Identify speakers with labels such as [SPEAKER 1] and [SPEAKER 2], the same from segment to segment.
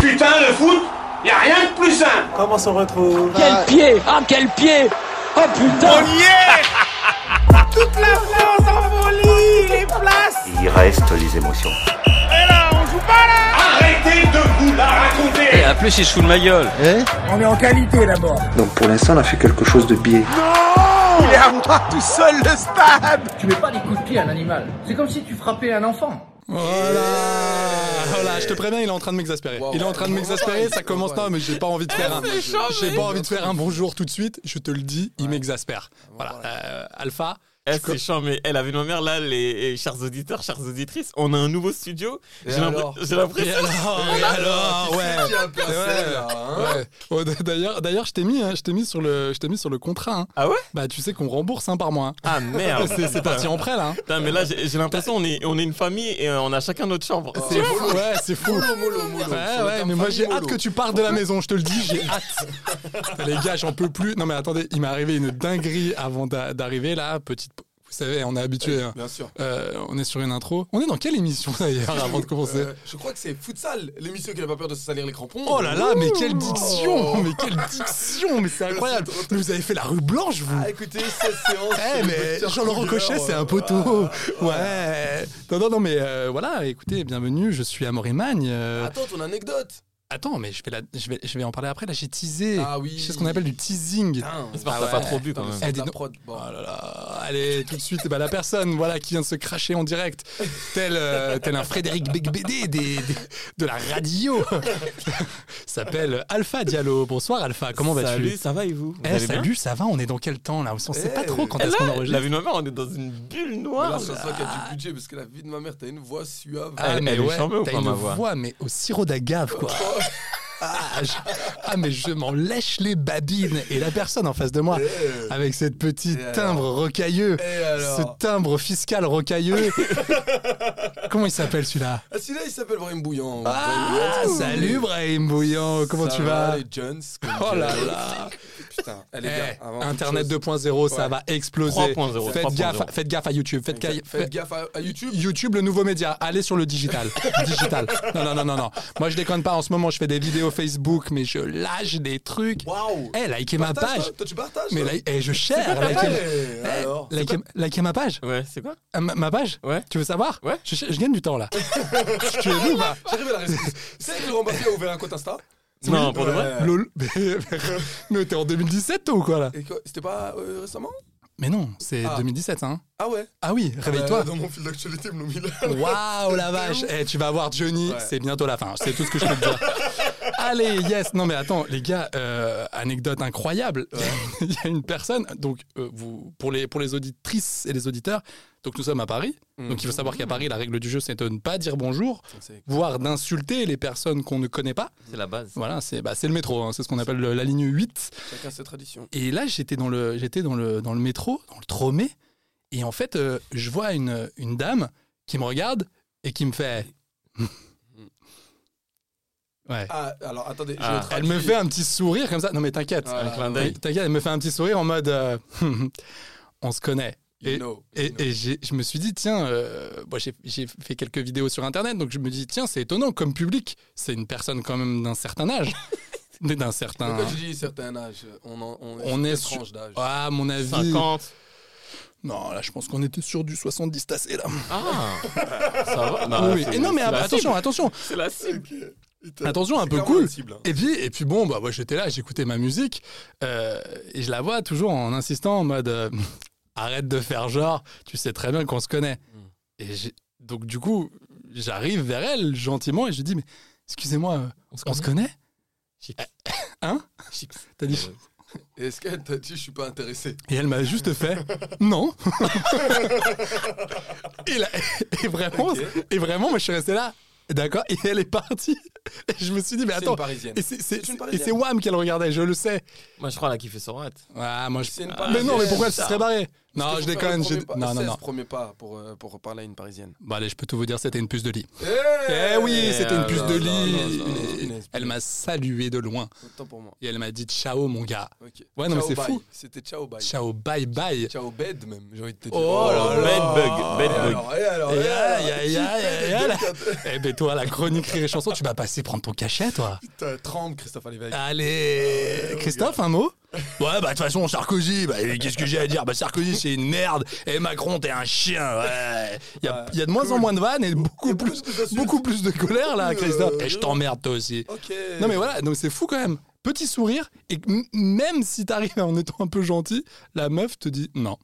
[SPEAKER 1] Putain, le foot, y a rien de plus simple.
[SPEAKER 2] Comment s'en retrouve
[SPEAKER 3] Quel pied Ah quel pied Oh putain
[SPEAKER 1] y est Toute la France envolie les places.
[SPEAKER 4] Il reste les émotions.
[SPEAKER 1] Et là, on joue pas là. Arrêtez de vous la raconter.
[SPEAKER 3] En plus il se fout de ma gueule
[SPEAKER 5] Donc pour l'instant, on a fait quelque chose de biais.
[SPEAKER 1] Il est à moi tout seul le stade.
[SPEAKER 6] Tu mets pas des coups de pied à un animal. C'est comme si tu frappais un enfant.
[SPEAKER 7] Voilà, voilà, Oh je te préviens, il est en train de m'exaspérer. Il est en train de m'exaspérer, ça commence pas, mais j'ai pas envie de faire un, j'ai pas envie de faire un bonjour tout de suite. Je te le dis, il m'exaspère. Voilà, euh, Alpha.
[SPEAKER 8] Eh, c'est chiant, mais elle avait ma mère là, les et chers auditeurs, chères auditrices, on a un nouveau studio. J'ai l'impr- j'ai
[SPEAKER 7] Et
[SPEAKER 8] l'impression.
[SPEAKER 7] alors, et Eh, alors, ouais. Ouais,
[SPEAKER 8] hein.
[SPEAKER 7] ouais. Oh, d- D'ailleurs, d'ailleurs, je t'ai mis, hein, je t'ai mis sur le, je t'ai mis sur le contrat. hein.
[SPEAKER 8] Ah ouais
[SPEAKER 7] Bah, tu sais qu'on rembourse hein, par mois. hein.
[SPEAKER 8] Ah merde
[SPEAKER 7] C'est c'est parti en prêt là. hein.
[SPEAKER 8] Putain, mais là, j'ai j'ai l'impression on est, on est une famille et euh, on a chacun notre chambre.
[SPEAKER 7] C'est fou. Ouais, c'est fou. Ouais, ouais, mais moi j'ai hâte que tu partes de la maison, je te le dis, j'ai hâte. Putain, Les gars, j'en peux plus. Non, mais attendez, il m'est arrivé une dinguerie avant d'a- d'arriver là. Petite. Vous savez, on est habitué. hein.
[SPEAKER 9] Bien sûr.
[SPEAKER 7] Euh, on est sur une intro. On est dans quelle émission d'ailleurs avant de commencer
[SPEAKER 9] Euh, je crois que c'est Futsal, l'émission qui n'a pas peur de se salir les crampons.
[SPEAKER 7] Oh là là, mais quelle diction Mais quelle diction Mais c'est incroyable Mais vous avez fait la rue blanche, vous
[SPEAKER 9] Ah, écoutez, cette séance.
[SPEAKER 7] Eh mais Jean-Laurent Cochet, c'est
[SPEAKER 9] euh,
[SPEAKER 7] un poteau. Ouais. Non, non, non, mais euh, voilà. Écoutez, bienvenue. Je suis à Magne. euh,
[SPEAKER 9] Attends, ton anecdote.
[SPEAKER 7] Attends, mais je vais, la- je vais, je vais en parler après. Là, j'ai teasé.
[SPEAKER 9] Ah oui. Ah,
[SPEAKER 7] C'est ce qu'on appelle du teasing.
[SPEAKER 8] Hein. J'espère que t'as pas trop bu quand même.
[SPEAKER 7] Eh,
[SPEAKER 9] C'est
[SPEAKER 7] dis
[SPEAKER 9] la
[SPEAKER 7] donc.
[SPEAKER 9] prod. Bon.
[SPEAKER 7] Oh là là. Allez, tout de suite, bah, la personne voilà, qui vient de se cracher en direct, tel, euh, tel un Frédéric Becbédé des, des- de la radio, s'appelle Alpha Diallo. Bonsoir Alpha, comment vas-tu
[SPEAKER 8] Salut, ça va et vous, vous
[SPEAKER 7] Eh,
[SPEAKER 8] allez bien
[SPEAKER 7] salut, ça va On est dans quel temps là On ne sait pas
[SPEAKER 9] Eh,
[SPEAKER 7] trop quand
[SPEAKER 8] Et
[SPEAKER 7] est-ce qu'on
[SPEAKER 8] là, la
[SPEAKER 7] enregistre.
[SPEAKER 8] vie de ma mère, on est dans une bulle
[SPEAKER 9] Mais Là,
[SPEAKER 8] noire.
[SPEAKER 9] ça
[SPEAKER 8] là.
[SPEAKER 9] se voit qu'il y a du budget parce que la vie de ma mère, t'as une voix suave.
[SPEAKER 7] Ah,
[SPEAKER 8] Elle-
[SPEAKER 7] mais
[SPEAKER 8] elle est
[SPEAKER 7] ouais,
[SPEAKER 8] charmée ou
[SPEAKER 7] t'as
[SPEAKER 8] pas,
[SPEAKER 7] une
[SPEAKER 8] ma voix
[SPEAKER 7] voix, mais au sirop d'agave, quoi.
[SPEAKER 9] Oh.
[SPEAKER 7] Ah, je- ah, mais je m'en lèche les babines. Et la personne en face de moi,
[SPEAKER 9] Eh.
[SPEAKER 7] avec cette petite timbre rocailleux,
[SPEAKER 9] alors
[SPEAKER 7] ce timbre fiscal rocailleux. Comment il s'appelle celui-là
[SPEAKER 9] Ah, celui-là, il s'appelle Brahim Bouillant.
[SPEAKER 7] Ah, salut Brahim Bouillant, comment
[SPEAKER 9] Ça
[SPEAKER 7] tu
[SPEAKER 9] va,
[SPEAKER 7] vas
[SPEAKER 9] les Jones comme
[SPEAKER 7] Oh là
[SPEAKER 9] Jones.
[SPEAKER 7] là
[SPEAKER 9] Putain, elle est
[SPEAKER 7] Eh,
[SPEAKER 9] bien. avant toute
[SPEAKER 7] Internet
[SPEAKER 9] chose.
[SPEAKER 7] 2.0, ça
[SPEAKER 9] Ouais.
[SPEAKER 7] va exploser.
[SPEAKER 8] 3.0,
[SPEAKER 7] Faites
[SPEAKER 8] 3.0.
[SPEAKER 7] gaffe, faites gaffe à YouTube. Faites, gaffe-
[SPEAKER 9] Faites gaffe à, à YouTube.
[SPEAKER 7] YouTube, le nouveau média. Allez sur le digital. digital. Non, non, non, non, non. Moi, je déconne pas. En ce moment, je fais des vidéos Facebook, mais je lâche des trucs.
[SPEAKER 9] Waouh.
[SPEAKER 7] Eh, likez ma
[SPEAKER 9] Partage,
[SPEAKER 7] page.
[SPEAKER 9] toi, toi, tu partages.
[SPEAKER 7] Mais
[SPEAKER 9] toi.
[SPEAKER 7] like- eh, je cherche. Likez,
[SPEAKER 9] Eh, alors.
[SPEAKER 7] eh, likez- likez ma page.
[SPEAKER 8] Ouais, c'est quoi
[SPEAKER 7] Ah, Ma, ma page
[SPEAKER 8] Ouais.
[SPEAKER 7] Tu veux savoir
[SPEAKER 8] Ouais.
[SPEAKER 7] Je, cherche- je gagne du temps, là. tu es nous, bah.
[SPEAKER 9] J'arrive à la réponse. C'est vrai que Laurent Baffi a ouvert un compte Insta.
[SPEAKER 8] Non, pour de vrai
[SPEAKER 9] Ouais.
[SPEAKER 7] Lol. Mais, mais t'es en 2017, toi, ou quoi, là
[SPEAKER 9] Et quoi, C'était pas euh, récemment
[SPEAKER 7] Mais non, c'est
[SPEAKER 9] Ah.
[SPEAKER 7] 2017, hein.
[SPEAKER 9] Ah ouais
[SPEAKER 7] Ah oui, réveille-toi.
[SPEAKER 9] Euh, Dans mon fil d'actualité, ils me l'ont mis là.
[SPEAKER 7] Waouh la vache Eh, Tu vas voir Johnny,
[SPEAKER 9] Ouais.
[SPEAKER 7] c'est bientôt la fin, c'est tout ce que je peux te dire. Allez, yes Non mais attends, les gars, euh, anecdote incroyable. Il y a une personne, donc euh, vous, pour, les, pour les auditrices et les auditeurs, donc nous sommes à Paris, donc il faut savoir qu'à Paris, la règle du jeu, c'est de ne pas dire bonjour,
[SPEAKER 9] C'est-
[SPEAKER 7] voire d'insulter les personnes qu'on ne connaît pas.
[SPEAKER 8] C'est la base.
[SPEAKER 7] Voilà, c'est bah, c'est le métro, hein, c'est ce qu'on appelle le- la ligne 8.
[SPEAKER 9] Chacun ses traditions.
[SPEAKER 7] Et là, j'étais dans le, j'étais dans le, dans le métro, dans le Tromé, et en fait, euh, je vois une, une dame qui me regarde et qui me fait. ouais.
[SPEAKER 9] Ah, alors attendez, je
[SPEAKER 8] Ah.
[SPEAKER 9] le
[SPEAKER 7] Elle
[SPEAKER 9] traduis.
[SPEAKER 7] me fait un petit sourire comme ça. Non, mais t'inquiète.
[SPEAKER 9] Ah,
[SPEAKER 8] Un clin d'œil.
[SPEAKER 7] T'inquiète, elle me fait un petit sourire en mode. euh, on se connaît.
[SPEAKER 9] You
[SPEAKER 7] Et-
[SPEAKER 9] know, you
[SPEAKER 7] et,
[SPEAKER 9] know.
[SPEAKER 7] et j'ai- je me suis dit, tiens, euh, moi, j'ai j'ai fait quelques vidéos sur Internet, donc je me dis, tiens, c'est étonnant, comme public, c'est une personne quand même d'un certain âge. d'un certain...
[SPEAKER 9] Pourquoi tu dis certain âge On, en- on,
[SPEAKER 7] On est
[SPEAKER 9] est
[SPEAKER 7] sur-
[SPEAKER 9] sur tranche d'âge.
[SPEAKER 7] Ah, à mon avis...
[SPEAKER 8] 50.
[SPEAKER 7] Non, là, je pense qu'on était sur du 70 tassé, là.
[SPEAKER 8] Ah Ça va Non,
[SPEAKER 7] oui.
[SPEAKER 8] c'est-
[SPEAKER 7] Et non, mais
[SPEAKER 8] c'est la
[SPEAKER 7] attention,
[SPEAKER 8] cible.
[SPEAKER 7] attention,
[SPEAKER 8] C'est la cible.
[SPEAKER 7] attention, un peu
[SPEAKER 9] euh, clairement
[SPEAKER 7] cool.
[SPEAKER 9] une cible, hein.
[SPEAKER 7] Et puis, et puis bon, bah, moi, j'étais là, j'écoutais ma musique, euh, et je la vois toujours en insistant en mode euh, arrête de faire genre, tu sais très bien qu'on se connaît. Et j'ai- donc, du coup, j'arrive vers elle gentiment et je lui dis, mais excusez-moi, euh, on se connaît
[SPEAKER 8] Chips.
[SPEAKER 9] Euh,
[SPEAKER 7] Hein T'as dit
[SPEAKER 9] Est-ce qu'elle t'a dit je suis pas intéressé
[SPEAKER 7] Et elle m'a juste fait non. et, là- et vraiment, et vraiment, moi je suis resté là. D'accord Et elle est partie. Et je me suis dit, mais
[SPEAKER 9] C'est
[SPEAKER 7] attends.
[SPEAKER 9] une Parisienne.
[SPEAKER 7] Et c'est- c'est
[SPEAKER 9] C'est une
[SPEAKER 7] et
[SPEAKER 9] Parisienne.
[SPEAKER 7] c'est Wam qu'elle regardait, je le sais.
[SPEAKER 8] Moi, je crois la kiffe sur rate.
[SPEAKER 7] Ah, moi je.
[SPEAKER 9] C'est une
[SPEAKER 7] Ah, mais
[SPEAKER 9] Parisienne.
[SPEAKER 7] non, mais pourquoi elle
[SPEAKER 9] C'est
[SPEAKER 7] se serait barrée Non,
[SPEAKER 9] Parce
[SPEAKER 7] Ah, je
[SPEAKER 9] que faut faire
[SPEAKER 7] déconne.
[SPEAKER 9] le
[SPEAKER 7] j'ai-
[SPEAKER 9] premier pas-
[SPEAKER 7] Non, non,
[SPEAKER 9] c'est
[SPEAKER 7] non.
[SPEAKER 9] le premier pas pour, euh, pour parler à une parisienne.
[SPEAKER 7] Bon, allez, je peux tout vous dire, c'était une puce de lit.
[SPEAKER 9] Eh
[SPEAKER 7] Eh oui,
[SPEAKER 8] Eh,
[SPEAKER 7] c'était une
[SPEAKER 8] ah,
[SPEAKER 7] puce
[SPEAKER 8] là,
[SPEAKER 7] de
[SPEAKER 8] là,
[SPEAKER 9] là, là, là,
[SPEAKER 7] lit.
[SPEAKER 9] là, là.
[SPEAKER 7] Elle m'a salué de loin.
[SPEAKER 9] Autant pour moi.
[SPEAKER 7] Et elle m'a dit, ciao mon gars.
[SPEAKER 9] Ok.
[SPEAKER 7] Ouais, non, mais
[SPEAKER 9] Ciao,
[SPEAKER 7] c'est
[SPEAKER 9] bye.
[SPEAKER 7] fou.
[SPEAKER 9] C'était ciao bye.
[SPEAKER 7] Ciao, bye bye.
[SPEAKER 9] Ciao bed même, j'ai envie de te dire.
[SPEAKER 7] Oh là là.
[SPEAKER 8] Bad bug,
[SPEAKER 9] Ah, Et
[SPEAKER 8] bad bug.
[SPEAKER 9] alors, et alors, et alors,
[SPEAKER 7] Ya, ya,
[SPEAKER 9] qui
[SPEAKER 7] ya,
[SPEAKER 9] fait
[SPEAKER 7] ya,
[SPEAKER 9] des
[SPEAKER 7] ya, là.
[SPEAKER 9] délicates
[SPEAKER 7] Eh ben toi, la chronique rire et chanson, tu vas passer prendre ton cachet, toi.
[SPEAKER 9] Putain, tremble Christophe Alévèque.
[SPEAKER 8] Ah,
[SPEAKER 7] Allez, Christophe, un mot Euh, Ouais, bah de toute façon, Sarkozy, bah, et qu'est-ce que j'ai à dire Bah Sarkozy, c'est une merde, et Macron, t'es un chien, ouais. Il y a, il y a de moins en moins de vannes et beaucoup plus,
[SPEAKER 9] d'insultes.
[SPEAKER 7] beaucoup plus de colère, là,
[SPEAKER 9] Beaucoup,
[SPEAKER 7] Christophe.
[SPEAKER 9] euh,
[SPEAKER 7] Et je t'emmerde, toi aussi.
[SPEAKER 9] Ok.
[SPEAKER 7] Non mais voilà, donc c'est fou quand même. Petit sourire, et m- même si t'arrives en étant un peu gentil, la meuf te dit non,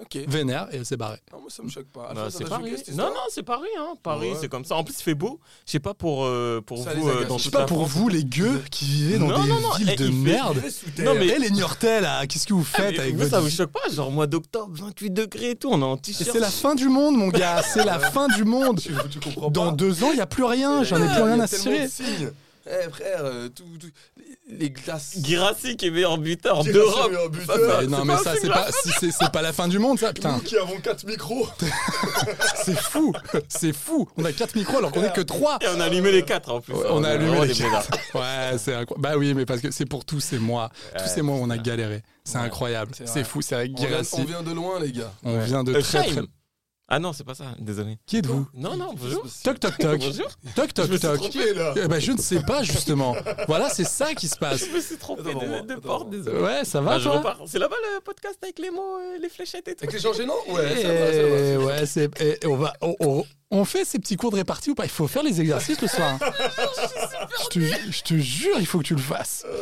[SPEAKER 9] Ok.
[SPEAKER 7] vénère, et elle s'est barrée.
[SPEAKER 9] Non, moi ça me choque pas.
[SPEAKER 8] Bah,
[SPEAKER 9] Alphonse, ça
[SPEAKER 8] c'est
[SPEAKER 9] t'a
[SPEAKER 8] Paris.
[SPEAKER 9] choqué, cette
[SPEAKER 8] Non,
[SPEAKER 9] histoire
[SPEAKER 8] non, c'est Paris, hein. Paris,
[SPEAKER 9] Ouais.
[SPEAKER 8] c'est comme ça. En plus, il fait beau. Je sais pas pour, euh, pour
[SPEAKER 9] Ça les
[SPEAKER 8] vous euh,
[SPEAKER 9] agace.
[SPEAKER 8] dans
[SPEAKER 7] Je
[SPEAKER 9] Je
[SPEAKER 7] sais
[SPEAKER 8] toute
[SPEAKER 7] pas
[SPEAKER 8] la
[SPEAKER 7] pour
[SPEAKER 8] France.
[SPEAKER 7] vous les gueux qui vivez dans
[SPEAKER 8] Non,
[SPEAKER 7] des
[SPEAKER 8] non, non,
[SPEAKER 7] villes
[SPEAKER 8] eh,
[SPEAKER 7] de
[SPEAKER 8] il fait-
[SPEAKER 7] merde.
[SPEAKER 9] Il est sous terre.
[SPEAKER 8] Non, mais
[SPEAKER 7] Eh les Niortais là, qu'est-ce que vous faites
[SPEAKER 8] Ah, Mais
[SPEAKER 7] avec
[SPEAKER 8] vous, ça
[SPEAKER 7] votre
[SPEAKER 8] vous
[SPEAKER 7] vie
[SPEAKER 8] choque pas Genre, mois d'octobre, 28 degrés et tout, on est en t-shirt.
[SPEAKER 7] C'est la fin du monde mon gars, c'est la fin du monde.
[SPEAKER 9] Tu, tu comprends
[SPEAKER 7] Dans
[SPEAKER 9] pas
[SPEAKER 7] deux ans, il n'y a plus rien, j'en ai plus rien à cirer.
[SPEAKER 9] signer. Eh frère, euh, tout, tout- les glaces.
[SPEAKER 8] Guirassi qui est meilleur buteur
[SPEAKER 9] Guirassi
[SPEAKER 8] d'Europe.
[SPEAKER 9] est meilleur buteur.
[SPEAKER 8] Enfin,
[SPEAKER 7] Eh, non
[SPEAKER 8] c'est
[SPEAKER 7] mais
[SPEAKER 8] pas
[SPEAKER 7] ça
[SPEAKER 8] un
[SPEAKER 7] c'est
[SPEAKER 8] film
[SPEAKER 7] pas si, c'est c'est pas la fin du monde ça putain
[SPEAKER 9] Nous qui avons 4 micros.
[SPEAKER 7] c'est fou c'est fou on a quatre micros alors qu'on est que trois
[SPEAKER 8] Et on a allumé les quatre en plus.
[SPEAKER 7] Ouais, on a allumé les
[SPEAKER 8] quatre.
[SPEAKER 7] quatre. Ouais, c'est incroyable. Bah oui, mais parce que c'est pour tous ces mois. Tous ces mois, on a galéré. C'est incroyable.
[SPEAKER 9] C'est
[SPEAKER 7] C'est
[SPEAKER 9] vrai.
[SPEAKER 7] fou. C'est avec
[SPEAKER 9] On vient, on
[SPEAKER 7] Guirassi.
[SPEAKER 9] vient de loin, les gars.
[SPEAKER 7] On vient de
[SPEAKER 8] Euh,
[SPEAKER 7] très très.
[SPEAKER 8] Chaim. Ah non, c'est pas ça, désolé.
[SPEAKER 7] Qui êtes-vous
[SPEAKER 8] Non, non, bonjour.
[SPEAKER 7] Toc toc toc.
[SPEAKER 8] Bonjour.
[SPEAKER 7] Toc
[SPEAKER 8] Je
[SPEAKER 7] toc
[SPEAKER 8] me suis
[SPEAKER 7] toc.
[SPEAKER 8] trompé.
[SPEAKER 9] Qui est là
[SPEAKER 7] Eh ben, je ne sais pas justement. Voilà, c'est ça qui se passe.
[SPEAKER 8] Je me suis trompé
[SPEAKER 9] Attends,
[SPEAKER 8] de,
[SPEAKER 9] attends, Ah,
[SPEAKER 8] de
[SPEAKER 9] attends.
[SPEAKER 8] porte, désolé.
[SPEAKER 7] Ouais, ça va
[SPEAKER 8] Bah, je
[SPEAKER 7] toi
[SPEAKER 8] repars. C'est là-bas le podcast avec les mots, euh, les fléchettes et tout.
[SPEAKER 9] Avec les gens gênants Ouais, ça va, ça va.
[SPEAKER 7] Eh, Ouais, c'est. eh, On va. on- On on fait ces petits cours de répartie ou pas Il faut faire les exercices le soir. hein. Je te ju- je te jure, il faut que tu le fasses.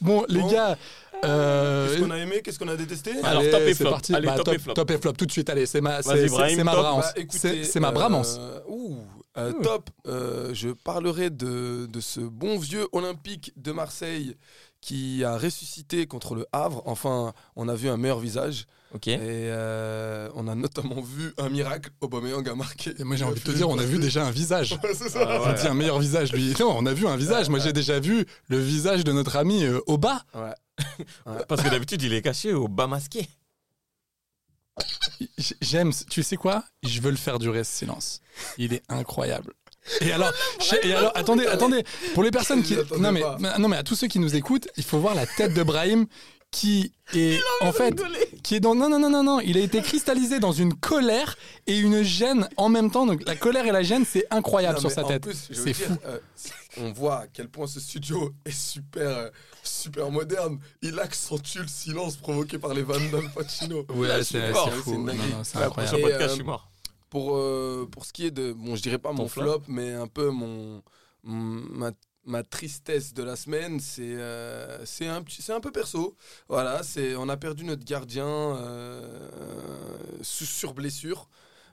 [SPEAKER 7] Bon, les
[SPEAKER 9] Bon.
[SPEAKER 7] gars. euh,
[SPEAKER 9] Qu'est-ce qu'on a aimé Qu'est-ce qu'on a détesté
[SPEAKER 8] Alors,
[SPEAKER 7] Allez,
[SPEAKER 8] top et
[SPEAKER 7] c'est
[SPEAKER 8] flop.
[SPEAKER 7] parti.
[SPEAKER 8] Allez,
[SPEAKER 7] Bah,
[SPEAKER 8] top
[SPEAKER 7] top,
[SPEAKER 8] et flop.
[SPEAKER 7] top et flop, tout de suite. Allez, c'est ma,
[SPEAKER 8] Vas-y,
[SPEAKER 7] c'est-
[SPEAKER 8] Brahim,
[SPEAKER 7] c'est- c'est ma
[SPEAKER 8] top.
[SPEAKER 7] bramance.
[SPEAKER 9] Bah, écoutez,
[SPEAKER 7] C'est c'est ma
[SPEAKER 9] euh,
[SPEAKER 7] bramance.
[SPEAKER 9] ouh, euh, top. Euh, je parlerai de, de ce bon vieux olympique de Marseille qui a ressuscité contre le Havre. Enfin, on a vu un meilleur visage.
[SPEAKER 8] Ok.
[SPEAKER 9] Et euh, on a notamment vu un miracle. Aubameyang a marqué.
[SPEAKER 7] Et moi, j'ai envie de te dire, on a vu déjà un visage.
[SPEAKER 9] Ouais, c'est ça.
[SPEAKER 8] Ah ouais.
[SPEAKER 7] On dit un meilleur visage, lui. Non, on a vu un visage. Moi, j'ai déjà vu le visage de notre ami euh, Oba.
[SPEAKER 8] Parce que d'habitude, il est caché au bas masqué.
[SPEAKER 7] J- J'aime. ce- Tu sais quoi Je veux le faire durer ce silence. Il est incroyable. Et alors, j'ai- et alors, attendez, attendez. Pour les personnes qui,
[SPEAKER 9] Je l'attendais
[SPEAKER 7] non mais,
[SPEAKER 9] pas.
[SPEAKER 7] mais- non mais à tous ceux qui nous écoutent, il faut voir la tête de Brahim qui est en fait, qui est dans non non non non non, il a été cristallisé dans une colère et une gêne en même temps. Donc la colère et la gêne, c'est incroyable
[SPEAKER 9] Non,
[SPEAKER 7] sur
[SPEAKER 9] mais
[SPEAKER 7] sa
[SPEAKER 9] en
[SPEAKER 7] tête.
[SPEAKER 9] plus, je veux
[SPEAKER 7] C'est
[SPEAKER 9] dire,
[SPEAKER 7] fou.
[SPEAKER 9] euh, on voit à quel point ce studio est super, euh, super moderne. Il accentue le silence provoqué par les Van Damme Pacino.
[SPEAKER 7] Ouais, c'est
[SPEAKER 9] fort,
[SPEAKER 7] c'est
[SPEAKER 9] c'est
[SPEAKER 7] fou.
[SPEAKER 9] une
[SPEAKER 7] Non,
[SPEAKER 9] dinguerie.
[SPEAKER 7] non, c'est
[SPEAKER 9] Ouais,
[SPEAKER 8] Sur
[SPEAKER 7] incroyable.
[SPEAKER 9] Et,
[SPEAKER 8] podcast,
[SPEAKER 9] euh,
[SPEAKER 8] je suis mort.
[SPEAKER 9] Pour, euh, pour ce qui est de, bon, je dirais pas mon
[SPEAKER 8] flop.
[SPEAKER 9] flop, mais un peu mon, mon- ma, ma tristesse de la semaine, c'est euh, c'est un, petit- c'est un peu perso. Voilà, c'est on a perdu notre gardien euh, sous- sur blessure,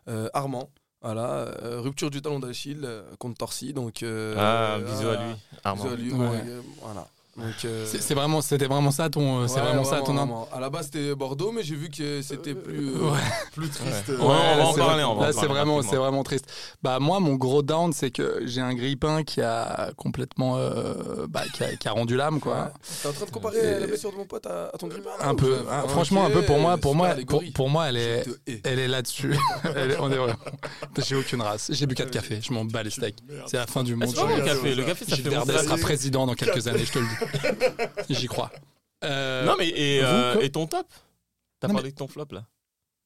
[SPEAKER 9] euh, Armand. Voilà, euh, rupture du talon d'Achille euh, contre Torsi, donc... euh,
[SPEAKER 8] Ah, bisous à
[SPEAKER 9] voilà.
[SPEAKER 8] lui, Armand.
[SPEAKER 9] Bisous à lui,
[SPEAKER 7] Ouais.
[SPEAKER 9] ouais, euh, voilà. Donc, euh,
[SPEAKER 7] C'est c'est vraiment, c'était vraiment ça ton, euh, c'est
[SPEAKER 9] ouais,
[SPEAKER 7] vraiment ça ton.
[SPEAKER 9] vraiment. À la base, c'était Bordeaux, mais j'ai vu que c'était plus, euh,
[SPEAKER 7] Ouais.
[SPEAKER 9] plus triste.
[SPEAKER 8] Ouais.
[SPEAKER 9] euh,
[SPEAKER 8] Ouais, on va
[SPEAKER 7] là,
[SPEAKER 8] en
[SPEAKER 7] c'est
[SPEAKER 8] parler,
[SPEAKER 7] vrai-
[SPEAKER 8] on va en
[SPEAKER 7] Là,
[SPEAKER 8] parler
[SPEAKER 7] c'est vraiment,
[SPEAKER 8] rapidement.
[SPEAKER 7] c'est vraiment triste. Bah, moi, mon gros down, c'est que j'ai un grippin qui a complètement, euh, bah, qui a, qui a rendu l'âme, quoi.
[SPEAKER 9] T'es en train de comparer
[SPEAKER 7] Et-
[SPEAKER 9] la blessure de mon pote à, à ton grippin
[SPEAKER 7] Un peu, hein, franchement, un peu pour moi, pour moi, pour, pour moi, elle est,
[SPEAKER 9] Je te hais.
[SPEAKER 7] elle est là-dessus. Elle est- on est vraiment. J'ai aucune race. J'ai bu quatre cafés. Je m'en bats les steaks. C'est la fin du
[SPEAKER 8] Ah,
[SPEAKER 7] monde.
[SPEAKER 8] C'est pas le
[SPEAKER 7] je-
[SPEAKER 8] café. Le café, ça
[SPEAKER 7] Gilles
[SPEAKER 8] fait
[SPEAKER 7] Verdez
[SPEAKER 8] onze
[SPEAKER 7] sera
[SPEAKER 8] années.
[SPEAKER 7] président dans quelques années. Je te le dis. J'y crois. Euh,
[SPEAKER 8] Non, mais et,
[SPEAKER 7] Vous,
[SPEAKER 8] euh,
[SPEAKER 7] quoi
[SPEAKER 8] et ton top T'as
[SPEAKER 7] Non,
[SPEAKER 8] parlé de ton flop là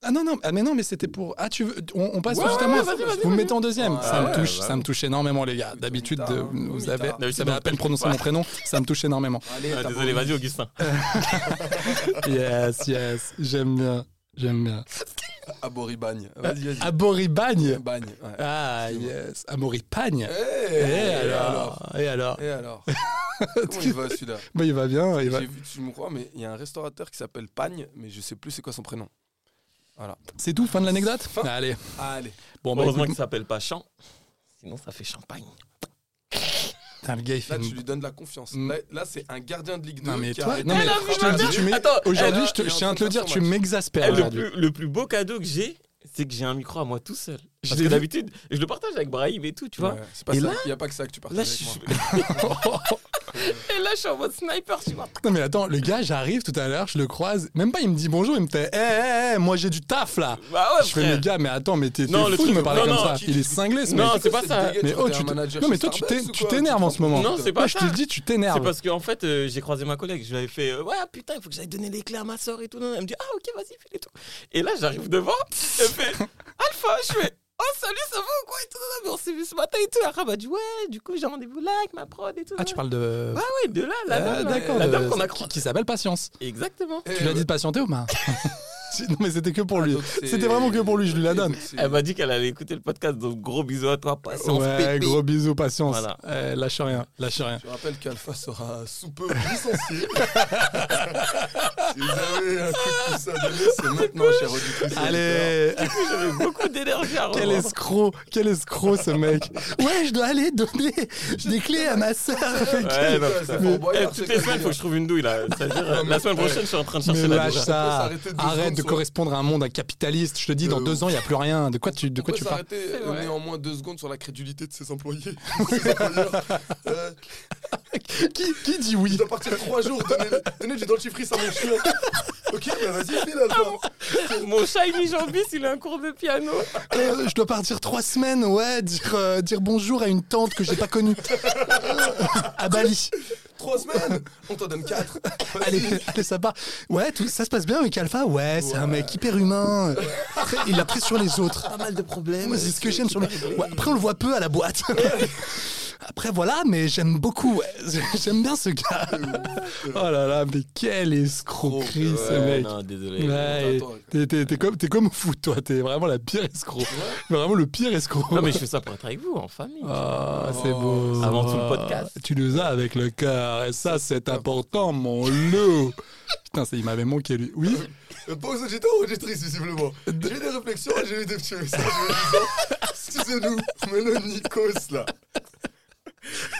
[SPEAKER 7] Ah non, non, ah mais non, mais c'était pour. Ah, tu veux. On, on passe
[SPEAKER 8] Ouais,
[SPEAKER 7] tout juste à
[SPEAKER 8] ouais,
[SPEAKER 7] moi.
[SPEAKER 8] vas-y, vas-y,
[SPEAKER 7] Vous me
[SPEAKER 8] vas-y.
[SPEAKER 7] mettez en deuxième.
[SPEAKER 9] Ah
[SPEAKER 7] ça me
[SPEAKER 8] ouais,
[SPEAKER 7] touche,
[SPEAKER 8] bah
[SPEAKER 7] ça me touche énormément, les gars. D'habituez,
[SPEAKER 9] Mitard,
[SPEAKER 7] de-
[SPEAKER 9] hein.
[SPEAKER 7] vous
[SPEAKER 9] Mitard.
[SPEAKER 7] avez.
[SPEAKER 8] Ah oui,
[SPEAKER 7] Vous
[SPEAKER 8] ça
[SPEAKER 7] avez
[SPEAKER 8] me
[SPEAKER 7] à peine
[SPEAKER 8] rappelle
[SPEAKER 7] prononcé
[SPEAKER 8] pas.
[SPEAKER 7] mon prénom. Ça me touche énormément.
[SPEAKER 9] Allez,
[SPEAKER 8] Ah,
[SPEAKER 9] t'as
[SPEAKER 8] Désolé,
[SPEAKER 9] pas-
[SPEAKER 8] vas-y, Augustin.
[SPEAKER 7] Yes, yes. J'aime bien. J'aime bien. Ah,
[SPEAKER 9] Aboribagne. Vas-y, vas-y.
[SPEAKER 7] Aboribagne.
[SPEAKER 9] Bagne, ouais.
[SPEAKER 7] Ah, yes. Amoripagne.
[SPEAKER 9] Eh,
[SPEAKER 7] Et
[SPEAKER 9] et
[SPEAKER 7] alors Et alors
[SPEAKER 9] Et alors Comment il va celui-là
[SPEAKER 7] Bah, il va bien. Il va...
[SPEAKER 9] J'ai vu, tu me crois, mais il y a un restaurateur qui s'appelle Pagne, mais je sais plus c'est quoi son prénom.
[SPEAKER 7] C'est tout, fin de l'anecdote
[SPEAKER 9] Fin.
[SPEAKER 7] Allez.
[SPEAKER 9] Allez.
[SPEAKER 7] Bon, bah,
[SPEAKER 8] Heureusement
[SPEAKER 7] écoute,
[SPEAKER 8] qu'il s'appelle pas Champ. Sinon, ça fait champagne.
[SPEAKER 7] Putain, le gars, il fait
[SPEAKER 9] Là, tu
[SPEAKER 7] une...
[SPEAKER 9] lui donnes de la confiance.
[SPEAKER 7] Mm.
[SPEAKER 9] Là, là, c'est un gardien de Ligue 2
[SPEAKER 7] Non, mais
[SPEAKER 9] qui a
[SPEAKER 7] toi,
[SPEAKER 9] arrêté-
[SPEAKER 7] non, mais
[SPEAKER 8] Elle a vu
[SPEAKER 7] je te le dis,
[SPEAKER 8] ma
[SPEAKER 7] tu
[SPEAKER 8] mère.
[SPEAKER 7] m'é-
[SPEAKER 8] Attends,
[SPEAKER 7] Aujourd'hui,
[SPEAKER 9] elle
[SPEAKER 7] je, te-
[SPEAKER 9] a-
[SPEAKER 7] je tiens à te le dire, tu
[SPEAKER 9] elle a-
[SPEAKER 7] m'exaspères
[SPEAKER 8] Eh, le,
[SPEAKER 7] aujourd'hui.
[SPEAKER 8] plus, le plus beau cadeau que j'ai, c'est que j'ai un micro à moi tout seul. Parce que
[SPEAKER 7] l'ai vu.
[SPEAKER 8] d'habitude, je le partage avec Brahim et tout, tu vois.
[SPEAKER 9] Ouais, c'est pas
[SPEAKER 8] Et
[SPEAKER 9] ça.
[SPEAKER 8] là-
[SPEAKER 9] Il n'y a pas que ça que tu partages
[SPEAKER 8] Là, je
[SPEAKER 9] avec moi.
[SPEAKER 8] suis... et là, je suis en mode sniper, tu vois.
[SPEAKER 7] Non mais attends, le gars, j'arrive tout à l'heure, je le croise, même pas il me dit bonjour, il me fait Eh, eh, eh, moi j'ai du taf là
[SPEAKER 8] Bah ouais,
[SPEAKER 7] Je fais le
[SPEAKER 8] frère.
[SPEAKER 7] gars, mais attends, mais t'es t'es
[SPEAKER 8] Non,
[SPEAKER 7] fou
[SPEAKER 8] le
[SPEAKER 7] de
[SPEAKER 8] truc-
[SPEAKER 7] me parler
[SPEAKER 8] non,
[SPEAKER 7] comme
[SPEAKER 8] non,
[SPEAKER 7] ça.
[SPEAKER 8] tu-
[SPEAKER 7] Il est cinglé ce
[SPEAKER 8] Non,
[SPEAKER 7] mec.
[SPEAKER 8] c'est pas ça.
[SPEAKER 7] Mais oh, tu te- non, mais toi, tu t'é- tu t'énerves en ce moment.
[SPEAKER 8] Non, c'est pas
[SPEAKER 7] Moi, je te
[SPEAKER 8] ça.
[SPEAKER 7] le dis, tu
[SPEAKER 8] C'est
[SPEAKER 7] t'énerves.
[SPEAKER 8] parce qu'en fait, euh, j'ai croisé ma collègue. Je lui avais fait euh, Ouais, putain, il faut que j'aille donner les clés à ma soeur et tout. Elle me dit Ah, ok, vas-y, file et tout. Et là, j'arrive devant. Elle fait Alpha, je fais Oh, salut, ça va ou quoi et tout, mais On s'est vu ce matin et tout. Après, elle m'a dit Ouais, du coup, j'ai rendez-vous là avec ma prod et tout.
[SPEAKER 7] Ah, tu parles de.
[SPEAKER 8] Ouais, ouais, de là, la
[SPEAKER 7] Ah,
[SPEAKER 8] dame.
[SPEAKER 7] D'accord,
[SPEAKER 8] La
[SPEAKER 7] de-
[SPEAKER 8] dame qu'on a
[SPEAKER 7] qui,
[SPEAKER 8] croisée. Eh,
[SPEAKER 7] qui Eh s'appelle Patience.
[SPEAKER 8] Exactement.
[SPEAKER 7] Tu l'as dit de patienter ou pas Non, mais c'était que pour
[SPEAKER 9] Ah,
[SPEAKER 7] lui. C'était vraiment que pour lui, je lui la donne.
[SPEAKER 8] Elle m'a dit qu'elle allait écouter le podcast, donc gros bisous à toi, patience.
[SPEAKER 7] Ouais,
[SPEAKER 8] pépé.
[SPEAKER 7] gros bisous, patience.
[SPEAKER 8] Voilà.
[SPEAKER 7] Eh, lâche rien, lâche rien.
[SPEAKER 9] Je rappelle qu'Alpha sera sous peu licencié.
[SPEAKER 7] Ah
[SPEAKER 9] si vous avez un coup de pouce à donner, c'est maintenant, cher auditrice.
[SPEAKER 7] Allez,
[SPEAKER 8] Ah. J'avais beaucoup d'énergie à
[SPEAKER 7] quel
[SPEAKER 8] reprendre.
[SPEAKER 7] escroc, quel escroc ce mec. Ouais, je dois aller donner des clés à ma sœur.
[SPEAKER 8] Ouais, non, putain.
[SPEAKER 9] C'est Fort
[SPEAKER 8] Eh,
[SPEAKER 9] Boyard, c'est
[SPEAKER 8] toutes les
[SPEAKER 9] quoi,
[SPEAKER 8] semaines, il faut que je trouve une douille là. C'est-à-dire, euh, la semaine prochaine, je suis en train de chercher
[SPEAKER 7] Mais
[SPEAKER 8] la
[SPEAKER 7] lâche ça.
[SPEAKER 8] douille.
[SPEAKER 9] s'arrêter deux
[SPEAKER 7] Arrête
[SPEAKER 9] secondes
[SPEAKER 7] de
[SPEAKER 9] sur-
[SPEAKER 7] correspondre à un monde capitaliste. Je te dis, dans
[SPEAKER 9] Euh,
[SPEAKER 7] deux ans, il n'y a plus rien. De quoi tu, de quoi
[SPEAKER 9] On
[SPEAKER 7] tu
[SPEAKER 9] peut
[SPEAKER 7] parles
[SPEAKER 9] s'arrêter euh,
[SPEAKER 8] vrai.
[SPEAKER 9] néanmoins deux secondes sur la crédulité de ses employés. Ses employeurs. Euh,
[SPEAKER 7] qui, qui dit oui
[SPEAKER 9] il doit partir trois jours, donner, donner du dentifrice à mon chien. Ok, bah vas-y, file
[SPEAKER 7] Ah
[SPEAKER 9] Alpha.
[SPEAKER 8] Mon shiny jambis, il a un cours de piano.
[SPEAKER 7] Euh, Je dois partir trois semaines, ouais, dire, euh, dire bonjour à une tante que j'ai pas connue. à Bali.
[SPEAKER 9] Trois semaines On t'en donne quatre.
[SPEAKER 7] Allez, allez, ça part. Ouais, tout, ça se passe bien avec Alpha. Ouais, c'est un mec hyper humain. Très- il a pris sur les autres. Pas mal de problèmes. c'est ce que j'aime sur le. Ouais, après, on le voit peu à la boîte. Après, voilà, mais j'aime beaucoup. ouais. J'aime bien ce gars. Oh là là, mais quelle escroquerie ce mec.
[SPEAKER 8] Oh, Non, désolé.
[SPEAKER 7] Ouais,
[SPEAKER 9] Attends, attends.
[SPEAKER 7] t'es- t'es t'es comme, t'es comme au foot, toi. T'es vraiment la pire escroc. Vraiment le pire escroc.
[SPEAKER 8] Non, mais je fais ça pour être avec vous, en famille.
[SPEAKER 7] Ah, c'est
[SPEAKER 9] Oh,
[SPEAKER 7] beau.
[SPEAKER 8] Avant tout le podcast.
[SPEAKER 7] Tu nous as avec le cœur. Et ça, c'est important, mon loup. Putain, ça, il m'avait manqué, lui. Oui
[SPEAKER 9] Euh, Pas aux auditeurs ou auditrices, visiblement. J'ai eu des réflexions et j'ai eu des petits messages. Excusez-nous, mais le Nikos, là.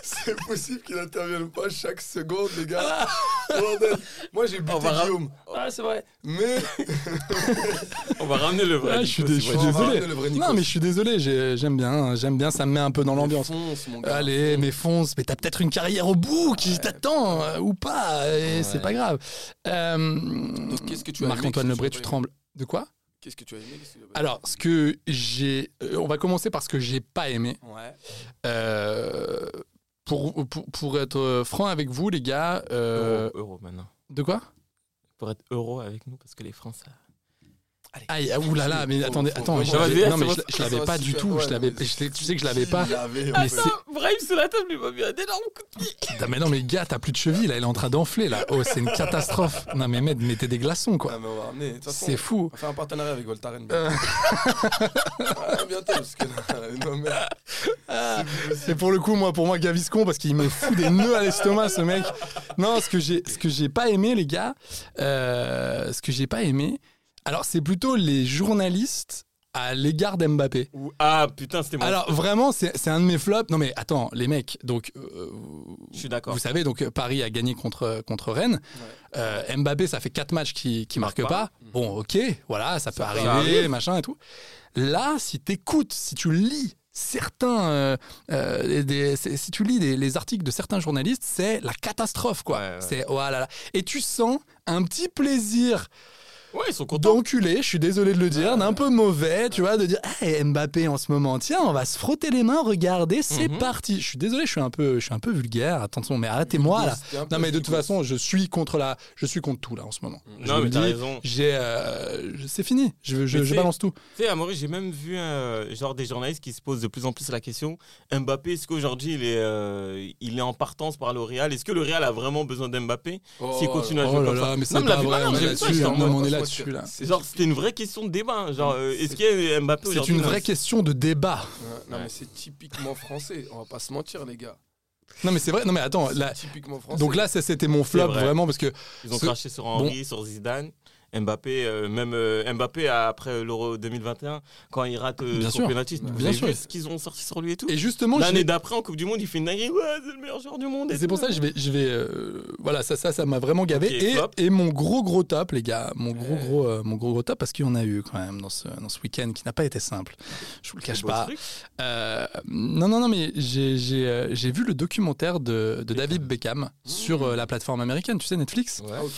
[SPEAKER 9] C'est possible qu'il intervienne pas chaque seconde, les gars. Bordel. Moi, j'ai buté
[SPEAKER 8] va ra-
[SPEAKER 9] Guillaume.
[SPEAKER 8] Ah, c'est vrai.
[SPEAKER 9] Mais
[SPEAKER 8] On va ramener le vrai.
[SPEAKER 7] Ah,
[SPEAKER 8] du
[SPEAKER 7] je suis,
[SPEAKER 8] coup,
[SPEAKER 7] dé-
[SPEAKER 8] c'est
[SPEAKER 7] je suis
[SPEAKER 8] vrai.
[SPEAKER 9] On va
[SPEAKER 7] désolé.
[SPEAKER 9] ramener le vrai Nikos.
[SPEAKER 7] Non, mais je suis désolé. j'ai- J'aime bien. hein, J'aime bien. Ça me met un peu dans l'ambiance.
[SPEAKER 9] fonce, mon gars.
[SPEAKER 7] Allez, mais fonce, mais t'as peut-être une carrière au bout qui t'attend, euh, ou pas, et c'est pas grave. Euh,
[SPEAKER 9] qu'est-ce que tu as aimé,
[SPEAKER 7] Marc-Antoine
[SPEAKER 9] qu'est-ce que
[SPEAKER 7] Lebré,
[SPEAKER 9] tu
[SPEAKER 7] tu
[SPEAKER 9] as pas aimé
[SPEAKER 7] trembles. De quoi
[SPEAKER 9] Qu'est-ce que tu as aimé qu'est-ce que tu as pas
[SPEAKER 7] Alors, ce que j'ai. euh, on va commencer par ce que j'ai pas aimé.
[SPEAKER 9] aimé Ouais.
[SPEAKER 7] Euh, pour, pour, pour être franc avec vous, les gars. euh,
[SPEAKER 8] Euro, euro maintenant.
[SPEAKER 7] De quoi
[SPEAKER 8] Pour être euro avec nous, parce que les Français.
[SPEAKER 7] Aïe, ah, oulala, mais
[SPEAKER 9] Faut-
[SPEAKER 7] attendez,
[SPEAKER 9] faut-
[SPEAKER 7] attends, mais
[SPEAKER 9] faut-
[SPEAKER 7] je
[SPEAKER 8] faut-
[SPEAKER 7] l'avais-
[SPEAKER 8] faut-
[SPEAKER 7] non, mais
[SPEAKER 8] faut-
[SPEAKER 7] je- je
[SPEAKER 9] faut-
[SPEAKER 7] l'avais
[SPEAKER 9] faut-
[SPEAKER 7] pas
[SPEAKER 9] faut-
[SPEAKER 7] du
[SPEAKER 9] faut-
[SPEAKER 7] tout.
[SPEAKER 9] ouais,
[SPEAKER 7] Je l'avais,
[SPEAKER 9] mais
[SPEAKER 7] je l'ai- tu sais que je l'avais
[SPEAKER 9] Qui
[SPEAKER 7] pas.
[SPEAKER 9] l'avait, en
[SPEAKER 7] Mais
[SPEAKER 9] fait
[SPEAKER 7] c'est-
[SPEAKER 8] Brahim, sous la table, il m'a mis un énorme coup de pied.
[SPEAKER 7] Non, mais non, mais gars, t'as plus de cheville, là, elle est en train d'enfler, là. Oh, c'est une catastrophe. Non, mais mec, mettez des glaçons,
[SPEAKER 9] Ah,
[SPEAKER 7] quoi.
[SPEAKER 9] mais on va ramener. De toute façon,
[SPEAKER 7] C'est Euh. fou.
[SPEAKER 9] On va faire un partenariat avec Voltaren. bientôt. Ah, bientôt, parce que là, non, mais.
[SPEAKER 7] Et pour le coup, moi, pour moi, Gaviscon, parce qu'il me fout des nœuds à l'estomac, ce mec. Non, ce que j'ai, ce que j'ai pas aimé, les gars, euh, ce que j'ai pas aimé, alors c'est plutôt les journalistes à l'égard d'Mbappé.
[SPEAKER 8] Ou- Ah, putain, c'était moi.
[SPEAKER 7] Alors vraiment, c'est c'est un de mes flops. Non mais attends, les mecs, donc euh,
[SPEAKER 8] Je suis d'accord.
[SPEAKER 7] vous savez, donc euh, Paris a gagné contre, contre Rennes. Euh, Mbappé, ça fait quatre matchs qui qui marque
[SPEAKER 8] marque
[SPEAKER 7] pas. Bon, ok, voilà, ça, peut arriver,
[SPEAKER 8] arrive.
[SPEAKER 7] machin et tout. Là, si t'écoutes, si tu lis certains, euh, euh, des- c'est- si tu lis des- les articles de certains journalistes, c'est la catastrophe quoi.
[SPEAKER 8] Ouais, ouais.
[SPEAKER 7] C'est oh là là. Et tu sens un petit plaisir
[SPEAKER 8] Ouais, ils sont contents.
[SPEAKER 7] d'enculé, je suis désolé de le dire, d'un peu mauvais, tu vois, de dire hey, Mbappé en ce moment, tiens, on va se frotter les mains, regardez, c'est
[SPEAKER 8] Mhm.
[SPEAKER 7] parti. Je suis désolé, je suis un peu, je suis un peu vulgaire. Attention, mais arrêtez-moi là.
[SPEAKER 9] C'était un peu
[SPEAKER 7] Non mais de toute
[SPEAKER 9] vulgaire.
[SPEAKER 7] façon, je suis contre la, je suis contre tout là en ce moment. Je
[SPEAKER 8] Non,
[SPEAKER 7] vous
[SPEAKER 8] mais
[SPEAKER 7] le
[SPEAKER 8] t'as
[SPEAKER 7] dis,
[SPEAKER 8] raison.
[SPEAKER 7] J'ai, euh, je- c'est fini. Je, je,
[SPEAKER 8] Mais
[SPEAKER 7] je
[SPEAKER 8] c'est-
[SPEAKER 7] balance tout.
[SPEAKER 8] Tu sais, à Maurice, j'ai même vu euh, genre des journalistes qui se posent de plus en plus la question Mbappé, est-ce qu'aujourd'hui il, est, euh, il est en partance par le Real Est-ce que le Real a vraiment besoin d'Mbappé
[SPEAKER 9] Oh
[SPEAKER 8] s'il
[SPEAKER 9] là
[SPEAKER 8] continue à jouer
[SPEAKER 7] Oh là
[SPEAKER 8] comme ça
[SPEAKER 7] là, mais
[SPEAKER 8] Non,
[SPEAKER 7] c'est
[SPEAKER 8] mais la
[SPEAKER 7] pas
[SPEAKER 8] vie-
[SPEAKER 7] vrai.
[SPEAKER 8] ah non,
[SPEAKER 7] on est
[SPEAKER 8] j'ai vu
[SPEAKER 7] là-dessus,
[SPEAKER 8] ça,
[SPEAKER 7] hein.
[SPEAKER 8] j'étais en
[SPEAKER 7] non, mais
[SPEAKER 8] mode-
[SPEAKER 7] on est
[SPEAKER 9] franchement,
[SPEAKER 7] là-dessus là.
[SPEAKER 9] c'est-
[SPEAKER 8] Genre, c'était une vraie question de débat. Genre, euh, est-ce qu'il y a Mbappé
[SPEAKER 7] C'est
[SPEAKER 8] aujourd'hui
[SPEAKER 7] une
[SPEAKER 8] dans-
[SPEAKER 7] vraie question de débat.
[SPEAKER 9] Ouais, euh, Non, mais c'est typiquement français. On va pas se mentir, les gars.
[SPEAKER 7] Non mais c'est vrai. Non mais attends,
[SPEAKER 9] C'est
[SPEAKER 7] là.
[SPEAKER 9] typiquement français.
[SPEAKER 7] Donc là, ça, c'était mon flop
[SPEAKER 8] vrai.
[SPEAKER 7] vraiment parce que
[SPEAKER 8] Ils ont
[SPEAKER 7] Ce-
[SPEAKER 8] craché sur Henry, sur Zidane. Mbappé, euh, même euh, Mbappé après l'Euro 2021, quand il rate euh,
[SPEAKER 7] Bien
[SPEAKER 8] son
[SPEAKER 7] sûr.
[SPEAKER 8] penalty,
[SPEAKER 7] Bien
[SPEAKER 8] vous avez
[SPEAKER 7] sûr.
[SPEAKER 8] vu ce qu'ils ont sorti sur lui et tout.
[SPEAKER 7] Et justement, je
[SPEAKER 8] L'année
[SPEAKER 7] vais-
[SPEAKER 8] d'après en Coupe du Monde, il fait une dinguerie, ouais, c'est le meilleur joueur du monde. et
[SPEAKER 7] c'est pour
[SPEAKER 8] tout.
[SPEAKER 7] ça que je vais, je vais, euh, voilà, ça, ça, ça m'a vraiment gavé.
[SPEAKER 8] Ok,
[SPEAKER 7] et,
[SPEAKER 8] flop.
[SPEAKER 7] et mon gros gros top, les gars, mon gros gros, euh, mon gros gros top, parce qu'il y en a eu quand même dans ce, dans ce week-end qui n'a pas été simple. Je vous le cache
[SPEAKER 8] Beau
[SPEAKER 7] pas.
[SPEAKER 8] truc.
[SPEAKER 7] Euh, non, non, non, mais j'ai- j'ai euh, j'ai vu le documentaire de, de David Beckham sur euh, la plateforme américaine, tu sais, Netflix.
[SPEAKER 9] Ah, ok.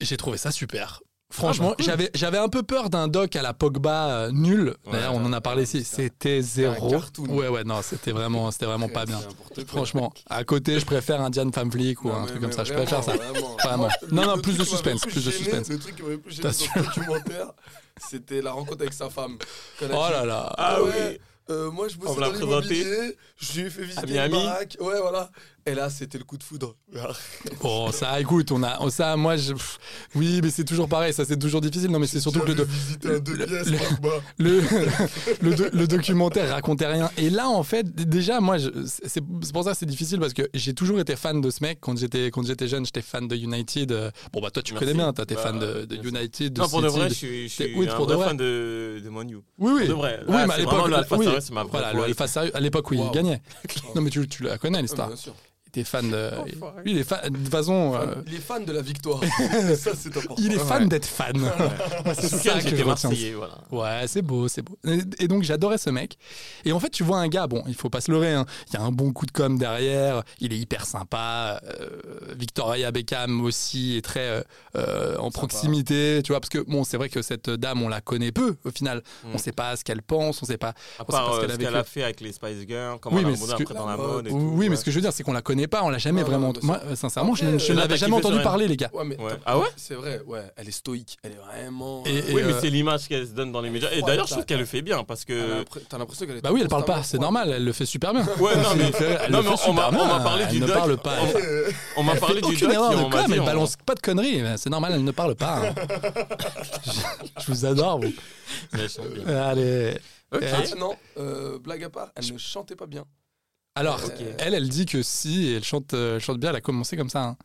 [SPEAKER 7] Et J'ai trouvé ça super.
[SPEAKER 9] Ah,
[SPEAKER 7] Franchement,
[SPEAKER 9] bah,
[SPEAKER 7] j'avais j'avais un peu peur d'un doc à la Pogba euh, nul. D'ailleurs, on en a parlé ici. C'était zéro.
[SPEAKER 9] cartoon.
[SPEAKER 7] Ouais, ouais, non, c'était vraiment, c'était vraiment pas bien.
[SPEAKER 9] n'importe quoi.
[SPEAKER 7] Franchement, à côté, je préfère un Diane Femme Flic ou
[SPEAKER 9] Non,
[SPEAKER 7] un
[SPEAKER 9] mais-
[SPEAKER 7] truc
[SPEAKER 9] mais
[SPEAKER 7] comme ça. Je
[SPEAKER 9] vraiment,
[SPEAKER 7] préfère ça.
[SPEAKER 9] vraiment.
[SPEAKER 7] Vraiment.
[SPEAKER 9] Le-
[SPEAKER 7] Non, non,
[SPEAKER 9] le
[SPEAKER 7] plus de
[SPEAKER 9] truc qui m'avait
[SPEAKER 7] suspense, plus de
[SPEAKER 9] gêné,
[SPEAKER 7] suspense.
[SPEAKER 9] Le truc qui m'avait plus gêné
[SPEAKER 7] T'as
[SPEAKER 9] dans ce documentaire, c'était la rencontre avec sa femme. Quand elle a
[SPEAKER 7] Oh
[SPEAKER 9] dit,
[SPEAKER 7] là là.
[SPEAKER 8] Ah oui.
[SPEAKER 9] ouais, euh, moi je bossais
[SPEAKER 8] On me l'a
[SPEAKER 9] dans
[SPEAKER 8] présenté.
[SPEAKER 9] l'immobilier, je lui ai fait visiter une
[SPEAKER 8] Miami.
[SPEAKER 9] baraque. Ouais, voilà. Et là, c'était le coup de foudre.
[SPEAKER 7] Bon, ça, écoute, on a, ça, moi, je, pff, oui, mais c'est toujours pareil, ça, c'est toujours difficile. Non, mais c'est surtout que le, do-
[SPEAKER 9] Visiter un deux pièces,
[SPEAKER 7] le-
[SPEAKER 9] Pogba.
[SPEAKER 7] le, le, do- le documentaire racontait rien. Et là, en fait, d- déjà, moi, je- c'est c'est pour ça que c'est difficile parce que j'ai toujours été fan de ce mec. Quand j'étais quand j'étais jeune, j'étais fan de United. Euh, Bon, bah, toi, tu
[SPEAKER 8] Merci.
[SPEAKER 7] connais bien, toi, t'es
[SPEAKER 8] Bah,
[SPEAKER 7] fan de, de
[SPEAKER 8] bien sûr.
[SPEAKER 7] United. de
[SPEAKER 8] Non, pour de
[SPEAKER 7] City,
[SPEAKER 8] vrai,
[SPEAKER 7] de-
[SPEAKER 8] je suis, je suis
[SPEAKER 7] oui,
[SPEAKER 8] un
[SPEAKER 7] pour de
[SPEAKER 8] vrai
[SPEAKER 7] vrai.
[SPEAKER 8] fan de, de Man U.
[SPEAKER 7] Oui, oui.
[SPEAKER 8] de vrai. Là,
[SPEAKER 7] Oui, mais à
[SPEAKER 8] c'est
[SPEAKER 7] l'époque,
[SPEAKER 8] vraiment le Alpha
[SPEAKER 7] oui.
[SPEAKER 8] Star, c'est ma
[SPEAKER 7] Voilà,
[SPEAKER 8] propre
[SPEAKER 7] le
[SPEAKER 8] life.
[SPEAKER 7] Alpha Star, à l'époque, oui,
[SPEAKER 9] Wow.
[SPEAKER 7] il gagnait. Non, mais tu, tu la connais, l'histoire.
[SPEAKER 9] Bien sûr.
[SPEAKER 7] Il était fan de. Lui, il est fan. De toute façon. euh,
[SPEAKER 9] Il est Oh, fan de la victoire. Et ça, c'est important.
[SPEAKER 7] Il est fan d'être fan. Moi, C'est
[SPEAKER 8] En tout
[SPEAKER 7] ça
[SPEAKER 8] cas,
[SPEAKER 7] que je
[SPEAKER 8] j'étais
[SPEAKER 7] retiens.
[SPEAKER 8] marseillais, voilà.
[SPEAKER 7] Ouais, c'est beau, c'est beau. Et- Et donc j'adorais ce mec. Et en fait, tu vois un gars, bon, il faut pas se leurrer, hein. il y a un bon coup de com derrière, il est hyper sympa. euh, Victoria Beckham aussi est très euh, euh, en proximité, tu vois, parce que bon, c'est vrai que cette dame, on la connaît peu au final. On sait pas ce qu'elle pense, on sait pas,
[SPEAKER 8] Mm. À
[SPEAKER 7] on sait pas
[SPEAKER 8] part euh, ce
[SPEAKER 7] vécu.
[SPEAKER 8] qu'elle a fait avec les Spice Girls, comment
[SPEAKER 7] Oui,
[SPEAKER 8] elle a
[SPEAKER 7] mais ce
[SPEAKER 8] rebondé après
[SPEAKER 7] que- Ah,
[SPEAKER 8] dans la mode et tout.
[SPEAKER 7] Oui, mais
[SPEAKER 8] ouais.
[SPEAKER 7] ce que je veux dire, c'est qu'on la connaît pas, on l'a jamais
[SPEAKER 9] Non,
[SPEAKER 7] vraiment.
[SPEAKER 9] non, non,
[SPEAKER 7] Moi, euh, sincèrement, je,
[SPEAKER 9] Après,
[SPEAKER 7] je
[SPEAKER 9] euh,
[SPEAKER 8] là,
[SPEAKER 7] n'avais
[SPEAKER 8] t'as
[SPEAKER 7] jamais
[SPEAKER 8] kiffé
[SPEAKER 7] entendu
[SPEAKER 8] sur elle.
[SPEAKER 7] parler, les gars.
[SPEAKER 9] Ouais, mais
[SPEAKER 8] Ouais.
[SPEAKER 9] t'as-
[SPEAKER 8] Ah ouais
[SPEAKER 9] C'est vrai, ouais. Elle est stoïque. Elle est vraiment.
[SPEAKER 7] Et-
[SPEAKER 9] euh,
[SPEAKER 7] et,
[SPEAKER 8] Oui,
[SPEAKER 7] euh,
[SPEAKER 8] mais c'est l'image qu'elle se donne dans les médias. Et d'ailleurs, je trouve qu'elle le fait bien parce
[SPEAKER 9] elle a
[SPEAKER 8] que.
[SPEAKER 9] l'impré- T'as l'impression qu'elle est.
[SPEAKER 7] Bah oui, elle parle pas, c'est
[SPEAKER 9] constamment-
[SPEAKER 7] normal, elle le fait super bien.
[SPEAKER 8] Ouais, non, mais,
[SPEAKER 7] Elle
[SPEAKER 8] non,
[SPEAKER 7] le
[SPEAKER 8] mais
[SPEAKER 7] fait
[SPEAKER 8] on m'a
[SPEAKER 7] super
[SPEAKER 8] on m'a
[SPEAKER 7] bien,
[SPEAKER 8] parlé du
[SPEAKER 7] elle ne
[SPEAKER 8] doc.
[SPEAKER 7] parle pas.
[SPEAKER 8] On- On m'a parlé du
[SPEAKER 7] aucune
[SPEAKER 8] doc et
[SPEAKER 7] erreur de
[SPEAKER 8] on m'a
[SPEAKER 7] com,
[SPEAKER 8] dit.
[SPEAKER 7] elle
[SPEAKER 8] on-
[SPEAKER 7] balance pas de conneries. mais C'est normal, elle ne parle pas. hein. je, je vous adore, vous. Euh,
[SPEAKER 8] Mais je sens bien.
[SPEAKER 7] Allez.
[SPEAKER 9] Ah,
[SPEAKER 7] Euh,
[SPEAKER 9] non, euh, blague à part, elle ne chantait pas bien.
[SPEAKER 7] alors, elle, elle dit que si, et elle chante, euh, elle chante bien, elle a commencé comme ça. hein.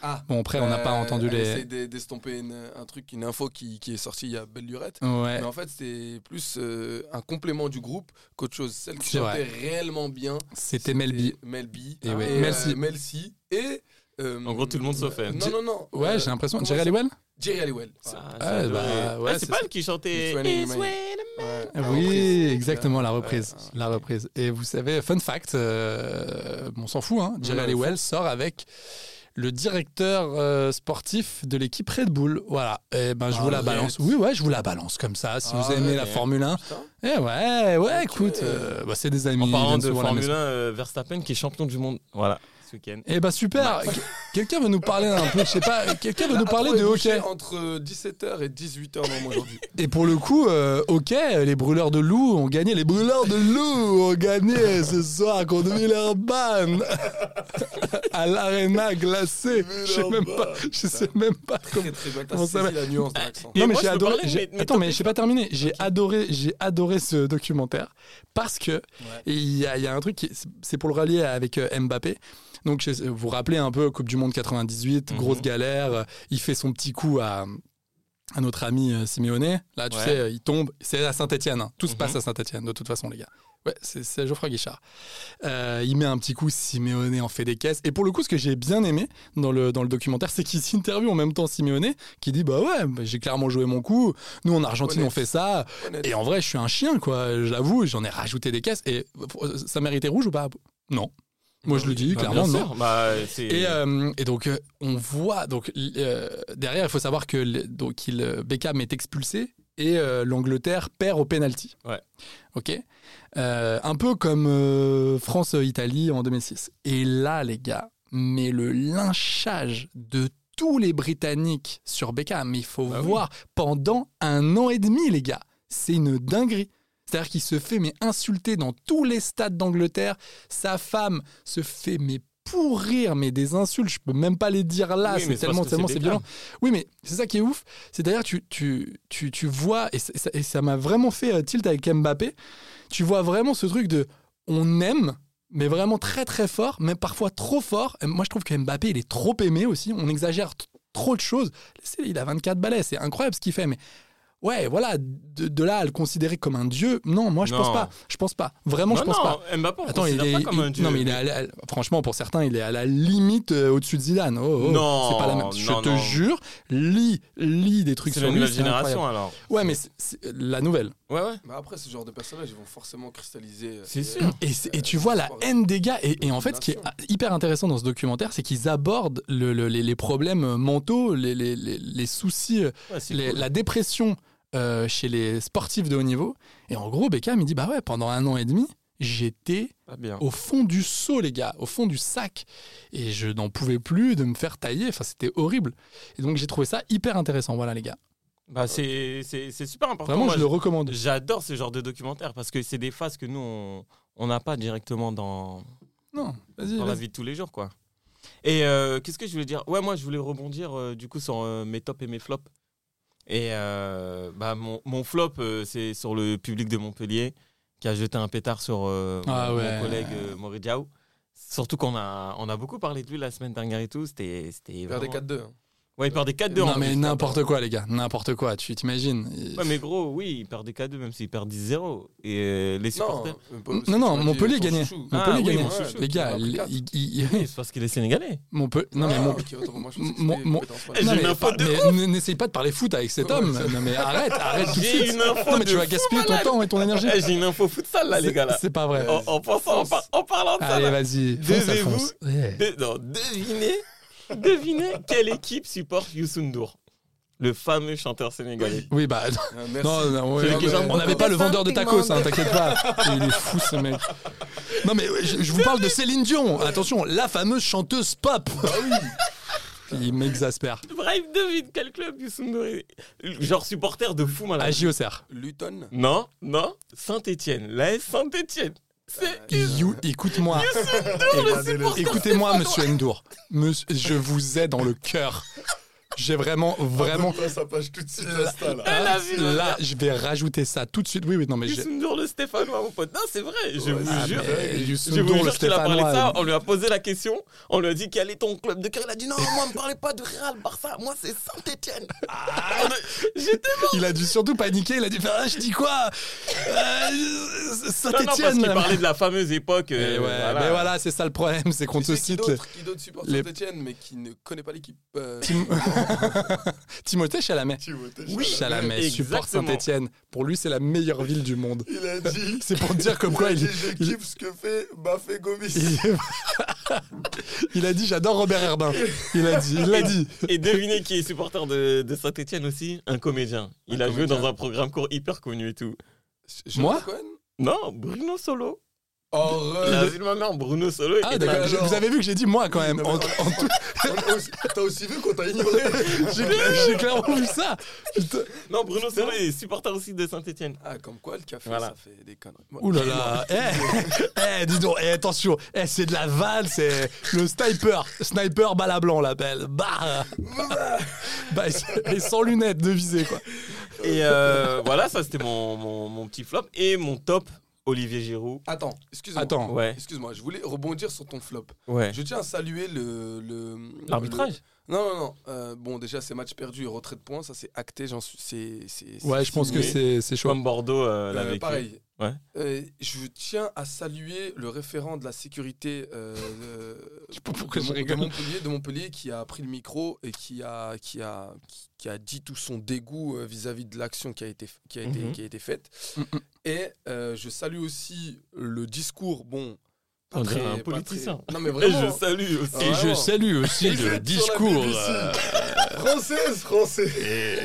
[SPEAKER 9] Ah.
[SPEAKER 7] Bon, après, on n'a pas
[SPEAKER 9] Euh,
[SPEAKER 7] entendu
[SPEAKER 9] elle
[SPEAKER 7] les.
[SPEAKER 9] essaie d'e- d'estomper une- un truc, une info qui, qui est sortie il y a belle lurette.
[SPEAKER 7] Ouais.
[SPEAKER 9] Mais en fait, c'est plus euh, un complément du groupe qu'autre chose. Celle qui
[SPEAKER 7] C'est vrai.
[SPEAKER 9] chantait réellement bien,
[SPEAKER 7] C'était Mel B.
[SPEAKER 9] Mel B.
[SPEAKER 7] Et ouais,
[SPEAKER 9] euh,
[SPEAKER 7] Mel C.
[SPEAKER 9] Mel C. Et. euh,
[SPEAKER 8] En gros, tout le monde sauf elle.
[SPEAKER 9] Non, non, non.
[SPEAKER 7] Ouais,
[SPEAKER 9] euh,
[SPEAKER 7] j'ai l'impression.
[SPEAKER 9] comment
[SPEAKER 7] Jerry
[SPEAKER 9] ça-
[SPEAKER 7] Halliwell
[SPEAKER 9] Jerry Halliwell.
[SPEAKER 8] Ah,
[SPEAKER 7] Ah,
[SPEAKER 8] j'ai
[SPEAKER 7] bah,
[SPEAKER 8] adoré.
[SPEAKER 7] ouais,
[SPEAKER 8] Ah,
[SPEAKER 7] c'est
[SPEAKER 8] C'est pas
[SPEAKER 7] ça.
[SPEAKER 8] elle qui chantait.
[SPEAKER 9] It's when I'm
[SPEAKER 8] It's
[SPEAKER 9] in-
[SPEAKER 8] when I'm-
[SPEAKER 9] Ouais, la reprise.
[SPEAKER 7] Oui, exactement, la reprise.
[SPEAKER 9] Ouais,
[SPEAKER 7] La reprise. Et vous savez, fun fact, euh, on s'en fout, hein, Jerry
[SPEAKER 9] Ouais,
[SPEAKER 7] Halliwell sort avec le directeur euh, sportif de l'équipe Red Bull. Voilà. Eh ben, je vous la
[SPEAKER 9] Arrête.
[SPEAKER 7] balance. Oui, ouais, je vous la balance comme ça, si vous
[SPEAKER 9] Arrête.
[SPEAKER 7] aimez la Formule 1.
[SPEAKER 9] Ah, Putain.
[SPEAKER 7] Eh ouais, ouais, écoute, euh, bah, c'est des amis.
[SPEAKER 8] En parlant
[SPEAKER 7] ils viennent
[SPEAKER 8] de
[SPEAKER 7] souvent à la
[SPEAKER 8] Formule 1,
[SPEAKER 7] maison.
[SPEAKER 8] euh, Verstappen qui est champion du monde. Voilà, ce week-end.
[SPEAKER 7] Eh ben super. Qu- Quelqu'un veut nous parler un peu, je sais pas, quelqu'un veut nous
[SPEAKER 9] Bah, La
[SPEAKER 7] parler
[SPEAKER 9] intro
[SPEAKER 7] de
[SPEAKER 9] est bouchée
[SPEAKER 7] hockey.
[SPEAKER 9] Entre 17h et 18h normalement aujourd'hui.
[SPEAKER 7] Et pour le coup, euh, ok, les brûleurs de loups ont gagné. Les brûleurs de loups ont gagné ce soir contre Villeurbanne à l'arena glacée. Je sais même pas, je sais même pas comment.
[SPEAKER 9] très très bien.
[SPEAKER 7] Comment
[SPEAKER 9] T'as
[SPEAKER 7] ça
[SPEAKER 9] saisi la nuance de l'accent.
[SPEAKER 8] Et
[SPEAKER 7] Non mais
[SPEAKER 8] moi,
[SPEAKER 7] j'ai
[SPEAKER 8] je peux
[SPEAKER 7] adoré.
[SPEAKER 8] parler de
[SPEAKER 7] j'ai-
[SPEAKER 8] mes- mes
[SPEAKER 7] Attends mais j'ai pas terminé. J'ai adoré, j'ai adoré ce documentaire parce que il y, a- il y a un truc qui c'est pour le rallier avec euh, Mbappé. Donc je- vous vous rappelez un peu Coupe du Monde 98,
[SPEAKER 9] Mhm.
[SPEAKER 7] grosse galère. euh, Il fait son petit coup à à notre ami euh, Simeone. Là tu
[SPEAKER 8] Ouais.
[SPEAKER 7] sais euh, il tombe. C'est à Saint-Étienne. hein. Tout
[SPEAKER 9] Mhm.
[SPEAKER 7] se passe à Saint-Étienne de toute façon les gars. Ouais c'est- c'est Geoffroy Guichard. Euh, il met un petit coup, Simeone en fait des caisses. Et pour le coup, ce que j'ai bien aimé dans le, dans le documentaire, c'est qu'il s'interviewe en même temps Simeone, qui dit Bah ouais, bah, j'ai clairement joué mon coup. Nous, en Argentine, on fait ça.
[SPEAKER 9] Honnête.
[SPEAKER 7] Et en vrai, je suis un chien, quoi. Je l'avoue, j'en ai rajouté des caisses. Et euh, ça méritait rouge ou pas Non. Moi, je le dis
[SPEAKER 8] Bah,
[SPEAKER 7] clairement,
[SPEAKER 8] bien
[SPEAKER 7] Oh non.
[SPEAKER 8] sûr. Bah, c'est-
[SPEAKER 7] Et, euh, et donc, euh, on voit. Donc, l- euh, derrière, il faut savoir que le- donc, il, euh, Beckham est expulsé et euh, l'Angleterre perd au penalty.
[SPEAKER 8] Ouais.
[SPEAKER 7] Ok Euh, Un peu comme euh, France-Italie en 2006. Et là, les gars, mais le lynchage de tous les Britanniques sur Beckham, il faut
[SPEAKER 8] Bah
[SPEAKER 7] voir, pendant un an et demi, les gars, c'est une dinguerie. C'est-à-dire qu'il se fait mais insulter dans tous les stades d'Angleterre. Sa femme se fait mais pourrir mais des insultes. Je peux même pas les dire là.
[SPEAKER 8] Oui, mais
[SPEAKER 7] c'est
[SPEAKER 8] c'est
[SPEAKER 7] tellement,
[SPEAKER 8] parce que
[SPEAKER 7] tellement
[SPEAKER 8] c'est
[SPEAKER 7] c'est
[SPEAKER 8] Beckham.
[SPEAKER 7] violent. Oui, mais c'est ça qui est ouf. C'est d'ailleurs tu tu tu tu vois et ça- et ça- et ça m'a vraiment fait euh, tilt avec Mbappé. Tu vois vraiment ce truc de on aime. Mais vraiment très très fort, même parfois trop fort. Et Moi je trouve que Mbappé il est trop aimé aussi. On exagère t- trop de choses. Laissez-le, Il a 24 balais, c'est incroyable ce qu'il fait, mais. Ouais, voilà, de, de là à le considérer comme un dieu, non, moi je pense
[SPEAKER 8] Non.
[SPEAKER 7] pas. Je pense pas. Vraiment, je
[SPEAKER 8] non,
[SPEAKER 7] pense pas.
[SPEAKER 8] non, Mbappé, on
[SPEAKER 7] Attends, il
[SPEAKER 8] considère
[SPEAKER 7] est,
[SPEAKER 8] pas comme un
[SPEAKER 7] il-
[SPEAKER 8] dieu.
[SPEAKER 7] non mais il est à la- franchement pour certains il est à la limite euh, au-dessus de Zidane. Oh, oh,
[SPEAKER 8] Non,
[SPEAKER 7] c'est pas la même. Je
[SPEAKER 8] non,
[SPEAKER 7] te
[SPEAKER 8] non.
[SPEAKER 7] jure, lis, lis des trucs
[SPEAKER 8] C'est
[SPEAKER 7] sur
[SPEAKER 8] la
[SPEAKER 7] lui.
[SPEAKER 8] nouvelle
[SPEAKER 7] c'est
[SPEAKER 8] génération hein.
[SPEAKER 7] incroyable.
[SPEAKER 8] alors.
[SPEAKER 7] Ouais mais c'est- c'est la nouvelle.
[SPEAKER 8] Ouais, ouais.
[SPEAKER 9] Mais après, ce genre de personnages, ils vont forcément cristalliser. euh,
[SPEAKER 8] C'est
[SPEAKER 9] euh,
[SPEAKER 8] sûr.
[SPEAKER 7] Et, c'est- et tu vois la haine des gars. Et, et en fait, ce qui est hyper intéressant dans ce documentaire, c'est qu'ils abordent le- le- les, les problèmes mentaux, les, les- les- les soucis, euh,
[SPEAKER 8] Ouais, c'est
[SPEAKER 7] les-
[SPEAKER 8] cool.
[SPEAKER 7] la dépression euh, chez les sportifs de haut niveau. Et en gros, Beckham, il dit Bah ouais, pendant un an et demi, j'étais
[SPEAKER 8] Pas bien.
[SPEAKER 7] au fond du seau, les gars, au fond du sac. Et je n'en pouvais plus de me faire tailler. Enfin, c'était horrible. Et donc, j'ai trouvé ça hyper intéressant. Voilà, les gars.
[SPEAKER 8] Bah, c'est c'est- c'est super important.
[SPEAKER 7] Vraiment,
[SPEAKER 8] Moi,
[SPEAKER 7] je le recommande.
[SPEAKER 8] J'adore ce genre de documentaire parce que c'est des phases que nous, on- on n'a pas directement dans,
[SPEAKER 7] Non, vas-y.
[SPEAKER 8] dans la
[SPEAKER 7] vas-y.
[SPEAKER 8] vie de tous les jours, quoi. Et euh, qu'est-ce que je voulais dire Ouais, moi, je voulais rebondir euh, du coup sur euh, mes tops et mes flops. Et euh, bah, mon, mon flop, euh, c'est sur le public de Montpellier qui a jeté un pétard sur euh,
[SPEAKER 7] Ah
[SPEAKER 8] mon, mon
[SPEAKER 7] ouais.
[SPEAKER 8] collègue euh, Maurice Diaw. Surtout qu'on a, on a beaucoup parlé de lui la semaine dernière et tout. C'était. c'était
[SPEAKER 9] Vers des
[SPEAKER 8] vraiment-
[SPEAKER 9] 4-2. hein.
[SPEAKER 8] Ouais, il perd des 4-2 en
[SPEAKER 7] Non, mais
[SPEAKER 8] plus. euh,
[SPEAKER 7] n'importe quoi, les gars. N'importe quoi. Tu t'imagines
[SPEAKER 8] Ouais, mais gros, oui, il perd des 4-2 même s'il perd 10-0. Et euh, les
[SPEAKER 9] Non,
[SPEAKER 8] supporters.
[SPEAKER 9] même pas parce que
[SPEAKER 7] Non,
[SPEAKER 9] tu
[SPEAKER 7] non,
[SPEAKER 9] m'as dit
[SPEAKER 7] Montpellier
[SPEAKER 9] ton
[SPEAKER 7] gagnait.
[SPEAKER 9] chouchou.
[SPEAKER 7] Montpellier
[SPEAKER 8] Ah, oui,
[SPEAKER 7] gagnait.
[SPEAKER 8] mon chouchou,
[SPEAKER 7] les gars,
[SPEAKER 9] tu m'as appris
[SPEAKER 7] les- il- il-
[SPEAKER 8] Oui, c'est parce qu'il est sénégalais.
[SPEAKER 7] Montpe- Non, mais
[SPEAKER 9] Ah,
[SPEAKER 7] mon...
[SPEAKER 9] ok, autrement, moi, je pensais que
[SPEAKER 7] Mon-
[SPEAKER 9] c'était
[SPEAKER 7] mon-
[SPEAKER 9] pétard, c'est pas
[SPEAKER 8] Eh,
[SPEAKER 7] Non,
[SPEAKER 8] j'ai
[SPEAKER 7] mais,
[SPEAKER 8] une info de
[SPEAKER 7] mais n- n'essaye pas de parler foot avec cet homme. Non, mais arrête, arrête tout de
[SPEAKER 8] J'ai
[SPEAKER 7] suite.
[SPEAKER 8] une info
[SPEAKER 7] Non, mais tu
[SPEAKER 8] de
[SPEAKER 7] vas
[SPEAKER 8] fou,
[SPEAKER 7] gaspiller ton
[SPEAKER 8] malade.
[SPEAKER 7] temps et ton énergie.
[SPEAKER 8] Eh, J'ai une info futsal là, les
[SPEAKER 7] C'est-
[SPEAKER 8] gars. Là.
[SPEAKER 7] C'est pas vrai.
[SPEAKER 8] En, en pensant, en, par- en parlant de ça.
[SPEAKER 7] Allez,
[SPEAKER 8] là.
[SPEAKER 7] vas-y. Fonce, à
[SPEAKER 8] Devez-vous-
[SPEAKER 7] fonce. Ouais.
[SPEAKER 8] De- non, devinez, devinez quelle équipe supporte Youssou N'Dour, le fameux chanteur sénégalais.
[SPEAKER 7] Oui, bah.
[SPEAKER 9] Ah, merci.
[SPEAKER 7] Non, non, ouais,
[SPEAKER 8] C'est
[SPEAKER 7] non,
[SPEAKER 8] que
[SPEAKER 7] mais
[SPEAKER 8] j'en-
[SPEAKER 7] on n'avait pas le vendeur de tacos, hein, t'inquiète pas. Il est fou ce mec. Non mais ouais, je, je vous parle de Céline Dion. Attention, la fameuse chanteuse pop. Il m'exaspère.
[SPEAKER 8] Bref, devine quel club Youssou N'Dour est. Genre supporter de fou malade.
[SPEAKER 7] Agi au cerf.
[SPEAKER 9] Luton
[SPEAKER 8] Non, non, Saint-Etienne. L'AS Saint-Etienne. C'est
[SPEAKER 7] You, écoute-moi. Écoutez-moi, monsieur Ndour. Monsieur- je vous ai dans le cœur. J'ai vraiment, vraiment.
[SPEAKER 9] Abonne-toi à sa page tout de suite Ah, Insta, là.
[SPEAKER 8] Elle a vu le-
[SPEAKER 7] Là, je vais rajouter ça tout de suite. Oui, oui, non, mais j'ai-
[SPEAKER 8] Youssou N'Dour, le Stéphanois, mon pote. Non, c'est vrai, je vous
[SPEAKER 7] Ah,
[SPEAKER 8] jure.
[SPEAKER 7] mais Youssou
[SPEAKER 8] Je vous
[SPEAKER 7] N'Dour, le
[SPEAKER 8] jure qu'il a parlé de ça,
[SPEAKER 7] Stéphanois.
[SPEAKER 8] on lui a posé la question, on lui a dit quel est ton club de cœur, il a dit non, moi ne me parlez pas de Real Barça, moi c'est Saint-Etienne. Ah. J'étais mort.
[SPEAKER 7] Il a dû surtout paniquer. Il a dû faire Ah, je dis quoi Euh, Ça
[SPEAKER 8] Non, non, parce
[SPEAKER 7] t'étienne.
[SPEAKER 8] qu'il parlait de la fameuse époque. euh,
[SPEAKER 7] Mais ouais,
[SPEAKER 8] voilà.
[SPEAKER 7] mais voilà, c'est ça le problème, c'est qu'on
[SPEAKER 9] Tu
[SPEAKER 7] te
[SPEAKER 9] sais qui
[SPEAKER 7] cite
[SPEAKER 9] d'autre qui d'autre supporte
[SPEAKER 7] les-
[SPEAKER 9] Saint-Etienne mais qui ne connaît pas l'équipe euh,
[SPEAKER 7] Timothée Chalamet.
[SPEAKER 9] Timothée
[SPEAKER 7] Oui,
[SPEAKER 9] Chalamet.
[SPEAKER 7] Chalamet
[SPEAKER 8] Exactement.
[SPEAKER 7] supporte Saint-Etienne. Pour lui, c'est la meilleure ville du monde.
[SPEAKER 9] Il a dit
[SPEAKER 7] C'est pour dire comme quoi
[SPEAKER 9] il
[SPEAKER 7] il,
[SPEAKER 9] a dit, je
[SPEAKER 7] il,
[SPEAKER 9] kiffe ce que fait Bafé Gomis.
[SPEAKER 7] il a dit j'adore Robert Herbin. Il a dit, il l'a dit.
[SPEAKER 8] Et devinez qui est supporter de, de Saint-Etienne aussi Un comédien. Il
[SPEAKER 9] Un
[SPEAKER 8] a
[SPEAKER 9] comédien.
[SPEAKER 8] joué dans un programme court hyper connu et tout.
[SPEAKER 9] Jonathan
[SPEAKER 7] Moi
[SPEAKER 9] Cohen
[SPEAKER 8] Non, Bruno Solo. La
[SPEAKER 9] Horreur.
[SPEAKER 8] ville de ma mère, Bruno Solo.
[SPEAKER 7] Ah
[SPEAKER 8] est
[SPEAKER 7] d'accord.
[SPEAKER 8] un-
[SPEAKER 7] Je- Vous avez vu que j'ai dit moi quand même.
[SPEAKER 9] Non, mais
[SPEAKER 7] En-
[SPEAKER 9] on-
[SPEAKER 7] en tout-
[SPEAKER 9] on a aussi- T'as aussi vu qu'on t'a ignoré
[SPEAKER 7] J'ai j'ai clairement vu ça. Putain.
[SPEAKER 8] Non, Bruno Solo est supporter aussi de Saint-Etienne.
[SPEAKER 9] Ah, comme quoi le café,
[SPEAKER 8] Voilà.
[SPEAKER 9] ça fait des conneries.
[SPEAKER 7] Ouh là là. Eh, eh, dis donc. Eh, attention. Eh, c'est de la vanne. C'est le sniper. Sniper bala blanc on l'appelle. Bah. Bah, et sans lunettes de visée quoi.
[SPEAKER 8] Et euh, voilà, ça c'était mon, mon, mon petit flop. Et mon top, Olivier Giroud.
[SPEAKER 9] Attends, excuse-moi.
[SPEAKER 7] Attends.
[SPEAKER 8] Ouais.
[SPEAKER 9] Excuse-moi, je voulais rebondir sur ton flop.
[SPEAKER 8] Ouais.
[SPEAKER 9] Je tiens à saluer le. le-
[SPEAKER 8] L'arbitrage
[SPEAKER 9] le- Non, non, non. Euh, bon, déjà, c'est match perdu et retrait de points, ça c'est acté, j'en suis. c'est- c'est- c'est
[SPEAKER 7] Ouais, je pense que c'est
[SPEAKER 9] signé.
[SPEAKER 7] c'est chaud.
[SPEAKER 8] Comme Bordeaux euh, l'a
[SPEAKER 9] Euh,
[SPEAKER 8] vécu.
[SPEAKER 9] pareil.
[SPEAKER 8] Ouais.
[SPEAKER 9] Euh, je tiens à saluer le référent de la sécurité euh, de-
[SPEAKER 7] sais pas pourquoi
[SPEAKER 9] de,
[SPEAKER 7] je
[SPEAKER 9] Mon- de
[SPEAKER 7] rigole.
[SPEAKER 9] Montpellier, de Montpellier qui a pris le micro et qui a, qui a, qui, qui a dit tout son dégoût euh, vis-à-vis de l'action qui, a été qui, a été-
[SPEAKER 8] Mhm.
[SPEAKER 9] qui a été faite.
[SPEAKER 7] Mm,
[SPEAKER 9] Et euh, je salue aussi le discours, bon. pas
[SPEAKER 8] On dirait un
[SPEAKER 9] pas
[SPEAKER 8] politicien.
[SPEAKER 9] très- Non, mais
[SPEAKER 8] Et
[SPEAKER 9] vraiment.
[SPEAKER 8] je salue aussi.
[SPEAKER 9] Et je
[SPEAKER 7] salue aussi euh,
[SPEAKER 9] Vous êtes sur la BBC. Française, français.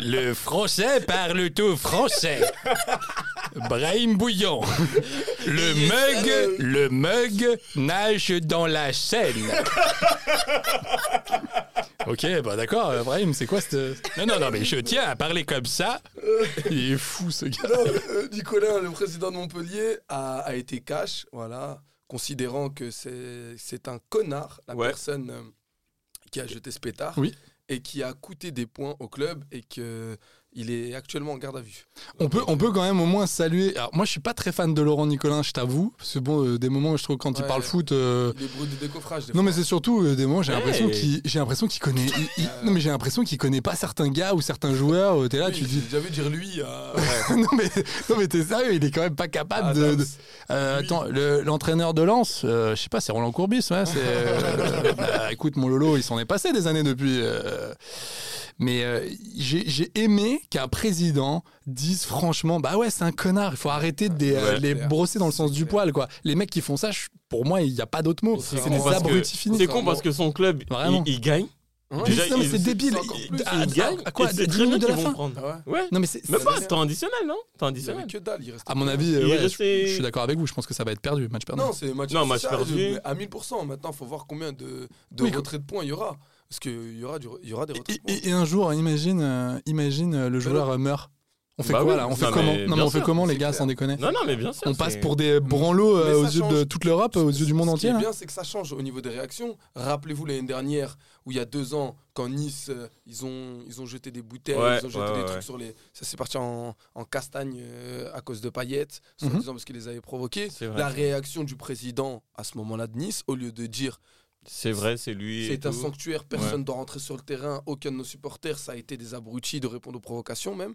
[SPEAKER 7] le français parle tout français. Brahim Bouillon. Le mug, le mug nage dans la Seine. Ok, bah d'accord, euh, Brahim, c'est quoi cette. Non, non, non, mais je tiens à parler comme ça. Il est fou ce gars.
[SPEAKER 9] Non, euh, Nicolas, le président de Montpellier, a, a été cash, voilà, considérant que c'est c'est un connard, la
[SPEAKER 8] Ouais.
[SPEAKER 9] personne euh, qui a jeté ce pétard,
[SPEAKER 7] Oui.
[SPEAKER 9] et qui a coûté des points au club, et que Il est actuellement en garde à vue.
[SPEAKER 7] On peut, on peut quand même au moins saluer. Alors, moi, je suis pas très fan de Laurent Nicolin, je t'avoue. Parce que bon, euh, des moments où je trouve quand il
[SPEAKER 9] Ouais.
[SPEAKER 7] parle foot. euh,
[SPEAKER 9] Il est brut de décoffrage. des
[SPEAKER 7] Non
[SPEAKER 9] fois.
[SPEAKER 7] mais c'est surtout euh, des moments j'ai l'impression
[SPEAKER 8] Hey.
[SPEAKER 7] qu'il j'ai l'impression qu'il connaît il- il- non mais j'ai l'impression qu'il connaît pas certains gars ou certains joueurs euh, t'es là
[SPEAKER 9] Euh. Oui,
[SPEAKER 7] tu
[SPEAKER 9] j'ai
[SPEAKER 7] dis
[SPEAKER 9] déjà vu dire lui euh, à.
[SPEAKER 7] non mais non mais t'es sérieux il est quand même pas capable de- de,
[SPEAKER 9] Adams.
[SPEAKER 7] Euh,
[SPEAKER 9] Lui.
[SPEAKER 7] attends le- l'entraîneur de Lens euh, je sais pas c'est Roland Courbis ouais, c'est euh, bah, écoute mon lolo il s'en est passé des années depuis euh, mais euh, j'ai j'ai aimé qu'un président dise franchement bah ouais c'est un connard il faut arrêter de les, euh,
[SPEAKER 8] Ouais.
[SPEAKER 7] les brosser dans le sens du poil quoi les mecs qui font ça je- pour moi il y a pas d'autre mot c'est des
[SPEAKER 8] con parce que-
[SPEAKER 7] abrutis finis
[SPEAKER 8] C'est con parce que son club, il,
[SPEAKER 7] Vraiment.
[SPEAKER 8] il gagne.
[SPEAKER 9] Ouais, Ah
[SPEAKER 8] Déjà,
[SPEAKER 7] Mais non, mais c'est
[SPEAKER 8] il-
[SPEAKER 7] débile.
[SPEAKER 9] encore
[SPEAKER 7] Il-
[SPEAKER 9] plus.
[SPEAKER 7] à- à-
[SPEAKER 8] Il gagne.
[SPEAKER 7] à quoi
[SPEAKER 8] et c'est
[SPEAKER 7] dix
[SPEAKER 8] très bien
[SPEAKER 7] minutes de
[SPEAKER 8] qu'ils
[SPEAKER 7] la
[SPEAKER 8] vont
[SPEAKER 7] fin
[SPEAKER 8] le prendre.
[SPEAKER 9] Ah ouais
[SPEAKER 8] Ouais.
[SPEAKER 7] Non mais c'est
[SPEAKER 8] Même
[SPEAKER 7] c'est-
[SPEAKER 8] pas, c'est en additionnel, non T'es en
[SPEAKER 9] Il avait
[SPEAKER 8] additionnel.
[SPEAKER 9] que dalle, il reste.
[SPEAKER 7] à mon avis, euh,
[SPEAKER 8] Il est
[SPEAKER 7] ouais, je-
[SPEAKER 8] resté-
[SPEAKER 7] je, suis d'accord avec vous. Je pense que ça va être perdu, match perdu.
[SPEAKER 9] Non, c'est match,
[SPEAKER 8] Non, match
[SPEAKER 9] ça,
[SPEAKER 8] perdu.
[SPEAKER 9] je- mais À 1000%. Maintenant, il faut voir combien de, de
[SPEAKER 7] Oui,
[SPEAKER 9] retraits de points il y aura. Parce qu'il y aura, du, il y aura des
[SPEAKER 7] Et,
[SPEAKER 9] retraits de points.
[SPEAKER 7] et- et un jour, imagine, euh, imagine euh, le joueur euh, meurt. On fait
[SPEAKER 8] Bah
[SPEAKER 7] quoi
[SPEAKER 8] oui,
[SPEAKER 7] là On
[SPEAKER 8] non,
[SPEAKER 7] fait
[SPEAKER 8] mais
[SPEAKER 7] comment
[SPEAKER 8] bien
[SPEAKER 7] Non mais on
[SPEAKER 8] sûr,
[SPEAKER 7] fait comment les
[SPEAKER 9] c'est
[SPEAKER 7] gars,
[SPEAKER 9] clair.
[SPEAKER 7] sans déconner
[SPEAKER 8] Non, non, mais bien sûr.
[SPEAKER 7] On passe
[SPEAKER 8] c'est-
[SPEAKER 7] pour des branlots euh,
[SPEAKER 9] Mais ça
[SPEAKER 7] aux yeux de
[SPEAKER 9] change.
[SPEAKER 7] toute l'Europe, aux yeux du monde
[SPEAKER 9] Ce qui
[SPEAKER 7] entier. hein.
[SPEAKER 9] est
[SPEAKER 7] là.
[SPEAKER 9] bien, c'est que ça change au niveau des réactions. Rappelez-vous l'année dernière, où il y a deux ans, quand Nice, euh, ils ont, ils ont jeté des bouteilles,
[SPEAKER 8] Ouais,
[SPEAKER 9] ils ont jeté
[SPEAKER 8] ouais,
[SPEAKER 9] des
[SPEAKER 8] ouais, ouais.
[SPEAKER 9] trucs sur les. Ça s'est parti en, en castagne euh, à cause de paillettes,
[SPEAKER 7] Mhm.
[SPEAKER 9] soi-disant parce qu'ils les avaient provoqués.
[SPEAKER 8] C'est vrai.
[SPEAKER 9] La réaction du président à ce moment-là de Nice, au lieu de dire
[SPEAKER 8] C'est vrai, c'est lui. et
[SPEAKER 9] c'est un
[SPEAKER 8] tout.
[SPEAKER 9] sanctuaire, personne ne doit rentrer sur le terrain, aucun de nos supporters, ça a été des abrutis de répondre aux provocations même.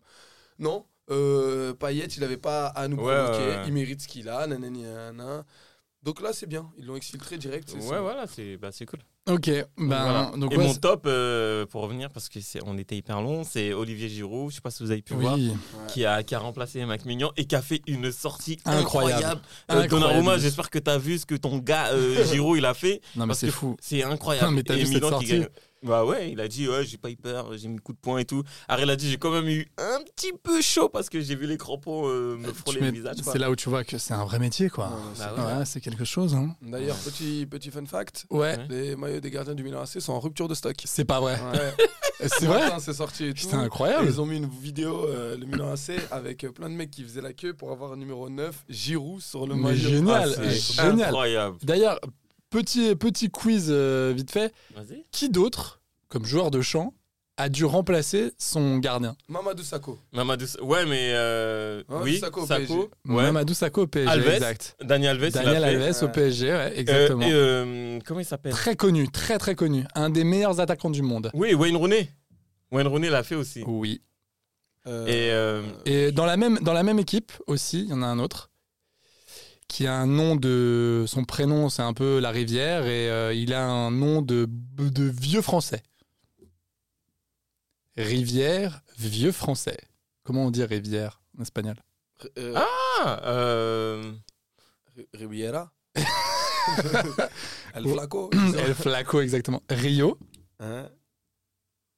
[SPEAKER 9] Non, euh, Payet, il n'avait pas à nous
[SPEAKER 8] Ouais,
[SPEAKER 9] provoquer,
[SPEAKER 8] ouais, ouais.
[SPEAKER 9] il mérite ce qu'il a, nanani, nanana. Donc là, c'est bien, ils l'ont exfiltré direct. c'est
[SPEAKER 8] Ouais,
[SPEAKER 9] ça.
[SPEAKER 8] voilà, c'est bah, c'est cool.
[SPEAKER 7] Ok, ben
[SPEAKER 8] Voilà.
[SPEAKER 7] donc
[SPEAKER 8] Et
[SPEAKER 7] ouais,
[SPEAKER 8] mon top, euh, pour revenir, parce que c'est- on était hyper long, c'est Olivier Giroud, je sais pas si vous avez pu
[SPEAKER 7] c'est-
[SPEAKER 8] voir,
[SPEAKER 7] oui.
[SPEAKER 8] qui a, qui a remplacé Mac Mignon et qui a fait une sortie
[SPEAKER 7] Incroyable.
[SPEAKER 8] incroyable. Euh, Donnarumma, j'espère que tu as vu ce que ton gars euh, Giroud il a fait.
[SPEAKER 7] Non mais
[SPEAKER 8] parce
[SPEAKER 7] c'est
[SPEAKER 8] que
[SPEAKER 7] fou.
[SPEAKER 8] C'est incroyable.
[SPEAKER 7] Non, mais t'as
[SPEAKER 8] Et
[SPEAKER 7] vu cette
[SPEAKER 8] Milan qui
[SPEAKER 7] sortie
[SPEAKER 8] gagne. Bah ouais, il a dit ouais, j'ai pas eu peur, j'ai mis coup de poing et tout. Ariel a dit j'ai quand même eu un petit peu chaud parce que j'ai vu les crampons euh, me frôler
[SPEAKER 7] Tu mets-
[SPEAKER 8] le visage. quoi.
[SPEAKER 7] C'est là où tu vois que c'est un vrai métier,
[SPEAKER 9] Ouais,
[SPEAKER 7] quoi.
[SPEAKER 9] c'est-
[SPEAKER 8] Bah ouais.
[SPEAKER 7] Ouais, c'est quelque chose. hein.
[SPEAKER 9] D'ailleurs, petit, petit fun fact,
[SPEAKER 7] Ouais,
[SPEAKER 8] Ouais.
[SPEAKER 9] les maillots des gardiens du Milan AC sont en rupture de stock.
[SPEAKER 7] c'est pas vrai.
[SPEAKER 9] Ouais.
[SPEAKER 7] C'est
[SPEAKER 9] Ce
[SPEAKER 7] vrai.
[SPEAKER 9] matin, C'est sorti et tout.
[SPEAKER 7] Putain, incroyable.
[SPEAKER 9] Et Ils ont mis une vidéo, euh, le Milan AC, avec euh, plein de mecs qui faisaient la queue pour avoir un numéro 9, Giroud, sur le
[SPEAKER 7] Mais
[SPEAKER 9] maillot.
[SPEAKER 7] génial,
[SPEAKER 9] Ah, c'est-
[SPEAKER 7] génial.
[SPEAKER 8] Incroyable.
[SPEAKER 7] D'ailleurs, petit petit quiz euh, vite fait.
[SPEAKER 8] Vas-y.
[SPEAKER 7] qui d'autre, comme joueur de champ, a dû remplacer son gardien
[SPEAKER 9] Mamadou Sakho.
[SPEAKER 8] Mamadou. Sa- Ouais, mais euh,
[SPEAKER 7] Oh,
[SPEAKER 9] Ouais,
[SPEAKER 8] oui,
[SPEAKER 9] Sako
[SPEAKER 8] Sako.
[SPEAKER 9] au PSG.
[SPEAKER 8] Ouais.
[SPEAKER 7] Mamadou Sakho au PSG,
[SPEAKER 8] Alves,
[SPEAKER 7] exact.
[SPEAKER 8] Daniel Alves. il l'a
[SPEAKER 7] Daniel
[SPEAKER 8] fait.
[SPEAKER 7] Alves au
[SPEAKER 9] Ouais.
[SPEAKER 7] PSG, ouais,
[SPEAKER 8] Euh,
[SPEAKER 7] exactement.
[SPEAKER 8] et, euh, comment il s'appelle
[SPEAKER 7] Très connu, très très connu. Un des meilleurs attaquants du monde.
[SPEAKER 8] Oui, Wayne Rooney. Wayne Rooney l'a fait aussi.
[SPEAKER 7] Oui.
[SPEAKER 9] Euh,
[SPEAKER 8] Et euh,
[SPEAKER 7] Et dans la même, dans la même équipe aussi, il y en a un autre qui a un nom de. Son prénom, c'est un peu la rivière, et euh, il a un nom de, de vieux français. Rivière, vieux français. Comment on dit rivière en espagnol
[SPEAKER 9] euh,
[SPEAKER 8] ah, euh,
[SPEAKER 9] Ri- Riviera El Flaco
[SPEAKER 7] Oh. El Flaco, exactement. Rio
[SPEAKER 9] Hein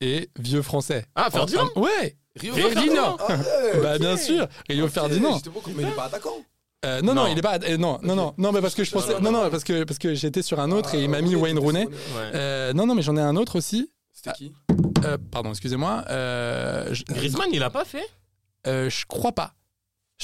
[SPEAKER 7] et vieux français.
[SPEAKER 8] ah, Ferdinand.
[SPEAKER 7] Enfin, Ouais
[SPEAKER 9] Rio
[SPEAKER 7] Ferdinand.
[SPEAKER 9] Ah ouais,
[SPEAKER 7] Bah
[SPEAKER 9] ok.
[SPEAKER 7] bien sûr, Rio
[SPEAKER 9] Ok,
[SPEAKER 7] Ferdinand.
[SPEAKER 9] J'étais beau comme il est pas attaquant.
[SPEAKER 7] Euh, non, non
[SPEAKER 8] Non.
[SPEAKER 7] il est pas euh, non non non non mais parce que je
[SPEAKER 9] Non,
[SPEAKER 7] pensais
[SPEAKER 9] non,
[SPEAKER 7] non
[SPEAKER 9] non.
[SPEAKER 7] non parce que parce que j'étais sur un autre et il m'a
[SPEAKER 9] Ah,
[SPEAKER 7] mis
[SPEAKER 9] ok,
[SPEAKER 7] Wayne
[SPEAKER 9] t'étais
[SPEAKER 7] Rooney.
[SPEAKER 9] sur
[SPEAKER 8] Ouais.
[SPEAKER 7] Euh, non non mais j'en ai un autre aussi.
[SPEAKER 9] C'était qui
[SPEAKER 7] Euh, pardon excusez-moi. Euh, je,
[SPEAKER 8] Griezmann, il l'a pas fait.
[SPEAKER 7] euh, je crois pas.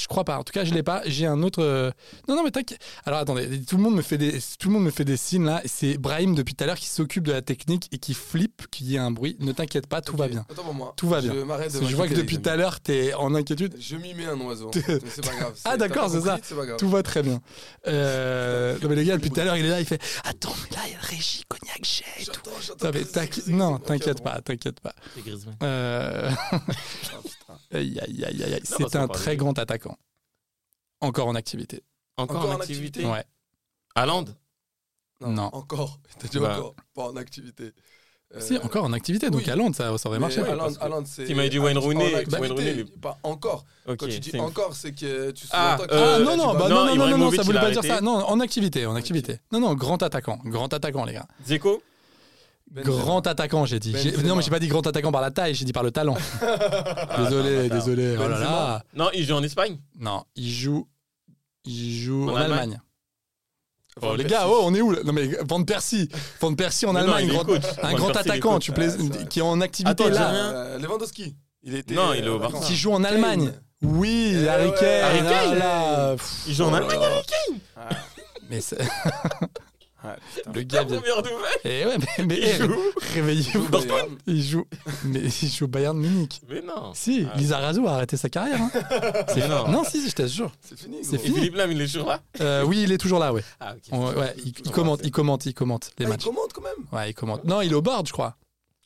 [SPEAKER 7] Je crois pas. En tout cas je l'ai pas. J'ai un autre. euh, Non non mais t'inquiète. Alors attendez tout le monde me fait des tout le monde me fait des signes là. C'est Brahim depuis tout à l'heure qui s'occupe de la technique et qui flippe qu'il y ait un bruit. Ne t'inquiète pas tout
[SPEAKER 9] Ok,
[SPEAKER 7] va bien.
[SPEAKER 9] Attends pour moi.
[SPEAKER 7] Tout va
[SPEAKER 9] Je
[SPEAKER 7] bien.
[SPEAKER 9] m'arrête de
[SPEAKER 7] Parce que je vois que
[SPEAKER 9] m'inquiéter,
[SPEAKER 7] depuis
[SPEAKER 9] les
[SPEAKER 7] tout à
[SPEAKER 9] amis.
[SPEAKER 7] l'heure, t'es en inquiétude.
[SPEAKER 9] Je m'y mets un oiseau. Mais C'est pas grave.
[SPEAKER 7] Ah, d'accord, c'est ça.
[SPEAKER 9] C'est pas grave.
[SPEAKER 7] Tout va très bien. Euh... Non, mais le gars, depuis tout à l'heure, il est là, il fait Attends, mais là, il y a Régie, Cognac, Jet et tout.
[SPEAKER 9] J'attends, j'attends.
[SPEAKER 7] Non, mais t'inqui- non, t'inquiète pas, t'inquiète pas.
[SPEAKER 8] C'est Griezmann.
[SPEAKER 7] Euh, aïe, aïe, aïe, aïe, aïe.
[SPEAKER 8] parce
[SPEAKER 7] C'est
[SPEAKER 8] qu'on
[SPEAKER 7] un
[SPEAKER 8] parle
[SPEAKER 7] très
[SPEAKER 8] de-
[SPEAKER 7] grand attaquant. Encore en activité.
[SPEAKER 8] Encore,
[SPEAKER 9] Encore
[SPEAKER 8] en
[SPEAKER 9] en
[SPEAKER 8] activité.
[SPEAKER 9] activité
[SPEAKER 7] Ouais.
[SPEAKER 8] Haaland
[SPEAKER 7] Non.
[SPEAKER 9] Encore. T'as dit
[SPEAKER 8] Bah.
[SPEAKER 9] encore. Pas en activité. Euh,
[SPEAKER 7] Si, encore en activité, donc
[SPEAKER 9] oui.
[SPEAKER 7] à Londres, ça, ça aurait
[SPEAKER 9] mais
[SPEAKER 7] marché. Ah,
[SPEAKER 9] Haaland-
[SPEAKER 8] parce que-
[SPEAKER 9] Haaland, c'est.
[SPEAKER 8] Tu m'avais dit Wayne
[SPEAKER 9] en
[SPEAKER 8] Rooney,
[SPEAKER 9] activité,
[SPEAKER 8] Wayne Rooney, il est-
[SPEAKER 9] Pas encore.
[SPEAKER 8] Ok.
[SPEAKER 9] Quand tu dis
[SPEAKER 8] c'est-
[SPEAKER 9] encore, c'est que tu
[SPEAKER 8] Ah,
[SPEAKER 9] sous-entends que-
[SPEAKER 8] euh,
[SPEAKER 7] ah
[SPEAKER 9] tu
[SPEAKER 7] non,
[SPEAKER 9] as
[SPEAKER 7] non,
[SPEAKER 9] dit
[SPEAKER 7] bah non,
[SPEAKER 9] Ballon
[SPEAKER 8] non,
[SPEAKER 7] non, non, non,
[SPEAKER 8] Ibrahimovic,
[SPEAKER 7] ça voulait
[SPEAKER 8] il a
[SPEAKER 7] pas dire
[SPEAKER 8] arrêté.
[SPEAKER 7] ça. Non, en activité, en activité. Non, non, grand attaquant, grand attaquant, les gars.
[SPEAKER 8] Dzeko Ben,
[SPEAKER 9] Benzema.
[SPEAKER 7] Grand attaquant, j'ai dit. J'ai-
[SPEAKER 9] Benzema.
[SPEAKER 7] Non, mais j'ai pas dit grand attaquant par la taille, j'ai dit par le talent. désolé, désolé.
[SPEAKER 8] Ben,
[SPEAKER 7] Oh là là.
[SPEAKER 8] Non, il joue en Espagne.
[SPEAKER 7] Non, il joue, il joue
[SPEAKER 8] En
[SPEAKER 7] en,
[SPEAKER 8] Allemagne.
[SPEAKER 7] Allemagne.
[SPEAKER 8] Van
[SPEAKER 7] Oh, les
[SPEAKER 8] Persie.
[SPEAKER 7] gars, oh, on est où là Non mais Van Persie, Van Persie en
[SPEAKER 8] Mais non,
[SPEAKER 7] Allemagne,
[SPEAKER 8] il est
[SPEAKER 7] grand-
[SPEAKER 8] coach.
[SPEAKER 7] un
[SPEAKER 8] Van
[SPEAKER 7] grand
[SPEAKER 8] Persie, il est
[SPEAKER 7] attaquant,
[SPEAKER 8] coach.
[SPEAKER 7] tu
[SPEAKER 9] Ouais,
[SPEAKER 7] plais-
[SPEAKER 9] c'est vrai.
[SPEAKER 7] qui est en activité
[SPEAKER 8] Attends,
[SPEAKER 7] là,
[SPEAKER 8] j'ai rien.
[SPEAKER 9] Euh, Lewandowski. Il était.
[SPEAKER 8] Non, il est au
[SPEAKER 9] euh,
[SPEAKER 8] Barça.
[SPEAKER 7] qui joue en Allemagne.
[SPEAKER 9] Kane.
[SPEAKER 7] Oui,
[SPEAKER 9] Eh
[SPEAKER 7] Harry
[SPEAKER 9] ouais.
[SPEAKER 7] Kane.
[SPEAKER 8] Harry
[SPEAKER 7] ah
[SPEAKER 8] Kane.
[SPEAKER 9] Oh
[SPEAKER 7] là, pff,
[SPEAKER 8] Il Ah, joue en Allemagne.
[SPEAKER 7] mais c'est- Le
[SPEAKER 8] La
[SPEAKER 7] gars vient.
[SPEAKER 8] première nouvelle.
[SPEAKER 7] Eh ouais, mais, mais, eh, réveillez-vous.
[SPEAKER 9] Dortmund.
[SPEAKER 7] Il joue, mais il joue au Bayern Munich.
[SPEAKER 8] Mais non.
[SPEAKER 7] Si, Lizarazu a arrêté sa carrière. hein. C'est-
[SPEAKER 8] Ah. non.
[SPEAKER 7] Non, si, si, je t'assure.
[SPEAKER 9] C'est fini.
[SPEAKER 7] C'est
[SPEAKER 9] gros.
[SPEAKER 8] Et
[SPEAKER 7] fini.
[SPEAKER 8] Philippe Lam, il est toujours là
[SPEAKER 7] Euh, oui, il est toujours là, ouais.
[SPEAKER 8] Ah, ok.
[SPEAKER 7] On- ouais, il, il commente, il commente, il commente les
[SPEAKER 9] Ah, il
[SPEAKER 7] matchs.
[SPEAKER 9] commande quand même.
[SPEAKER 7] Ouais, il commente. Non, il est au board, je crois.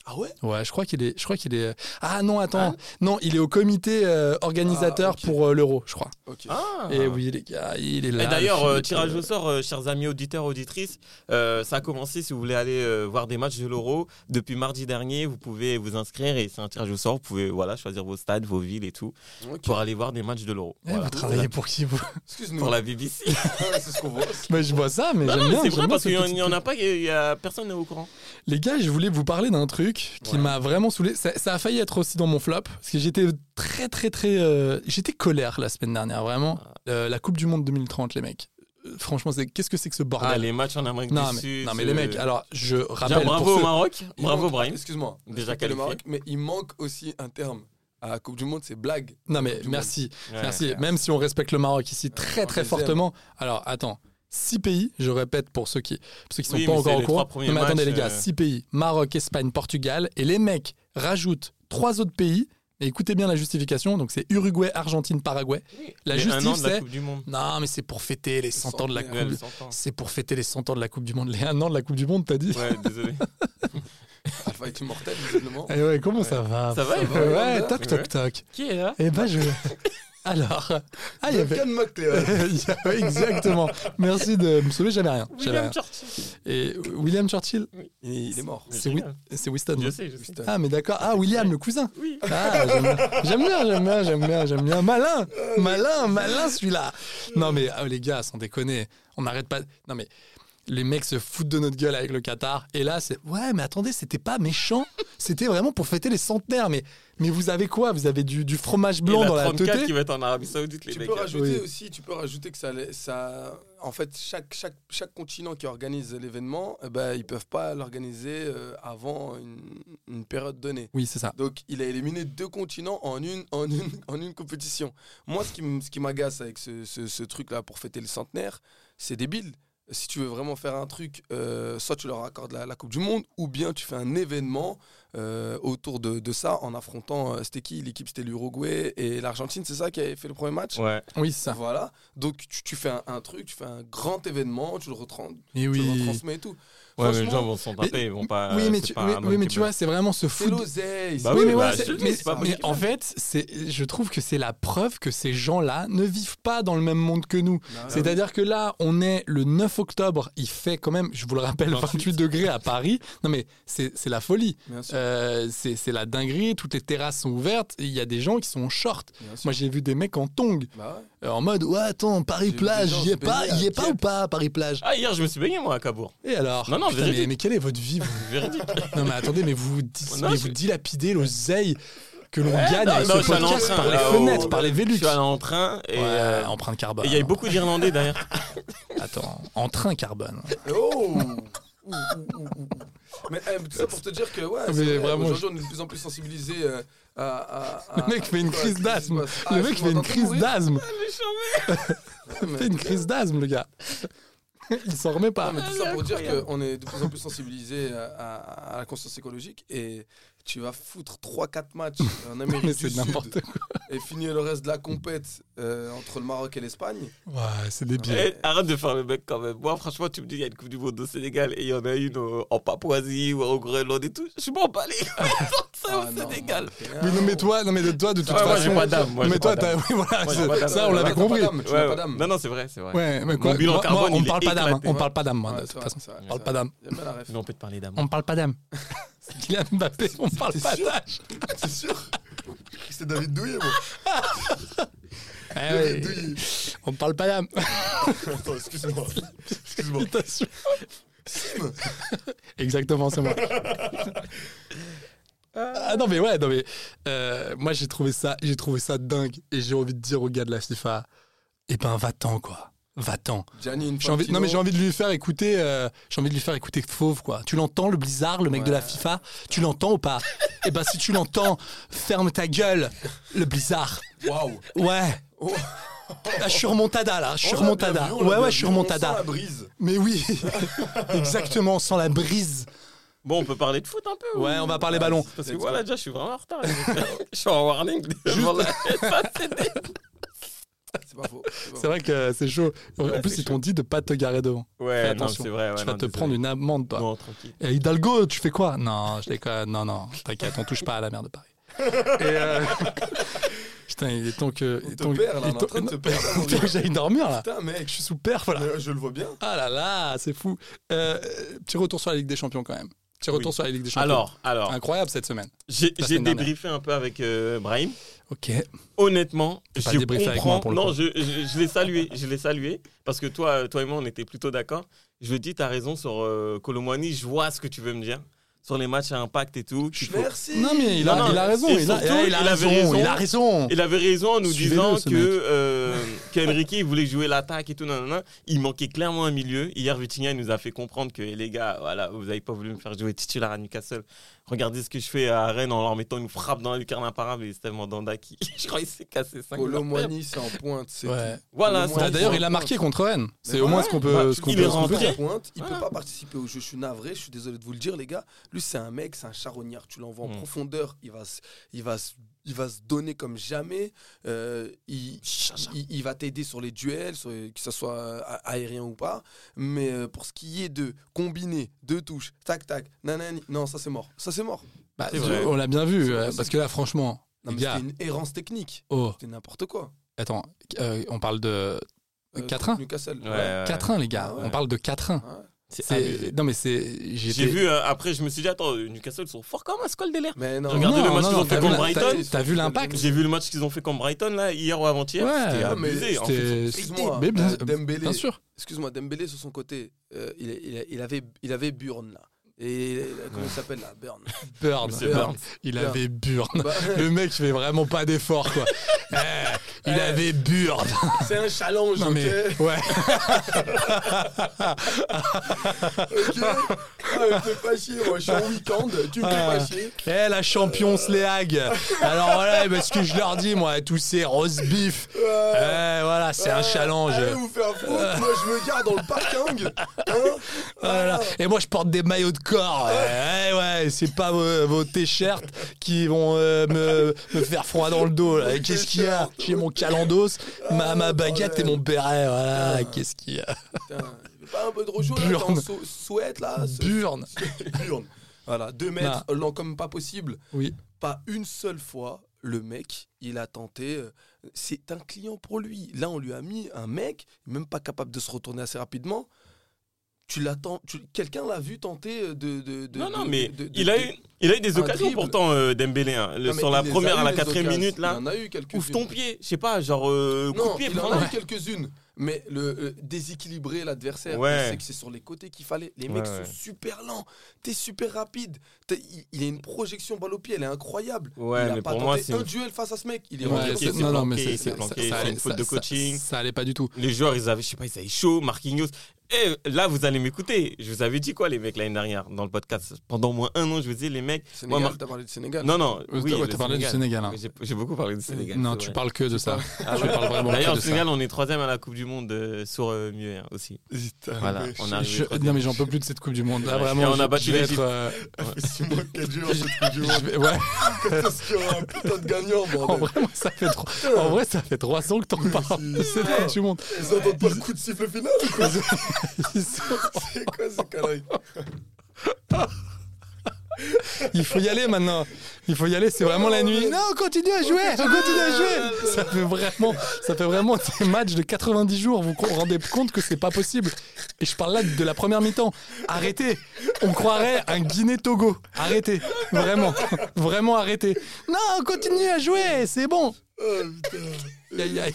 [SPEAKER 9] Ah ouais
[SPEAKER 7] Ouais, je crois qu'il est, je crois qu'il est. Ah non, attends, non, il est au comité euh, organisateur
[SPEAKER 9] Ah, ok.
[SPEAKER 7] pour euh, l'Euro, je crois.
[SPEAKER 9] Ok.
[SPEAKER 8] Ah.
[SPEAKER 7] Et oui, les gars, il est là.
[SPEAKER 8] Et
[SPEAKER 7] le
[SPEAKER 8] d'ailleurs, euh,
[SPEAKER 7] Philippe,
[SPEAKER 8] tirage
[SPEAKER 7] euh,
[SPEAKER 8] au sort, euh, chers amis auditeurs, auditrices, euh, ça a commencé. Si vous voulez aller euh, voir des matchs de l'Euro, depuis mardi dernier, vous pouvez vous inscrire et c'est un tirage au sort. Vous pouvez voilà, choisir vos stades, vos villes et tout
[SPEAKER 9] Ok.
[SPEAKER 8] pour aller voir des matchs de l'Euro.
[SPEAKER 7] eh,
[SPEAKER 8] Voilà.
[SPEAKER 7] Vous travaillez pour qui vous
[SPEAKER 9] Excuse-nous.
[SPEAKER 8] Pour la BBC.
[SPEAKER 9] Ouais, c'est ce qu'on voit.
[SPEAKER 7] Mais je vois ça, mais
[SPEAKER 8] Non,
[SPEAKER 7] j'aime
[SPEAKER 8] mais
[SPEAKER 7] bien.
[SPEAKER 8] c'est
[SPEAKER 7] j'aime
[SPEAKER 8] vrai
[SPEAKER 7] bien
[SPEAKER 8] parce
[SPEAKER 7] ce
[SPEAKER 8] qu'il
[SPEAKER 7] petit- Ah,
[SPEAKER 8] n'y en a pas, il y a- personne n'est au courant.
[SPEAKER 7] Les gars, je voulais vous parler d'un truc qui m'a vraiment saoulé. Ça, ça a failli être aussi dans mon flop, parce que j'étais très, très, très. euh, j'étais colère la semaine dernière, vraiment. Euh, la Coupe du Monde 2030, les mecs. Euh, Franchement, c'est qu'est-ce que c'est que ce bordel
[SPEAKER 8] Ah, les matchs en Amérique
[SPEAKER 7] non,
[SPEAKER 8] du
[SPEAKER 7] mais,
[SPEAKER 8] Sud.
[SPEAKER 7] non, mais les
[SPEAKER 8] euh,
[SPEAKER 7] mecs, alors je
[SPEAKER 8] déjà,
[SPEAKER 7] rappelle.
[SPEAKER 8] bravo hein,
[SPEAKER 7] pour
[SPEAKER 8] au
[SPEAKER 7] ceux-
[SPEAKER 8] Maroc,
[SPEAKER 9] Il
[SPEAKER 8] bravo
[SPEAKER 9] manque-
[SPEAKER 8] Brahim.
[SPEAKER 9] Excuse-moi. C'était
[SPEAKER 8] Déjà
[SPEAKER 9] le
[SPEAKER 8] qualifié.
[SPEAKER 9] Maroc, mais il manque aussi un terme à la Coupe du Monde, c'est blague.
[SPEAKER 7] Non, mais
[SPEAKER 9] Coupe du
[SPEAKER 7] merci.
[SPEAKER 8] Ouais. Ah,
[SPEAKER 7] Merci. Même si on respecte le Maroc ici très,
[SPEAKER 9] on
[SPEAKER 7] très
[SPEAKER 9] les aime.
[SPEAKER 7] fortement. Alors, attends. Six pays, je répète pour ceux qui pour ceux qui sont
[SPEAKER 8] Oui,
[SPEAKER 7] pas
[SPEAKER 8] mais
[SPEAKER 7] encore
[SPEAKER 8] c'est
[SPEAKER 7] au
[SPEAKER 8] les
[SPEAKER 7] courant.
[SPEAKER 8] trois premiers
[SPEAKER 7] Non, mais attendez,
[SPEAKER 8] matchs,
[SPEAKER 7] les gars,
[SPEAKER 8] euh.
[SPEAKER 7] six pays Maroc, Espagne, Portugal. Et les mecs rajoutent trois autres pays. Et écoutez bien la justification. Donc, c'est Uruguay, Argentine, Paraguay. La
[SPEAKER 8] Mais
[SPEAKER 7] justice,
[SPEAKER 8] un an de la
[SPEAKER 7] c'est-
[SPEAKER 8] Coupe du Monde.
[SPEAKER 7] Non, mais c'est pour fêter les 100 ans de la
[SPEAKER 9] Ouais,
[SPEAKER 7] Coupe.
[SPEAKER 8] Ouais, le 100 ans.
[SPEAKER 7] C'est pour fêter les 100 ans de la Coupe du Monde. Les 1 an de la Coupe du Monde, t'as dit
[SPEAKER 8] Ouais, désolé.
[SPEAKER 9] Alpha est immortel, visiblement.
[SPEAKER 7] Eh ouais, comment ça va
[SPEAKER 8] Ça va, il va,
[SPEAKER 7] Ouais,
[SPEAKER 9] Yolanda
[SPEAKER 7] toc, toc, toc.
[SPEAKER 8] Qui est là
[SPEAKER 7] Eh ben, je. Alors. Ah, il y avait.
[SPEAKER 9] Duncan MacLeod.
[SPEAKER 7] Il y avait- Exactement. Merci de me sauver, j'avais rien. J'avais rien.
[SPEAKER 8] William Churchill.
[SPEAKER 7] Et William Churchill,
[SPEAKER 9] Il est- il est mort.
[SPEAKER 7] c'est Wi- c'est Winston.
[SPEAKER 8] Je sais, je sais.
[SPEAKER 7] Ah, mais d'accord. Ah, William, le cousin. Ah, j'aime bien, j'aime bien, j'aime bien, j'aime bien, j'aime bien.
[SPEAKER 8] Ah,
[SPEAKER 7] Malin, malin, malin celui-là. Non, mais ah, les gars, sans déconner, on n'arrête pas. Non, mais les mecs se foutent de notre gueule avec le Qatar. Et là, c'est. Ouais, mais attendez, c'était pas méchant. C'était vraiment pour fêter les centenaires. Mais, mais vous avez quoi Vous avez du, du fromage
[SPEAKER 8] Et
[SPEAKER 7] blanc
[SPEAKER 8] la
[SPEAKER 7] dans la
[SPEAKER 8] 34
[SPEAKER 7] teuté
[SPEAKER 8] qui va être en Arabie Saoudite, les
[SPEAKER 9] Tu
[SPEAKER 8] mecs.
[SPEAKER 9] peux rajouter
[SPEAKER 7] Oui.
[SPEAKER 9] aussi, tu peux rajouter que ça, allait- ça en fait, chaque, chaque, chaque continent qui organise l'événement, eh ben, ils peuvent pas l'organiser euh, avant une, une période donnée.
[SPEAKER 7] Oui, c'est ça.
[SPEAKER 9] Donc, il a éliminé deux continents en une, en une, en une compétition. Moi, ce qui, m- ce qui m'agace avec ce, ce- ce truc-là pour fêter le centenaire, c'est débile. Si tu veux vraiment faire un truc, euh, soit tu leur accordes la, la Coupe du Monde, ou bien tu fais un événement euh, autour de, de ça en affrontant, euh, c'était qui L'équipe, c'était l'Uruguay et l'Argentine, c'est ça qui avait fait le premier match
[SPEAKER 8] Ouais.
[SPEAKER 7] Oui, c'est ça.
[SPEAKER 9] Voilà. Donc, tu, tu fais un, un truc, tu fais un grand événement, tu le, retran-
[SPEAKER 7] Et
[SPEAKER 9] tu le
[SPEAKER 7] oui.
[SPEAKER 9] retransmets et tout.
[SPEAKER 8] Ouais, mais les
[SPEAKER 9] Franchement,
[SPEAKER 8] gens vont s'en taper, ils vont pas.
[SPEAKER 7] Oui, mais
[SPEAKER 8] c'est
[SPEAKER 7] tu,
[SPEAKER 8] pas
[SPEAKER 7] oui,
[SPEAKER 8] un
[SPEAKER 7] oui,
[SPEAKER 8] homme
[SPEAKER 7] mais
[SPEAKER 8] qui
[SPEAKER 7] tu
[SPEAKER 8] peut-
[SPEAKER 7] vois, c'est vraiment se
[SPEAKER 9] C'est
[SPEAKER 7] foutre.
[SPEAKER 9] l'oseille.
[SPEAKER 8] Bah
[SPEAKER 9] c'est-
[SPEAKER 7] oui, mais
[SPEAKER 8] bah,
[SPEAKER 7] voilà,
[SPEAKER 8] je te
[SPEAKER 7] c'est-
[SPEAKER 8] le dis,
[SPEAKER 7] mais,
[SPEAKER 8] c'est pas
[SPEAKER 7] mais
[SPEAKER 8] possible.
[SPEAKER 7] en fait, c'est, je trouve que c'est la preuve que ces gens-là ne vivent pas dans le même monde que nous.
[SPEAKER 9] Non,
[SPEAKER 7] C'est-à-dire que là, on est le 9 octobre, il fait quand même, je vous le rappelle, 28,
[SPEAKER 8] 28.
[SPEAKER 7] degrés à Paris. Non mais c'est, c'est la folie,
[SPEAKER 9] Bien sûr.
[SPEAKER 7] Euh, c'est, c'est la dinguerie, toutes les terrasses sont ouvertes, et il y a des gens qui sont en short.
[SPEAKER 9] Bien sûr.
[SPEAKER 7] Moi j'ai vu des mecs en tongs,
[SPEAKER 9] Bah ouais.
[SPEAKER 7] euh, en mode, ouais attends,
[SPEAKER 9] J'ai vu des
[SPEAKER 7] Paris-Plage,
[SPEAKER 9] gens
[SPEAKER 7] y est
[SPEAKER 9] se
[SPEAKER 7] pas,
[SPEAKER 9] baigner à
[SPEAKER 7] y est pas
[SPEAKER 9] Dieppe.
[SPEAKER 7] ou pas, Paris-Plage
[SPEAKER 8] Ah, hier, je me suis baigné, moi, à Cabourg.
[SPEAKER 7] Et alors
[SPEAKER 8] Non, non,
[SPEAKER 7] Putain, mais,
[SPEAKER 8] véridique.
[SPEAKER 7] mais quelle est votre vie vous
[SPEAKER 8] Véridique.
[SPEAKER 7] Non mais attendez, mais vous, dis-
[SPEAKER 8] Non,
[SPEAKER 7] mais
[SPEAKER 8] je-
[SPEAKER 7] vous dilapidez l'oseille que l'on gagne
[SPEAKER 8] Ah, non,
[SPEAKER 7] avec
[SPEAKER 8] non, je
[SPEAKER 7] ce
[SPEAKER 8] suis allé en
[SPEAKER 7] podcast
[SPEAKER 8] train,
[SPEAKER 7] par les
[SPEAKER 8] là, au-
[SPEAKER 7] fenêtres, par les
[SPEAKER 8] Je
[SPEAKER 7] Velux.
[SPEAKER 8] suis allé en train et.
[SPEAKER 7] Ouais,
[SPEAKER 8] euh,
[SPEAKER 7] empreinte
[SPEAKER 8] et
[SPEAKER 7] carbone.
[SPEAKER 8] il y avait beaucoup d'Irlandais derrière.
[SPEAKER 7] Attends, empreinte carbone.
[SPEAKER 9] Oh Ouh, ouh, ouh, ouh. Mais eh, mais tout ça pour te dire que ouais,
[SPEAKER 7] Mais
[SPEAKER 9] c'est vrai,
[SPEAKER 7] vraiment,
[SPEAKER 9] aujourd'hui on est de plus en plus sensibilisé euh, à, à- à-
[SPEAKER 7] Le mec
[SPEAKER 9] à-
[SPEAKER 7] fait une
[SPEAKER 9] quoi,
[SPEAKER 7] crise
[SPEAKER 9] à ce qui se
[SPEAKER 7] d'asthme.
[SPEAKER 9] passe. Ah,
[SPEAKER 7] Le mec
[SPEAKER 9] excuse-moi,
[SPEAKER 7] fait une
[SPEAKER 9] t'entends
[SPEAKER 7] crise
[SPEAKER 9] mourir
[SPEAKER 7] d'asthme.
[SPEAKER 9] Mais-
[SPEAKER 7] fait une crise d'asthme, le gars. Il s'en remet
[SPEAKER 9] Non,
[SPEAKER 7] pas.
[SPEAKER 9] mais tout ça pour dire qu'on est de plus en plus sensibilisé euh, à, à- à la conscience écologique et tu vas foutre 3-4 matchs en Amérique
[SPEAKER 7] Mais
[SPEAKER 9] du
[SPEAKER 7] c'est
[SPEAKER 9] Sud
[SPEAKER 7] n'importe quoi.
[SPEAKER 9] et finir le reste de la compète euh, entre le Maroc et l'Espagne.
[SPEAKER 7] Ouais, c'est débile.
[SPEAKER 8] Eh, arrête de faire le mec quand même. Moi, franchement, tu me dis, il y a une Coupe du Monde au Sénégal et il y en a une au- en Papouasie ou au Groenland et tout. Je m'en bats les C'est au
[SPEAKER 9] Ah, non,
[SPEAKER 8] Sénégal.
[SPEAKER 7] Oui, non, mais toi, non, mais toi, de toute
[SPEAKER 8] Ouais, moi, j'ai
[SPEAKER 7] façon.
[SPEAKER 8] pas d'âme, moi,
[SPEAKER 7] mais
[SPEAKER 8] j'ai
[SPEAKER 7] toi,
[SPEAKER 8] pas
[SPEAKER 7] t'as-
[SPEAKER 8] d'âme.
[SPEAKER 7] oui, voilà,
[SPEAKER 8] Moi, j'ai
[SPEAKER 7] c'est-
[SPEAKER 8] pas d'âme.
[SPEAKER 7] ça, on
[SPEAKER 8] Ouais,
[SPEAKER 7] l'avait
[SPEAKER 9] t'as pas
[SPEAKER 7] compris.
[SPEAKER 9] d'âme, tu
[SPEAKER 8] Ouais,
[SPEAKER 9] n'as pas
[SPEAKER 8] ouais.
[SPEAKER 9] d'âme.
[SPEAKER 8] Non, non, c'est vrai, c'est vrai.
[SPEAKER 7] Ouais, mais
[SPEAKER 8] Mon
[SPEAKER 7] quoi
[SPEAKER 8] bilan
[SPEAKER 7] moi- moi,
[SPEAKER 8] carbone,
[SPEAKER 7] on
[SPEAKER 8] il
[SPEAKER 7] parle
[SPEAKER 8] est
[SPEAKER 7] pas d'âme. hein.
[SPEAKER 8] éclaté.
[SPEAKER 7] On parle pas d'âme, moi,
[SPEAKER 9] Ouais,
[SPEAKER 7] de
[SPEAKER 9] c'est
[SPEAKER 7] toute
[SPEAKER 9] vrai,
[SPEAKER 7] façon.
[SPEAKER 9] c'est vrai,
[SPEAKER 7] On
[SPEAKER 9] c'est
[SPEAKER 7] parle
[SPEAKER 9] vrai.
[SPEAKER 7] pas d'âme.
[SPEAKER 9] Y a bien la ref.
[SPEAKER 8] Non, on peut te parler d'amour.
[SPEAKER 7] On parle pas d'âme. Kylian Mbappé, on parle pas
[SPEAKER 9] sûr
[SPEAKER 7] d'âge.
[SPEAKER 9] C'est sûr C'est David Douillet, moi.
[SPEAKER 7] Eh ouais.
[SPEAKER 9] Douillet.
[SPEAKER 7] On parle pas d'âme.
[SPEAKER 9] Attends, excuse-moi. Excuse-moi.
[SPEAKER 7] Il t'assure. Exactement, c'est moi. Ah non mais ouais, non mais euh, moi j'ai trouvé ça, j'ai trouvé ça dingue et j'ai envie de dire au gars de la FIFA, eh ben va-t'en quoi, va-t'en.
[SPEAKER 9] Gianni
[SPEAKER 7] J'ai envie, non mais j'ai envie de lui faire écouter, euh, j'ai envie de lui faire écouter Fauve quoi. Tu l'entends le blizzard, le mec de la FIFA, tu l'entends ou pas Eh ben si tu l'entends, ferme ta gueule, le blizzard.
[SPEAKER 9] Waouh
[SPEAKER 7] Ouais.
[SPEAKER 9] Oh.
[SPEAKER 7] Ah, je suis remontada là, je suis
[SPEAKER 9] Oh, la
[SPEAKER 7] remontada.
[SPEAKER 9] bienvenue, on l'a
[SPEAKER 7] Ouais, ouais,
[SPEAKER 9] bienvenue,
[SPEAKER 7] je suis
[SPEAKER 9] on sent
[SPEAKER 7] remontada.
[SPEAKER 9] la brise.
[SPEAKER 7] Mais oui, exactement, sans la brise.
[SPEAKER 8] Bon, on peut parler de foot un peu ou-
[SPEAKER 7] Ouais, on va parler ballon.
[SPEAKER 8] Parce que voilà, déjà, je suis vraiment en retard. je suis en warning. Devant la... Ça, c'est des-
[SPEAKER 9] C'est pas faux. c'est pas
[SPEAKER 7] C'est vrai que c'est chaud. En
[SPEAKER 8] Ouais,
[SPEAKER 7] plus,
[SPEAKER 8] c'est
[SPEAKER 7] ils t'ont dit de pas te garer devant.
[SPEAKER 8] Ouais,
[SPEAKER 7] Fais
[SPEAKER 8] non,
[SPEAKER 7] attention.
[SPEAKER 8] c'est vrai. Ouais,
[SPEAKER 7] tu vas
[SPEAKER 8] non,
[SPEAKER 7] te
[SPEAKER 8] désolé.
[SPEAKER 7] prendre une amende, toi.
[SPEAKER 8] Non, tranquille.
[SPEAKER 7] Et Hidalgo, tu fais quoi Non, je déconne. Non, non, t'inquiète, on touche pas à la mer de Paris. Et euh, Putain, il est temps que. il est
[SPEAKER 9] te
[SPEAKER 7] temps-
[SPEAKER 9] perd, là, on
[SPEAKER 7] il
[SPEAKER 9] est
[SPEAKER 7] est
[SPEAKER 9] en
[SPEAKER 7] temps-
[SPEAKER 9] train de te
[SPEAKER 7] non,
[SPEAKER 9] perdre.
[SPEAKER 7] il faut que j'aille dormir, là.
[SPEAKER 9] Putain, mec,
[SPEAKER 7] Je suis sous perf, là.
[SPEAKER 9] euh, je le vois bien.
[SPEAKER 7] Ah là là, c'est fou. Euh, petit retour sur la Ligue des Champions, quand même. Petit retour sur la Ligue des Champions.
[SPEAKER 8] Alors, alors,
[SPEAKER 7] Incroyable cette semaine.
[SPEAKER 8] j'ai
[SPEAKER 7] la
[SPEAKER 8] j'ai
[SPEAKER 7] semaine dernière.
[SPEAKER 8] débriefé un peu avec euh, Brahim.
[SPEAKER 7] Ok.
[SPEAKER 8] honnêtement,
[SPEAKER 7] T'as pas
[SPEAKER 8] je
[SPEAKER 7] débriefé
[SPEAKER 8] comprends.
[SPEAKER 7] avec moi, pour le
[SPEAKER 8] non,
[SPEAKER 7] coup.
[SPEAKER 8] je, je, je l'ai salué, je l'ai salué parce que toi, euh, toi et moi, on était plutôt d'accord. Je lui ai dit, t'as raison sur euh, Colomwani, je vois ce que tu veux me dire sur les matchs à impact et tout. qu'il faut-
[SPEAKER 9] Merci.
[SPEAKER 7] Non, mais il a,
[SPEAKER 8] Non, non,
[SPEAKER 7] il a raison.
[SPEAKER 8] et
[SPEAKER 7] Il a,
[SPEAKER 8] surtout,
[SPEAKER 7] eh, il a
[SPEAKER 8] il
[SPEAKER 7] raison,
[SPEAKER 8] avait raison.
[SPEAKER 7] Il a raison.
[SPEAKER 8] Il avait raison en nous
[SPEAKER 7] Suivez-le,
[SPEAKER 8] disant
[SPEAKER 7] ce
[SPEAKER 8] que
[SPEAKER 7] mec.
[SPEAKER 8] euh, qu'Enrique il voulait jouer l'attaque et tout. nan, nan, nan. Il manquait clairement un milieu. Hier, Vitinha nous a fait comprendre que eh, les gars, voilà, vous n'avez pas voulu me faire jouer titulaire à Newcastle. Regardez ce que je fais à Rennes en leur mettant une frappe dans la lucarne imparable. Et c'est tellement Danda qui, je crois, il s'est cassé 5
[SPEAKER 9] Colomwani, c'est en pointe. C'est
[SPEAKER 7] Ouais.
[SPEAKER 8] Voilà,
[SPEAKER 9] Colomwani,
[SPEAKER 8] c'est-
[SPEAKER 7] Bah, D'ailleurs, il a marqué contre Rennes. C'est au moins ce qu'on peut.
[SPEAKER 8] Bah,
[SPEAKER 7] ce qu'on
[SPEAKER 8] il
[SPEAKER 7] peut-
[SPEAKER 8] est
[SPEAKER 7] ce qu'on peut
[SPEAKER 8] rentré.
[SPEAKER 7] dire.
[SPEAKER 9] en pointe. Il
[SPEAKER 8] Voilà.
[SPEAKER 9] peut pas participer au jeu. Je suis navré. Je suis désolé de vous le dire, les gars. Lui, c'est un mec, c'est un charognard. Tu l'envoies en
[SPEAKER 8] Mm.
[SPEAKER 9] profondeur. Il va, se- il va, se- il va se donner comme jamais. Euh, il, il, il va t'aider sur les duels, sur- que ce soit euh, a- aérien ou pas. Mais euh, pour ce qui est de combiner deux touches, tac tac, nanani, non, ça c'est mort. Ça c'est mort.
[SPEAKER 7] Bah,
[SPEAKER 8] C'est vrai.
[SPEAKER 7] On l'a bien
[SPEAKER 9] C'est
[SPEAKER 7] vu.
[SPEAKER 9] vrai,
[SPEAKER 7] euh,
[SPEAKER 9] c'est
[SPEAKER 7] Parce que là, franchement,
[SPEAKER 9] Non,
[SPEAKER 7] les
[SPEAKER 9] mais
[SPEAKER 7] gars.
[SPEAKER 9] c'était une errance technique.
[SPEAKER 7] Oh,
[SPEAKER 9] C'était n'importe quoi.
[SPEAKER 7] attends. euh, On parle de
[SPEAKER 9] Euh,
[SPEAKER 7] 4-1.
[SPEAKER 9] Newcastle.
[SPEAKER 8] Ouais, ouais.
[SPEAKER 7] 4-1, les gars.
[SPEAKER 9] Ah ouais.
[SPEAKER 7] On parle de 4-1.
[SPEAKER 9] Ouais.
[SPEAKER 8] C'est
[SPEAKER 7] C'est-
[SPEAKER 8] abusé.
[SPEAKER 7] Non, mais c'est.
[SPEAKER 8] J'ai vu, euh, après, je me suis dit, attends, Newcastle sont forts comme un scol délire.
[SPEAKER 9] Mais non.
[SPEAKER 8] Regardez
[SPEAKER 7] Non,
[SPEAKER 8] le match
[SPEAKER 7] non,
[SPEAKER 8] qu'ils
[SPEAKER 7] non,
[SPEAKER 8] ont
[SPEAKER 7] t'as
[SPEAKER 8] fait
[SPEAKER 7] vu
[SPEAKER 8] contre
[SPEAKER 7] la- t'as-
[SPEAKER 8] Brighton.
[SPEAKER 7] T'as vu l'impact
[SPEAKER 8] J'ai vu le match qu'ils ont fait contre Brighton, là, hier ou avant-hier.
[SPEAKER 7] Ouais.
[SPEAKER 8] C'était
[SPEAKER 7] Non,
[SPEAKER 9] mais
[SPEAKER 8] abusé. En fait,
[SPEAKER 7] C'était-
[SPEAKER 9] Excuse-moi,
[SPEAKER 7] Mais bien,
[SPEAKER 9] euh, Dembélé.
[SPEAKER 7] bien sûr.
[SPEAKER 9] Excuse-moi, Dembélé sur son côté, euh, il, il- il avait, il avait Burn là. Et euh, comment il s'appelle là Burn.
[SPEAKER 7] Burn.
[SPEAKER 8] Monsieur
[SPEAKER 7] Burn.
[SPEAKER 8] Burns.
[SPEAKER 7] Il
[SPEAKER 9] Burn.
[SPEAKER 7] avait burn.
[SPEAKER 9] Bah,
[SPEAKER 7] Le mec fait vraiment pas d'effort quoi. Eh, il avait burn.
[SPEAKER 9] c'est un challenge,
[SPEAKER 7] Non mais
[SPEAKER 9] ok
[SPEAKER 7] ouais.
[SPEAKER 9] Ok Ah, me fais pas chier, moi je suis en week-end, tu me fais pas chier.
[SPEAKER 7] Eh la champion Sléag. Alors voilà, parce que je leur dis moi tous ces roast beef. Eh voilà, c'est un challenge.
[SPEAKER 9] Allez vous faire foutre, moi je me garde dans le parking. Hein
[SPEAKER 7] Voilà. Et moi, je porte des maillots de corps. Ouais, ouais, c'est pas vos, vos t-shirts qui vont euh, me, me faire froid dans le dos. là. Et Qu'est-ce qu'il y a J'ai mon calendos, ma, ma baguette et mon béret. Voilà, qu'est-ce qu'il y a
[SPEAKER 9] Putain, il fait pas un peu trop chaud là,
[SPEAKER 7] Burn.
[SPEAKER 9] t'es en sou- sweat là ce-
[SPEAKER 7] Burn.
[SPEAKER 9] Burn. Voilà, 2 mètres, lent comme pas possible.
[SPEAKER 7] Oui.
[SPEAKER 9] pas une seule fois le mec, il a tenté. euh, C'est un client pour lui. Là, on lui a mis un mec, même pas capable de se retourner assez rapidement. Tu l'attends. tu- Quelqu'un l'a vu tenter euh, de. de, de-
[SPEAKER 8] Non, non,
[SPEAKER 9] de-
[SPEAKER 8] mais
[SPEAKER 9] de- de-
[SPEAKER 8] il a
[SPEAKER 9] de-
[SPEAKER 8] eu. Il a eu des
[SPEAKER 9] Un
[SPEAKER 8] occasions
[SPEAKER 9] dribble.
[SPEAKER 8] pourtant euh, Dembélé hein. Le-
[SPEAKER 9] Non, mais
[SPEAKER 8] sur
[SPEAKER 9] il
[SPEAKER 8] la
[SPEAKER 9] les a
[SPEAKER 8] première
[SPEAKER 9] eu,
[SPEAKER 8] à la
[SPEAKER 9] les
[SPEAKER 8] quatrième
[SPEAKER 9] occasions.
[SPEAKER 8] minute
[SPEAKER 9] Il
[SPEAKER 8] là,
[SPEAKER 9] en a eu quelques
[SPEAKER 8] ouvre ton pied, je sais pas, genre euh, coup de
[SPEAKER 9] Non,
[SPEAKER 8] pied,
[SPEAKER 9] il en
[SPEAKER 8] prends-le.
[SPEAKER 9] a eu quelques-unes. Mais le euh, déséquilibrer l'adversaire,
[SPEAKER 8] Ouais.
[SPEAKER 9] il sait que c'est sur les côtés qu'il fallait. Les
[SPEAKER 8] Ouais,
[SPEAKER 9] mecs
[SPEAKER 8] ouais.
[SPEAKER 9] sont super lents. T'es super rapide. T'es- il, il a une projection balle au pied, elle est incroyable.
[SPEAKER 8] Ouais,
[SPEAKER 9] il a
[SPEAKER 8] mais
[SPEAKER 9] pas
[SPEAKER 8] pour
[SPEAKER 9] tenté
[SPEAKER 8] moi, c'est
[SPEAKER 9] un
[SPEAKER 8] une-
[SPEAKER 9] duel face à ce mec. Il est
[SPEAKER 8] Ouais,
[SPEAKER 9] rentré dans
[SPEAKER 8] c'est-
[SPEAKER 9] ses
[SPEAKER 8] non,
[SPEAKER 9] bras.
[SPEAKER 8] non, mais c'est- c'est planqué, c'est une faute de coaching.
[SPEAKER 7] Ça, allait pas du tout.
[SPEAKER 8] Les joueurs, ils avaient, je sais pas, ils avaient chaud, Marquinhos. Et là, vous allez m'écouter. Je vous avais dit quoi, les mecs, l'année dernière, dans le podcast Pendant au moins un an, je vous disais, les mecs.
[SPEAKER 9] Sénégal,
[SPEAKER 8] moi, Mar-
[SPEAKER 9] t'as parlé du Sénégal. Euh,
[SPEAKER 8] Non, non.
[SPEAKER 7] Euh,
[SPEAKER 8] Oui,
[SPEAKER 7] ouais,
[SPEAKER 8] le
[SPEAKER 7] t'as parlé du Sénégal, hein.
[SPEAKER 8] Oui, J'ai j'ai beaucoup parlé du Sénégal.
[SPEAKER 7] non,
[SPEAKER 8] c'est
[SPEAKER 7] tu
[SPEAKER 8] vrai.
[SPEAKER 7] parles que de ça.
[SPEAKER 8] Ah
[SPEAKER 7] tu
[SPEAKER 8] ouais.
[SPEAKER 7] parles vraiment que
[SPEAKER 8] D'ailleurs, au
[SPEAKER 7] de ça.
[SPEAKER 8] Sénégal, on est troisième à la Coupe du Monde euh, sur euh, Muet hein, aussi. Voilà, on a
[SPEAKER 7] Je- non mais j'en peux plus de cette Coupe du Monde. Là
[SPEAKER 8] Ouais,
[SPEAKER 7] vraiment,
[SPEAKER 8] et on a
[SPEAKER 7] je-
[SPEAKER 8] battu
[SPEAKER 7] je vais
[SPEAKER 8] l'Égypte.
[SPEAKER 7] être, euh,
[SPEAKER 9] C'est moi qui ai dû en cette Coupe du
[SPEAKER 7] je
[SPEAKER 9] Monde.
[SPEAKER 7] vais- ouais.
[SPEAKER 9] Parce qu'il y aura un putain de gagnant,
[SPEAKER 7] En
[SPEAKER 9] bordel.
[SPEAKER 7] vrai, moi, ça fait trois- en vrai, ça fait 300 que t'en parles de cette Coupe du Monde.
[SPEAKER 9] Ils entendent pas le coup de sifflet final ou quoi
[SPEAKER 7] Ils sont-
[SPEAKER 9] C'est quoi ces conneries
[SPEAKER 8] Ah,
[SPEAKER 7] Il faut y aller maintenant. Il faut y aller, c'est vraiment la nuit. Oh, Non, on continue à jouer, Oh, on continue à jouer. Ça fait vraiment, ça fait vraiment des matchs de 90 jours. Vous vous rendez compte que c'est pas possible. Et je parle là de la première mi-temps. Arrêtez. On croirait un Guinée-Togo. Arrêtez. Vraiment. Vraiment arrêtez. Non, on continue à jouer, c'est bon. Aïe, aïe, aïe.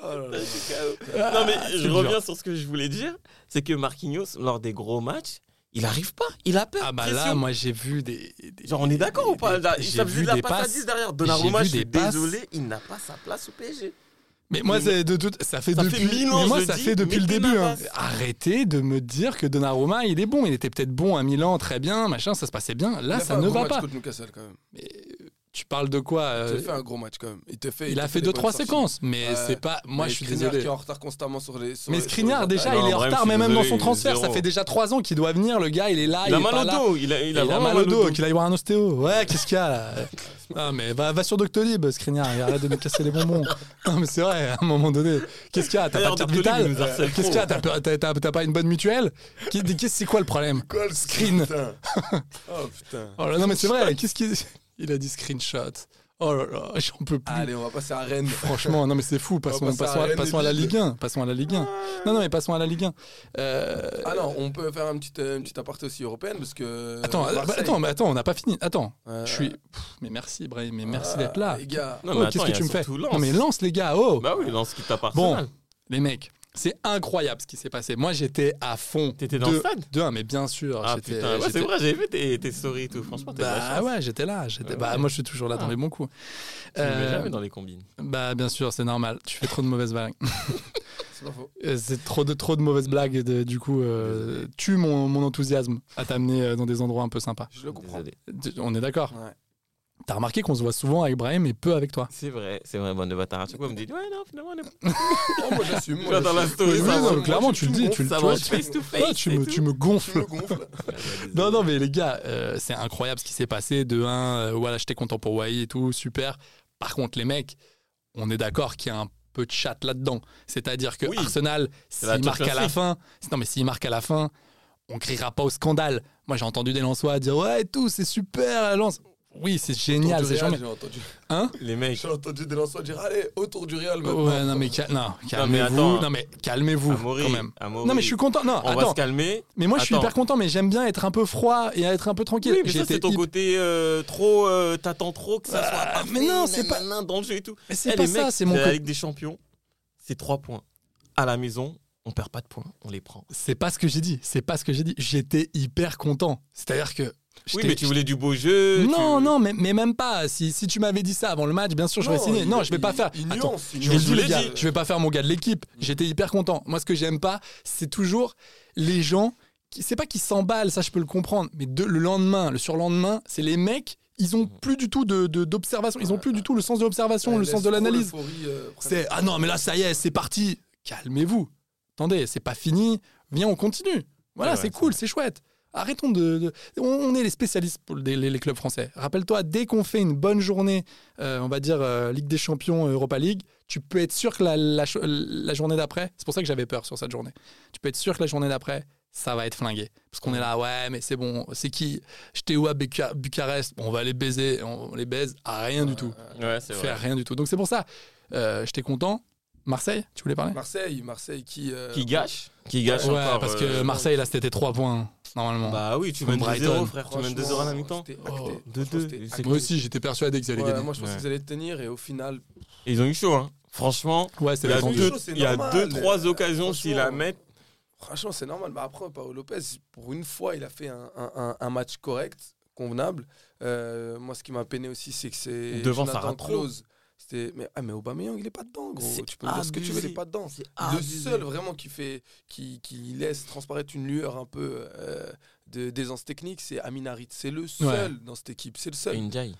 [SPEAKER 8] Non,
[SPEAKER 7] Ah,
[SPEAKER 8] mais je reviens sur ce que je voulais dire. C'est que Marquinhos, lors des gros matchs, il arrive pas. Il a peur.
[SPEAKER 7] Ah bah
[SPEAKER 8] pression.
[SPEAKER 7] là, moi j'ai vu des, des-
[SPEAKER 8] Genre, on est d'accord ou pas
[SPEAKER 7] des-
[SPEAKER 8] Là,
[SPEAKER 7] j'ai
[SPEAKER 8] Ça faisait
[SPEAKER 7] vu
[SPEAKER 8] de la
[SPEAKER 7] des
[SPEAKER 8] passe à
[SPEAKER 7] passes.
[SPEAKER 8] 10 derrière Donnarumma.
[SPEAKER 7] J'ai
[SPEAKER 8] Je
[SPEAKER 7] vu
[SPEAKER 8] suis
[SPEAKER 7] des passes.
[SPEAKER 8] désolé, il n'a pas sa place au PSG.
[SPEAKER 7] Mais moi,
[SPEAKER 8] Mais-
[SPEAKER 7] c'est de tout- ça fait
[SPEAKER 8] Ça fait
[SPEAKER 7] depuis.
[SPEAKER 8] mille ans,
[SPEAKER 7] mais
[SPEAKER 8] je
[SPEAKER 7] moi,
[SPEAKER 8] le
[SPEAKER 7] ça
[SPEAKER 8] dis,
[SPEAKER 7] fait depuis le
[SPEAKER 8] mettez
[SPEAKER 7] début. hein.
[SPEAKER 8] Navas.
[SPEAKER 7] Arrêtez de me dire que Donnarumma, il est bon. Il était peut-être bon à Milan, très bien, machin, ça se passait bien.
[SPEAKER 9] Il
[SPEAKER 7] Là,
[SPEAKER 9] a fait
[SPEAKER 7] ça
[SPEAKER 9] un
[SPEAKER 7] ne
[SPEAKER 9] gros
[SPEAKER 7] va
[SPEAKER 9] match
[SPEAKER 7] pas. euh,
[SPEAKER 9] contre Newcastle, quand même.
[SPEAKER 7] Tu parles de quoi euh,
[SPEAKER 9] Il a fait un gros match quand même. Il, t'a fait,
[SPEAKER 7] Il a
[SPEAKER 9] t'a
[SPEAKER 7] fait
[SPEAKER 9] des
[SPEAKER 7] deux
[SPEAKER 9] bonnes
[SPEAKER 7] trois
[SPEAKER 9] sorties.
[SPEAKER 7] séquences, mais
[SPEAKER 9] Ouais.
[SPEAKER 7] c'est pas. Moi,
[SPEAKER 9] Mais
[SPEAKER 7] je suis
[SPEAKER 9] Skriniar
[SPEAKER 7] désolé.
[SPEAKER 9] qui est en retard constamment sur les. sur
[SPEAKER 7] Mais
[SPEAKER 9] les- sur
[SPEAKER 7] Skriniar,
[SPEAKER 9] les
[SPEAKER 7] déjà,
[SPEAKER 9] attaques.
[SPEAKER 7] il
[SPEAKER 8] Non,
[SPEAKER 7] est en
[SPEAKER 8] bref,
[SPEAKER 7] retard,
[SPEAKER 8] je
[SPEAKER 7] mais
[SPEAKER 8] suis
[SPEAKER 7] même dans son
[SPEAKER 8] désolé,
[SPEAKER 7] transfert, ça
[SPEAKER 8] zéro.
[SPEAKER 7] fait déjà 3 ans qu'il doit venir, le gars, il est là, il,
[SPEAKER 8] Il a
[SPEAKER 7] est pas
[SPEAKER 8] mal au
[SPEAKER 7] là.
[SPEAKER 8] dos. Il a, il
[SPEAKER 7] Il
[SPEAKER 8] a
[SPEAKER 7] a,
[SPEAKER 8] vraiment
[SPEAKER 7] mal au dos, qu'il aille voir un ostéo. Ouais, qu'est-ce qu'il y a là Ah, mais va, va sur Doctolib, Skriniar, et arrête de me casser les bonbons. Non, mais c'est vrai, à un moment donné, qu'est-ce qu'il y a T'as pas
[SPEAKER 8] D'ailleurs,
[SPEAKER 7] de carte
[SPEAKER 8] Doctolib,
[SPEAKER 7] vitale
[SPEAKER 8] il nous harcèle
[SPEAKER 7] Qu'est-ce
[SPEAKER 8] trop.
[SPEAKER 7] qu'il y a T'as pas- t'as- t'as- t'as pas une bonne mutuelle Qu'est- qu'est-ce- C'est quoi le problème
[SPEAKER 9] Quoi, le
[SPEAKER 7] Screen.
[SPEAKER 9] putain. Oh putain.
[SPEAKER 7] Oh là, Non, mais c'est vrai, qu'est-ce qu'il. Il a dit screenshot. Oh là là, j'en peux plus.
[SPEAKER 9] Allez, on va passer à Rennes.
[SPEAKER 7] Franchement, non mais c'est fou. Passons,
[SPEAKER 9] On va passer
[SPEAKER 7] passons
[SPEAKER 9] à
[SPEAKER 7] à,
[SPEAKER 9] Rennes
[SPEAKER 7] passons à la
[SPEAKER 9] et Lille.
[SPEAKER 7] Ligue 1. Passons à la Ligue 1. Non, non, mais passons à la Ligue 1. Euh,
[SPEAKER 9] Ah non, on peut faire un petit, euh, une petite aparté aussi européenne parce que. euh,
[SPEAKER 7] attends,
[SPEAKER 9] Marseille-
[SPEAKER 7] bah, attends, mais attends, on n'a pas fini. Attends,
[SPEAKER 9] Ouais.
[SPEAKER 7] je suis. Pff, mais merci, Brahim, mais merci
[SPEAKER 9] Ah,
[SPEAKER 7] d'être là.
[SPEAKER 9] Les gars.
[SPEAKER 8] Non,
[SPEAKER 7] Oh,
[SPEAKER 8] mais
[SPEAKER 7] qu'est-ce
[SPEAKER 8] attends,
[SPEAKER 7] que
[SPEAKER 8] il y a
[SPEAKER 7] tu me fais
[SPEAKER 8] surtout Lens.
[SPEAKER 7] Non, mais lance les gars. Oh,
[SPEAKER 8] Bah oui, lance qui t'appartient.
[SPEAKER 7] bon, les mecs, c'est incroyable ce qui s'est passé. Moi, j'étais à fond.
[SPEAKER 8] T'étais dans
[SPEAKER 7] de,
[SPEAKER 8] le stade
[SPEAKER 7] de un, mais bien sûr.
[SPEAKER 8] Ah
[SPEAKER 7] j'étais-
[SPEAKER 8] putain, ouais,
[SPEAKER 7] euh, j'étais-
[SPEAKER 8] c'est vrai, j'avais vu tes, tes stories et tout. Franchement, t'as de la
[SPEAKER 7] Bah
[SPEAKER 8] chance.
[SPEAKER 7] ouais, j'étais là. J'étais.
[SPEAKER 8] Ouais,
[SPEAKER 7] Bah
[SPEAKER 8] ouais.
[SPEAKER 7] moi, je suis toujours là dans
[SPEAKER 8] Ah.
[SPEAKER 7] les bons coups.
[SPEAKER 8] Je me mets
[SPEAKER 7] Euh,
[SPEAKER 8] jamais dans les combines.
[SPEAKER 7] Bah bien sûr, c'est normal. Tu fais trop de mauvaises vagues.
[SPEAKER 9] C'est pas faux.
[SPEAKER 7] Euh, C'est trop de, trop de mauvaises blagues, et de- du coup, euh, tue mon, mon enthousiasme à t'amener euh, dans des endroits un peu sympas.
[SPEAKER 9] Je le comprends.
[SPEAKER 8] Désolé.
[SPEAKER 7] Tu- On est d'accord
[SPEAKER 9] Ouais.
[SPEAKER 7] T'as remarqué qu'on se voit souvent avec Brahim et peu avec toi
[SPEAKER 8] C'est vrai, c'est vrai, bande de bâtards. À chaque fois, vous me dites, ouais, non, finalement, on est
[SPEAKER 9] Oh, moi j'assume. moi,
[SPEAKER 8] pas dans la
[SPEAKER 9] j'assume.
[SPEAKER 8] story.
[SPEAKER 7] Oui,
[SPEAKER 8] ça
[SPEAKER 7] non,
[SPEAKER 8] va.
[SPEAKER 7] mais clairement, tu le dis, tu le
[SPEAKER 8] Ça
[SPEAKER 7] tu vois,
[SPEAKER 8] va,
[SPEAKER 7] tu-
[SPEAKER 8] face to face.
[SPEAKER 7] Ouais, tu,
[SPEAKER 8] et
[SPEAKER 7] me,
[SPEAKER 8] tout.
[SPEAKER 7] tu me
[SPEAKER 9] Tu
[SPEAKER 7] gonfles.
[SPEAKER 9] me gonfles.
[SPEAKER 7] Non, non, mais les gars, euh, c'est incroyable ce qui s'est passé. De 1, voilà, j'étais content pour Wai et tout, super. Par contre, les mecs, on est d'accord qu'il y a un peu de chat là-dedans. C'est-à-dire que
[SPEAKER 8] Oui.
[SPEAKER 7] Arsenal, s'il
[SPEAKER 8] la
[SPEAKER 7] marque à la
[SPEAKER 8] Champions
[SPEAKER 7] fin, non, mais s'il marque à la fin, on criera pas au scandale. Moi, j'ai entendu des Lensois dire Ouais, et tout, c'est super, la Lens. Oui, c'est génial,
[SPEAKER 9] Autour du
[SPEAKER 7] c'est
[SPEAKER 9] Real,
[SPEAKER 7] jamais.
[SPEAKER 9] J'ai entendu.
[SPEAKER 7] Hein
[SPEAKER 8] Les mecs,
[SPEAKER 9] J'ai entendu des lanceurs dire allez autour du Real maintenant.
[SPEAKER 7] Ouais, non, mais, cal- non, calmez-vous.
[SPEAKER 8] attends.
[SPEAKER 7] Non, mais calmez-vous
[SPEAKER 8] Amaury,
[SPEAKER 7] quand même.
[SPEAKER 8] Amaury.
[SPEAKER 7] Non, mais je suis content. Non,
[SPEAKER 8] on va
[SPEAKER 7] attends.
[SPEAKER 8] se calmer.
[SPEAKER 7] Mais moi, je suis
[SPEAKER 8] Attends.
[SPEAKER 7] hyper content, mais j'aime bien être un peu froid et être un peu tranquille.
[SPEAKER 8] Oui, mais ça,
[SPEAKER 7] J'étais
[SPEAKER 8] c'est ton
[SPEAKER 7] hyper-
[SPEAKER 8] côté euh, trop. euh, T'attends trop que ça soit.
[SPEAKER 7] Ah,
[SPEAKER 8] parfait,
[SPEAKER 7] mais non, c'est pas-
[SPEAKER 8] nanana, dans le jeu et tout.
[SPEAKER 7] Mais c'est
[SPEAKER 8] Eh,
[SPEAKER 7] pas
[SPEAKER 8] les
[SPEAKER 7] ça,
[SPEAKER 8] mecs,
[SPEAKER 7] c'est mon
[SPEAKER 8] la
[SPEAKER 7] co-
[SPEAKER 8] Ligue des Champions, c'est 3 points. À la maison, on perd pas de points, on les prend.
[SPEAKER 7] C'est pas ce que j'ai dit. C'est pas ce que j'ai dit. J'étais hyper content. C'est-à-dire que.
[SPEAKER 8] Oui,
[SPEAKER 7] j'étais-
[SPEAKER 8] mais tu voulais du beau jeu.
[SPEAKER 7] Non,
[SPEAKER 8] tu-
[SPEAKER 7] non, mais, mais même pas. Si, si tu m'avais dit ça avant le match, bien sûr, j'aurais
[SPEAKER 9] Non,
[SPEAKER 7] signé.
[SPEAKER 9] il-
[SPEAKER 7] Non, je vais pas
[SPEAKER 9] il-
[SPEAKER 7] faire.
[SPEAKER 9] il nuance,
[SPEAKER 7] Attends,
[SPEAKER 9] il
[SPEAKER 7] je vous le
[SPEAKER 9] nuance.
[SPEAKER 7] dis,
[SPEAKER 8] Je
[SPEAKER 7] les
[SPEAKER 8] l'ai
[SPEAKER 7] gars,
[SPEAKER 8] dit.
[SPEAKER 7] je vais pas faire mon gars de l'équipe. J'étais hyper content. Moi, ce que j'aime pas, c'est toujours les gens qui. C'est pas qu'ils s'emballent, ça, je peux le comprendre. Mais de- le lendemain, le surlendemain, c'est les mecs, ils ont plus du tout de- de- d'observation. ils ont plus du tout le sens de l'observation, le
[SPEAKER 9] Laisse
[SPEAKER 7] sens de
[SPEAKER 9] trop
[SPEAKER 7] l'analyse.
[SPEAKER 9] l'euphorie, euh, prendre-
[SPEAKER 7] C'est ah non, mais là ça y est, c'est parti. Calmez-vous. Attendez, c'est pas fini. Viens, on continue. Voilà,
[SPEAKER 8] Ouais, ouais,
[SPEAKER 7] c'est cool, c'est chouette. Arrêtons de, de- on, on est les spécialistes pour les, les- les clubs français. Rappelle-toi, dès qu'on fait une bonne journée, euh, on va dire euh, Ligue des Champions, Europa League, tu peux être sûr que la, la cho- la journée d'après, c'est pour ça que j'avais peur sur cette journée. Tu peux être sûr que la journée d'après, ça va être flingué. Parce qu'on est là, ouais, mais c'est bon, c'est qui J'étais où à Buca- Bucarest Bon, On va les baiser, on, on les baise à rien du tout
[SPEAKER 8] Ouais, c'est vrai.
[SPEAKER 7] faire rien du tout. Donc c'est pour ça, euh, j'étais content. Marseille, tu voulais parler
[SPEAKER 9] Marseille, Marseille qui. euh,
[SPEAKER 8] Qui gâche Qui gâche
[SPEAKER 7] Ouais,
[SPEAKER 8] encore,
[SPEAKER 7] parce
[SPEAKER 8] euh,
[SPEAKER 7] que Marseille, là, c'était 3 points, normalement.
[SPEAKER 8] Bah oui, tu
[SPEAKER 7] Comme
[SPEAKER 8] mènes 2-0,
[SPEAKER 7] Brighton.
[SPEAKER 8] frère. Tu
[SPEAKER 9] franchement,
[SPEAKER 8] mènes 2-0 à la mi-temps.
[SPEAKER 9] c'était
[SPEAKER 7] Oh,
[SPEAKER 9] acté.
[SPEAKER 8] deux,
[SPEAKER 9] Franchement,
[SPEAKER 8] deux.
[SPEAKER 9] c'était
[SPEAKER 8] C'est
[SPEAKER 9] acté.
[SPEAKER 7] Moi aussi, j'étais persuadé qu'ils allaient
[SPEAKER 9] Ouais,
[SPEAKER 7] gagner.
[SPEAKER 9] moi je pensais
[SPEAKER 8] Ouais.
[SPEAKER 9] qu'ils allaient tenir et au final.
[SPEAKER 8] Ils ont eu chaud, hein. Franchement,
[SPEAKER 7] Ouais, c'est
[SPEAKER 8] il y a
[SPEAKER 7] attendu.
[SPEAKER 8] deux,
[SPEAKER 9] chaud, c'est
[SPEAKER 8] il y a
[SPEAKER 9] normal.
[SPEAKER 8] deux, trois
[SPEAKER 9] Euh,
[SPEAKER 8] occasions s'ils la
[SPEAKER 9] franchement.
[SPEAKER 8] mettent.
[SPEAKER 9] Franchement, c'est normal. Mais après, Paolo Lopez, pour une fois, il a fait un, un- un- un match correct, convenable. Euh, moi, ce qui m'a peiné aussi, c'est que c'est.
[SPEAKER 8] Devant, ça
[SPEAKER 9] Jonathan
[SPEAKER 8] rate trop.
[SPEAKER 9] Klose. C'était. Mais, ah, mais Aubameyang, il est pas dedans, gros.
[SPEAKER 8] C'est
[SPEAKER 9] Tu peux me dire ce que tu veux, il
[SPEAKER 8] abusé.
[SPEAKER 9] est pas dedans.
[SPEAKER 8] C'est
[SPEAKER 9] Le
[SPEAKER 8] abusé.
[SPEAKER 9] seul vraiment qui fait, qui, qui laisse transparaître une lueur un peu euh, de d'aisance technique, c'est Amin Harit. C'est le seul dans cette équipe. C'est le seul.
[SPEAKER 8] Une jaille.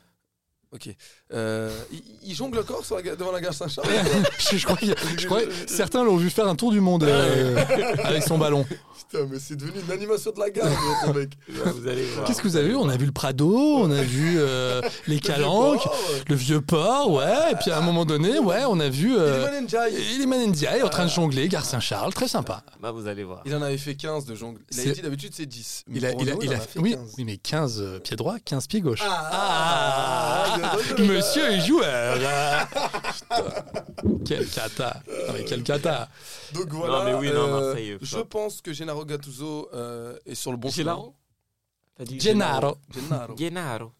[SPEAKER 9] Ok. Euh, il, il jongle encore sur la ga- devant la gare Saint-Charles.
[SPEAKER 7] je, je crois qu'il y a- je crois que certains l'ont vu faire un tour du monde euh, avec son ballon.
[SPEAKER 9] Putain, mais c'est devenu une animation de la gare, gros, ton mec.
[SPEAKER 8] Vous allez voir.
[SPEAKER 7] Qu'est-ce que vous avez vu On a vu le Prado, on a vu euh, les Calanques, le vieux port, ouais. Et puis à un moment donné, ouais, on a vu euh,
[SPEAKER 9] Iliman Ndiaye.
[SPEAKER 7] Iliman Ndiaye en train de
[SPEAKER 9] Ah.
[SPEAKER 7] jongler, Gare Saint-Charles, très sympa.
[SPEAKER 8] Bah, vous allez voir.
[SPEAKER 9] Il en avait fait 15 de jongle. Il avait
[SPEAKER 7] C'est-
[SPEAKER 9] dit d'habitude c'est 10. mais
[SPEAKER 7] Il a,
[SPEAKER 9] pour
[SPEAKER 7] il a-
[SPEAKER 9] nous,
[SPEAKER 7] il a-
[SPEAKER 9] en fait Ah.
[SPEAKER 7] oui,
[SPEAKER 9] 15.
[SPEAKER 7] oui, mais 15 euh, pieds droit, 15 pieds gauche.
[SPEAKER 9] Ah,
[SPEAKER 7] Monsieur est joueur. hein. Quel cata Non, mais quel cata
[SPEAKER 9] Donc voilà. euh,
[SPEAKER 8] mais oui, non, Marseille,
[SPEAKER 9] je
[SPEAKER 8] flop.
[SPEAKER 9] pense que Gennaro Gattuso euh, est sur le bon
[SPEAKER 8] Gennaro T'as dit
[SPEAKER 9] chemin.
[SPEAKER 7] Gennaro.
[SPEAKER 9] Gennaro.
[SPEAKER 8] Gennaro.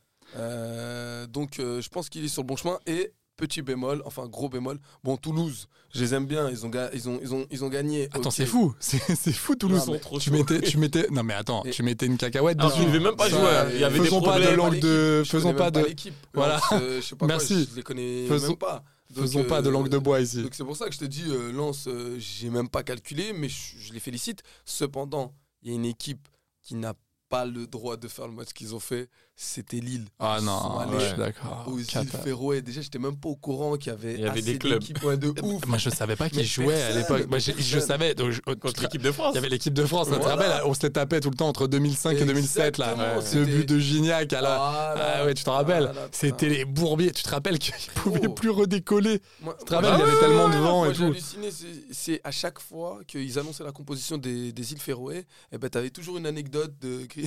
[SPEAKER 9] Euh, donc euh, je pense qu'il est sur le bon chemin et petit bémol, enfin gros bémol. Bon Toulouse, je les aime bien, ils ont ga- ils ont ils ont ils ont gagné.
[SPEAKER 7] Attends,
[SPEAKER 9] ok.
[SPEAKER 7] c'est fou, c'est c'est fou Toulouse.
[SPEAKER 9] Non, mais-
[SPEAKER 8] trop
[SPEAKER 7] tu
[SPEAKER 8] chaud.
[SPEAKER 7] mettais, tu mettais, non mais attends,
[SPEAKER 9] Et- Ah,
[SPEAKER 7] tu mettais une cacahuète.
[SPEAKER 8] Alors
[SPEAKER 7] dessus.
[SPEAKER 8] qu'ils ne devaient même pas
[SPEAKER 9] Ça,
[SPEAKER 8] jouer. hein. Il y avait des
[SPEAKER 7] euh, faisons pas de
[SPEAKER 8] problèmes.
[SPEAKER 7] langue de,
[SPEAKER 9] Je
[SPEAKER 7] faisons
[SPEAKER 9] connais
[SPEAKER 7] pas
[SPEAKER 9] même
[SPEAKER 7] de,
[SPEAKER 9] l'équipe.
[SPEAKER 7] voilà.
[SPEAKER 9] Lance, euh, je sais pas
[SPEAKER 7] Merci.
[SPEAKER 9] quoi, je les connais
[SPEAKER 7] Faisons-
[SPEAKER 9] même pas. Donc,
[SPEAKER 7] faisons pas de
[SPEAKER 9] euh,
[SPEAKER 7] langue de bois ici.
[SPEAKER 9] Donc c'est pour ça que je te dis, euh, Lens, euh, j'ai même pas calculé, mais je, je les félicite. Cependant, il y a une équipe qui n'a pas le droit de faire le match qu'ils ont fait, c'était Lille.
[SPEAKER 7] Ah
[SPEAKER 9] Ils sont
[SPEAKER 7] non,
[SPEAKER 9] allés
[SPEAKER 7] je suis d'accord.
[SPEAKER 9] aux îles
[SPEAKER 7] Cata.
[SPEAKER 9] Féroé. Déjà, j'étais même pas au courant qu'il y avait,
[SPEAKER 8] Il y avait
[SPEAKER 9] assez
[SPEAKER 8] des clubs.
[SPEAKER 9] d'équipes, ouais, de ouf.
[SPEAKER 7] Moi je savais pas qui
[SPEAKER 9] Mais
[SPEAKER 7] jouait à
[SPEAKER 9] personne,
[SPEAKER 7] l'époque. Moi j'ai- je
[SPEAKER 9] personne.
[SPEAKER 7] savais. Donc, je- tu te-
[SPEAKER 8] Contre l'équipe de France.
[SPEAKER 7] il y avait l'équipe de France, ça te
[SPEAKER 9] Voilà.
[SPEAKER 7] rappelle On se les tapait tout le temps entre 2005 et 2007 là.
[SPEAKER 9] Exactement,
[SPEAKER 7] Ce
[SPEAKER 9] c'était-
[SPEAKER 7] but de Gignac à la.
[SPEAKER 9] Ah là,
[SPEAKER 7] Ah ouais, tu te
[SPEAKER 9] ah
[SPEAKER 7] rappelles
[SPEAKER 9] là, putain.
[SPEAKER 7] C'était les bourbiers. Tu te rappelles qu'ils pouvaient
[SPEAKER 9] Oh.
[SPEAKER 7] plus redécoller
[SPEAKER 9] Moi- Ah
[SPEAKER 7] te rappelles, il y avait tellement de vent
[SPEAKER 9] moi,
[SPEAKER 7] et
[SPEAKER 9] j'ai
[SPEAKER 7] tout.
[SPEAKER 9] halluciné, c'est- c'est à chaque fois qu'ils annonçaient la composition des, des îles Féroé, et ben t'avais toujours une anecdote de, Cri-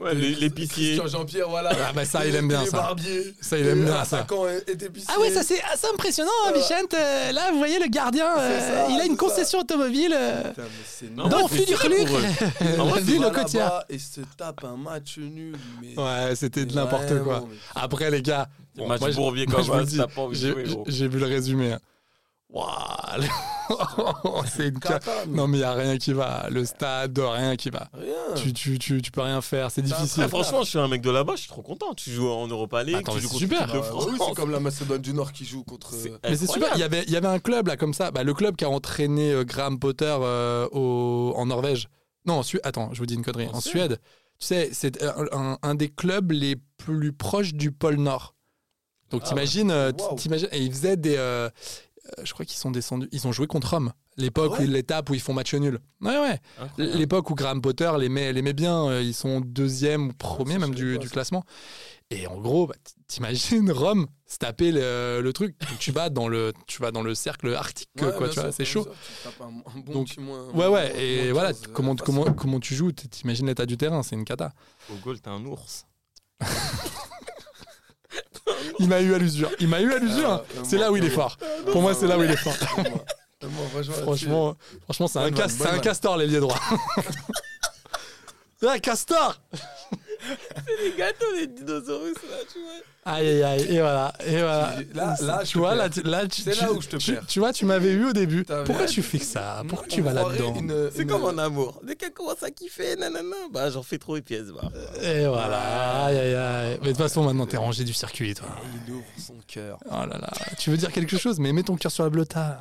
[SPEAKER 8] Ouais,
[SPEAKER 9] de
[SPEAKER 8] les-
[SPEAKER 9] Cri-
[SPEAKER 8] l'épicier.
[SPEAKER 9] Christian Jean-Pierre, voilà.
[SPEAKER 7] Ah bah ça, il aime bien
[SPEAKER 9] Les
[SPEAKER 7] ça.
[SPEAKER 9] barbiers,
[SPEAKER 7] Ça, il aime
[SPEAKER 9] les
[SPEAKER 7] bien, ça.
[SPEAKER 9] attaquants et- et épiciers.
[SPEAKER 7] Ah oui, ça c'est assez impressionnant, hein, Bichente. Euh, là, vous voyez le gardien, euh,
[SPEAKER 9] C'est ça,
[SPEAKER 7] il a une
[SPEAKER 9] c'est
[SPEAKER 7] concession automobile. euh,
[SPEAKER 9] Putain, mais c'est
[SPEAKER 8] Non,
[SPEAKER 7] dans
[SPEAKER 8] ouais,
[SPEAKER 7] le
[SPEAKER 8] c'est
[SPEAKER 7] flux du
[SPEAKER 8] sûr
[SPEAKER 7] Reluc.
[SPEAKER 8] pour eux.
[SPEAKER 9] nul.
[SPEAKER 7] La
[SPEAKER 9] Il
[SPEAKER 7] ville
[SPEAKER 9] va
[SPEAKER 7] au quotidien.
[SPEAKER 9] là-bas Et se tape un match nul. Mais...
[SPEAKER 7] Ouais, c'était de
[SPEAKER 9] Mais
[SPEAKER 7] n'importe quoi.
[SPEAKER 9] vraiment, mais-
[SPEAKER 7] Après, les gars, bon,
[SPEAKER 8] match
[SPEAKER 7] moi, je-
[SPEAKER 8] Bourbier
[SPEAKER 7] moi,
[SPEAKER 8] comme
[SPEAKER 7] je vous
[SPEAKER 8] ça,
[SPEAKER 7] le dis,
[SPEAKER 8] t'as pas envie de
[SPEAKER 7] j'ai-
[SPEAKER 8] jouer, gros.
[SPEAKER 7] J'ai vu le résumé. hein. Waouh, le- c'est une cata.
[SPEAKER 9] Cata, mais
[SPEAKER 7] Non, mais il n'y a rien qui va. Le stade, rien qui va.
[SPEAKER 9] Rien.
[SPEAKER 7] Tu, tu, tu, tu peux rien faire, c'est
[SPEAKER 9] un
[SPEAKER 7] difficile.
[SPEAKER 8] Ouais, Ah, franchement, je suis un mec de là-bas, je suis trop content. Tu joues en Europa League,
[SPEAKER 7] Attends,
[SPEAKER 8] tu
[SPEAKER 7] mais
[SPEAKER 8] joues
[SPEAKER 7] c'est
[SPEAKER 8] contre
[SPEAKER 7] super.
[SPEAKER 8] l'équipe de
[SPEAKER 9] Ah
[SPEAKER 8] France.
[SPEAKER 9] oui, c'est comme la Macédoine du Nord qui joue contre. euh,
[SPEAKER 8] C'est
[SPEAKER 7] Mais c'est super, il y, avait, il y avait un club là comme ça, bah, le club qui a entraîné euh, Graham Potter euh, au- en Norvège. Non, en Suède, attends, je vous dis une connerie. En,
[SPEAKER 8] En
[SPEAKER 7] Suède, tu sais, c'est un, un- un des clubs les plus proches du pôle Nord. Donc
[SPEAKER 9] Ah
[SPEAKER 7] t'imagines, euh, t-
[SPEAKER 9] Wow.
[SPEAKER 7] t'imagines- et ils faisaient des. euh, euh, je crois qu'ils sont descendus, ils ont joué contre Rome, l'époque
[SPEAKER 9] Ah
[SPEAKER 7] où
[SPEAKER 9] ouais
[SPEAKER 7] ils les tapent, où ils font match nul. Ouais, ouais.
[SPEAKER 8] Incroyable.
[SPEAKER 7] L'époque où Graham Potter les met, les met bien, euh, ils sont deuxième ou premier
[SPEAKER 9] ça,
[SPEAKER 7] même
[SPEAKER 9] je
[SPEAKER 7] du,
[SPEAKER 9] sais pas,
[SPEAKER 7] du
[SPEAKER 9] ça.
[SPEAKER 7] classement. Et en gros, bah, t- t'imagines Rome se taper le, le truc. Donc, tu vas dans le, tu vas dans le cercle arctique,
[SPEAKER 9] Ouais,
[SPEAKER 7] quoi,
[SPEAKER 9] bien
[SPEAKER 7] tu
[SPEAKER 9] sûr,
[SPEAKER 7] vois, c'est
[SPEAKER 9] bien
[SPEAKER 7] chaud.
[SPEAKER 9] sûr, tu tapes un- un bon
[SPEAKER 7] Donc,
[SPEAKER 9] petit moins-
[SPEAKER 7] Ouais,
[SPEAKER 9] moins-
[SPEAKER 7] ouais. Et
[SPEAKER 9] moins
[SPEAKER 7] voilà,
[SPEAKER 9] 15, euh,
[SPEAKER 7] comment,
[SPEAKER 9] facile.
[SPEAKER 7] comment, comment tu joues t- T'imagines l'état du terrain, c'est une cata.
[SPEAKER 8] Au goal, t'es un ours.
[SPEAKER 7] Il m'a eu à l'usure. Il m'a eu à l'usure. hein.
[SPEAKER 9] Ah, euh,
[SPEAKER 7] c'est
[SPEAKER 9] moi,
[SPEAKER 7] là où il est
[SPEAKER 9] euh,
[SPEAKER 7] fort. Pour moi, c'est là où il est fort.
[SPEAKER 9] Moi, moi, franchement,
[SPEAKER 7] Franchement, euh, franchement, c'est un,
[SPEAKER 9] Bonne
[SPEAKER 7] cas-
[SPEAKER 9] vanne,
[SPEAKER 7] c'est
[SPEAKER 9] bonne
[SPEAKER 7] un
[SPEAKER 9] vanne.
[SPEAKER 7] castor, l'ailier droit. C'est un castor
[SPEAKER 8] Les gâteaux des dinosaures, là, tu vois.
[SPEAKER 7] Aïe aïe aïe, et voilà, et voilà.
[SPEAKER 9] Tu- là- là, je
[SPEAKER 7] tu
[SPEAKER 9] te
[SPEAKER 7] vois,
[SPEAKER 9] perds.
[SPEAKER 7] là, tu- là, tu,
[SPEAKER 9] C'est
[SPEAKER 7] tu-
[SPEAKER 9] là où je te
[SPEAKER 7] tu-
[SPEAKER 9] perds.
[SPEAKER 7] tu vois, tu m'avais eu au début.
[SPEAKER 9] T'avais-
[SPEAKER 7] Pourquoi tu fais que ça
[SPEAKER 9] tu-
[SPEAKER 7] Pourquoi
[SPEAKER 9] on
[SPEAKER 7] tu vas
[SPEAKER 9] croirait
[SPEAKER 7] là-dedans
[SPEAKER 9] une-
[SPEAKER 8] C'est
[SPEAKER 9] une-
[SPEAKER 7] euh,
[SPEAKER 8] comme en amour. Dès qu'elle commence à kiffer, nanana, bah j'en fais trop et puis elle se barre.
[SPEAKER 7] Et voilà, aïe aïe aïe. Mais de toute façon, maintenant, t'es rangé du circuit, toi.
[SPEAKER 9] Il ouvre son cœur.
[SPEAKER 7] Oh là là, tu veux dire quelque chose, mais mets ton cœur sur la blotta.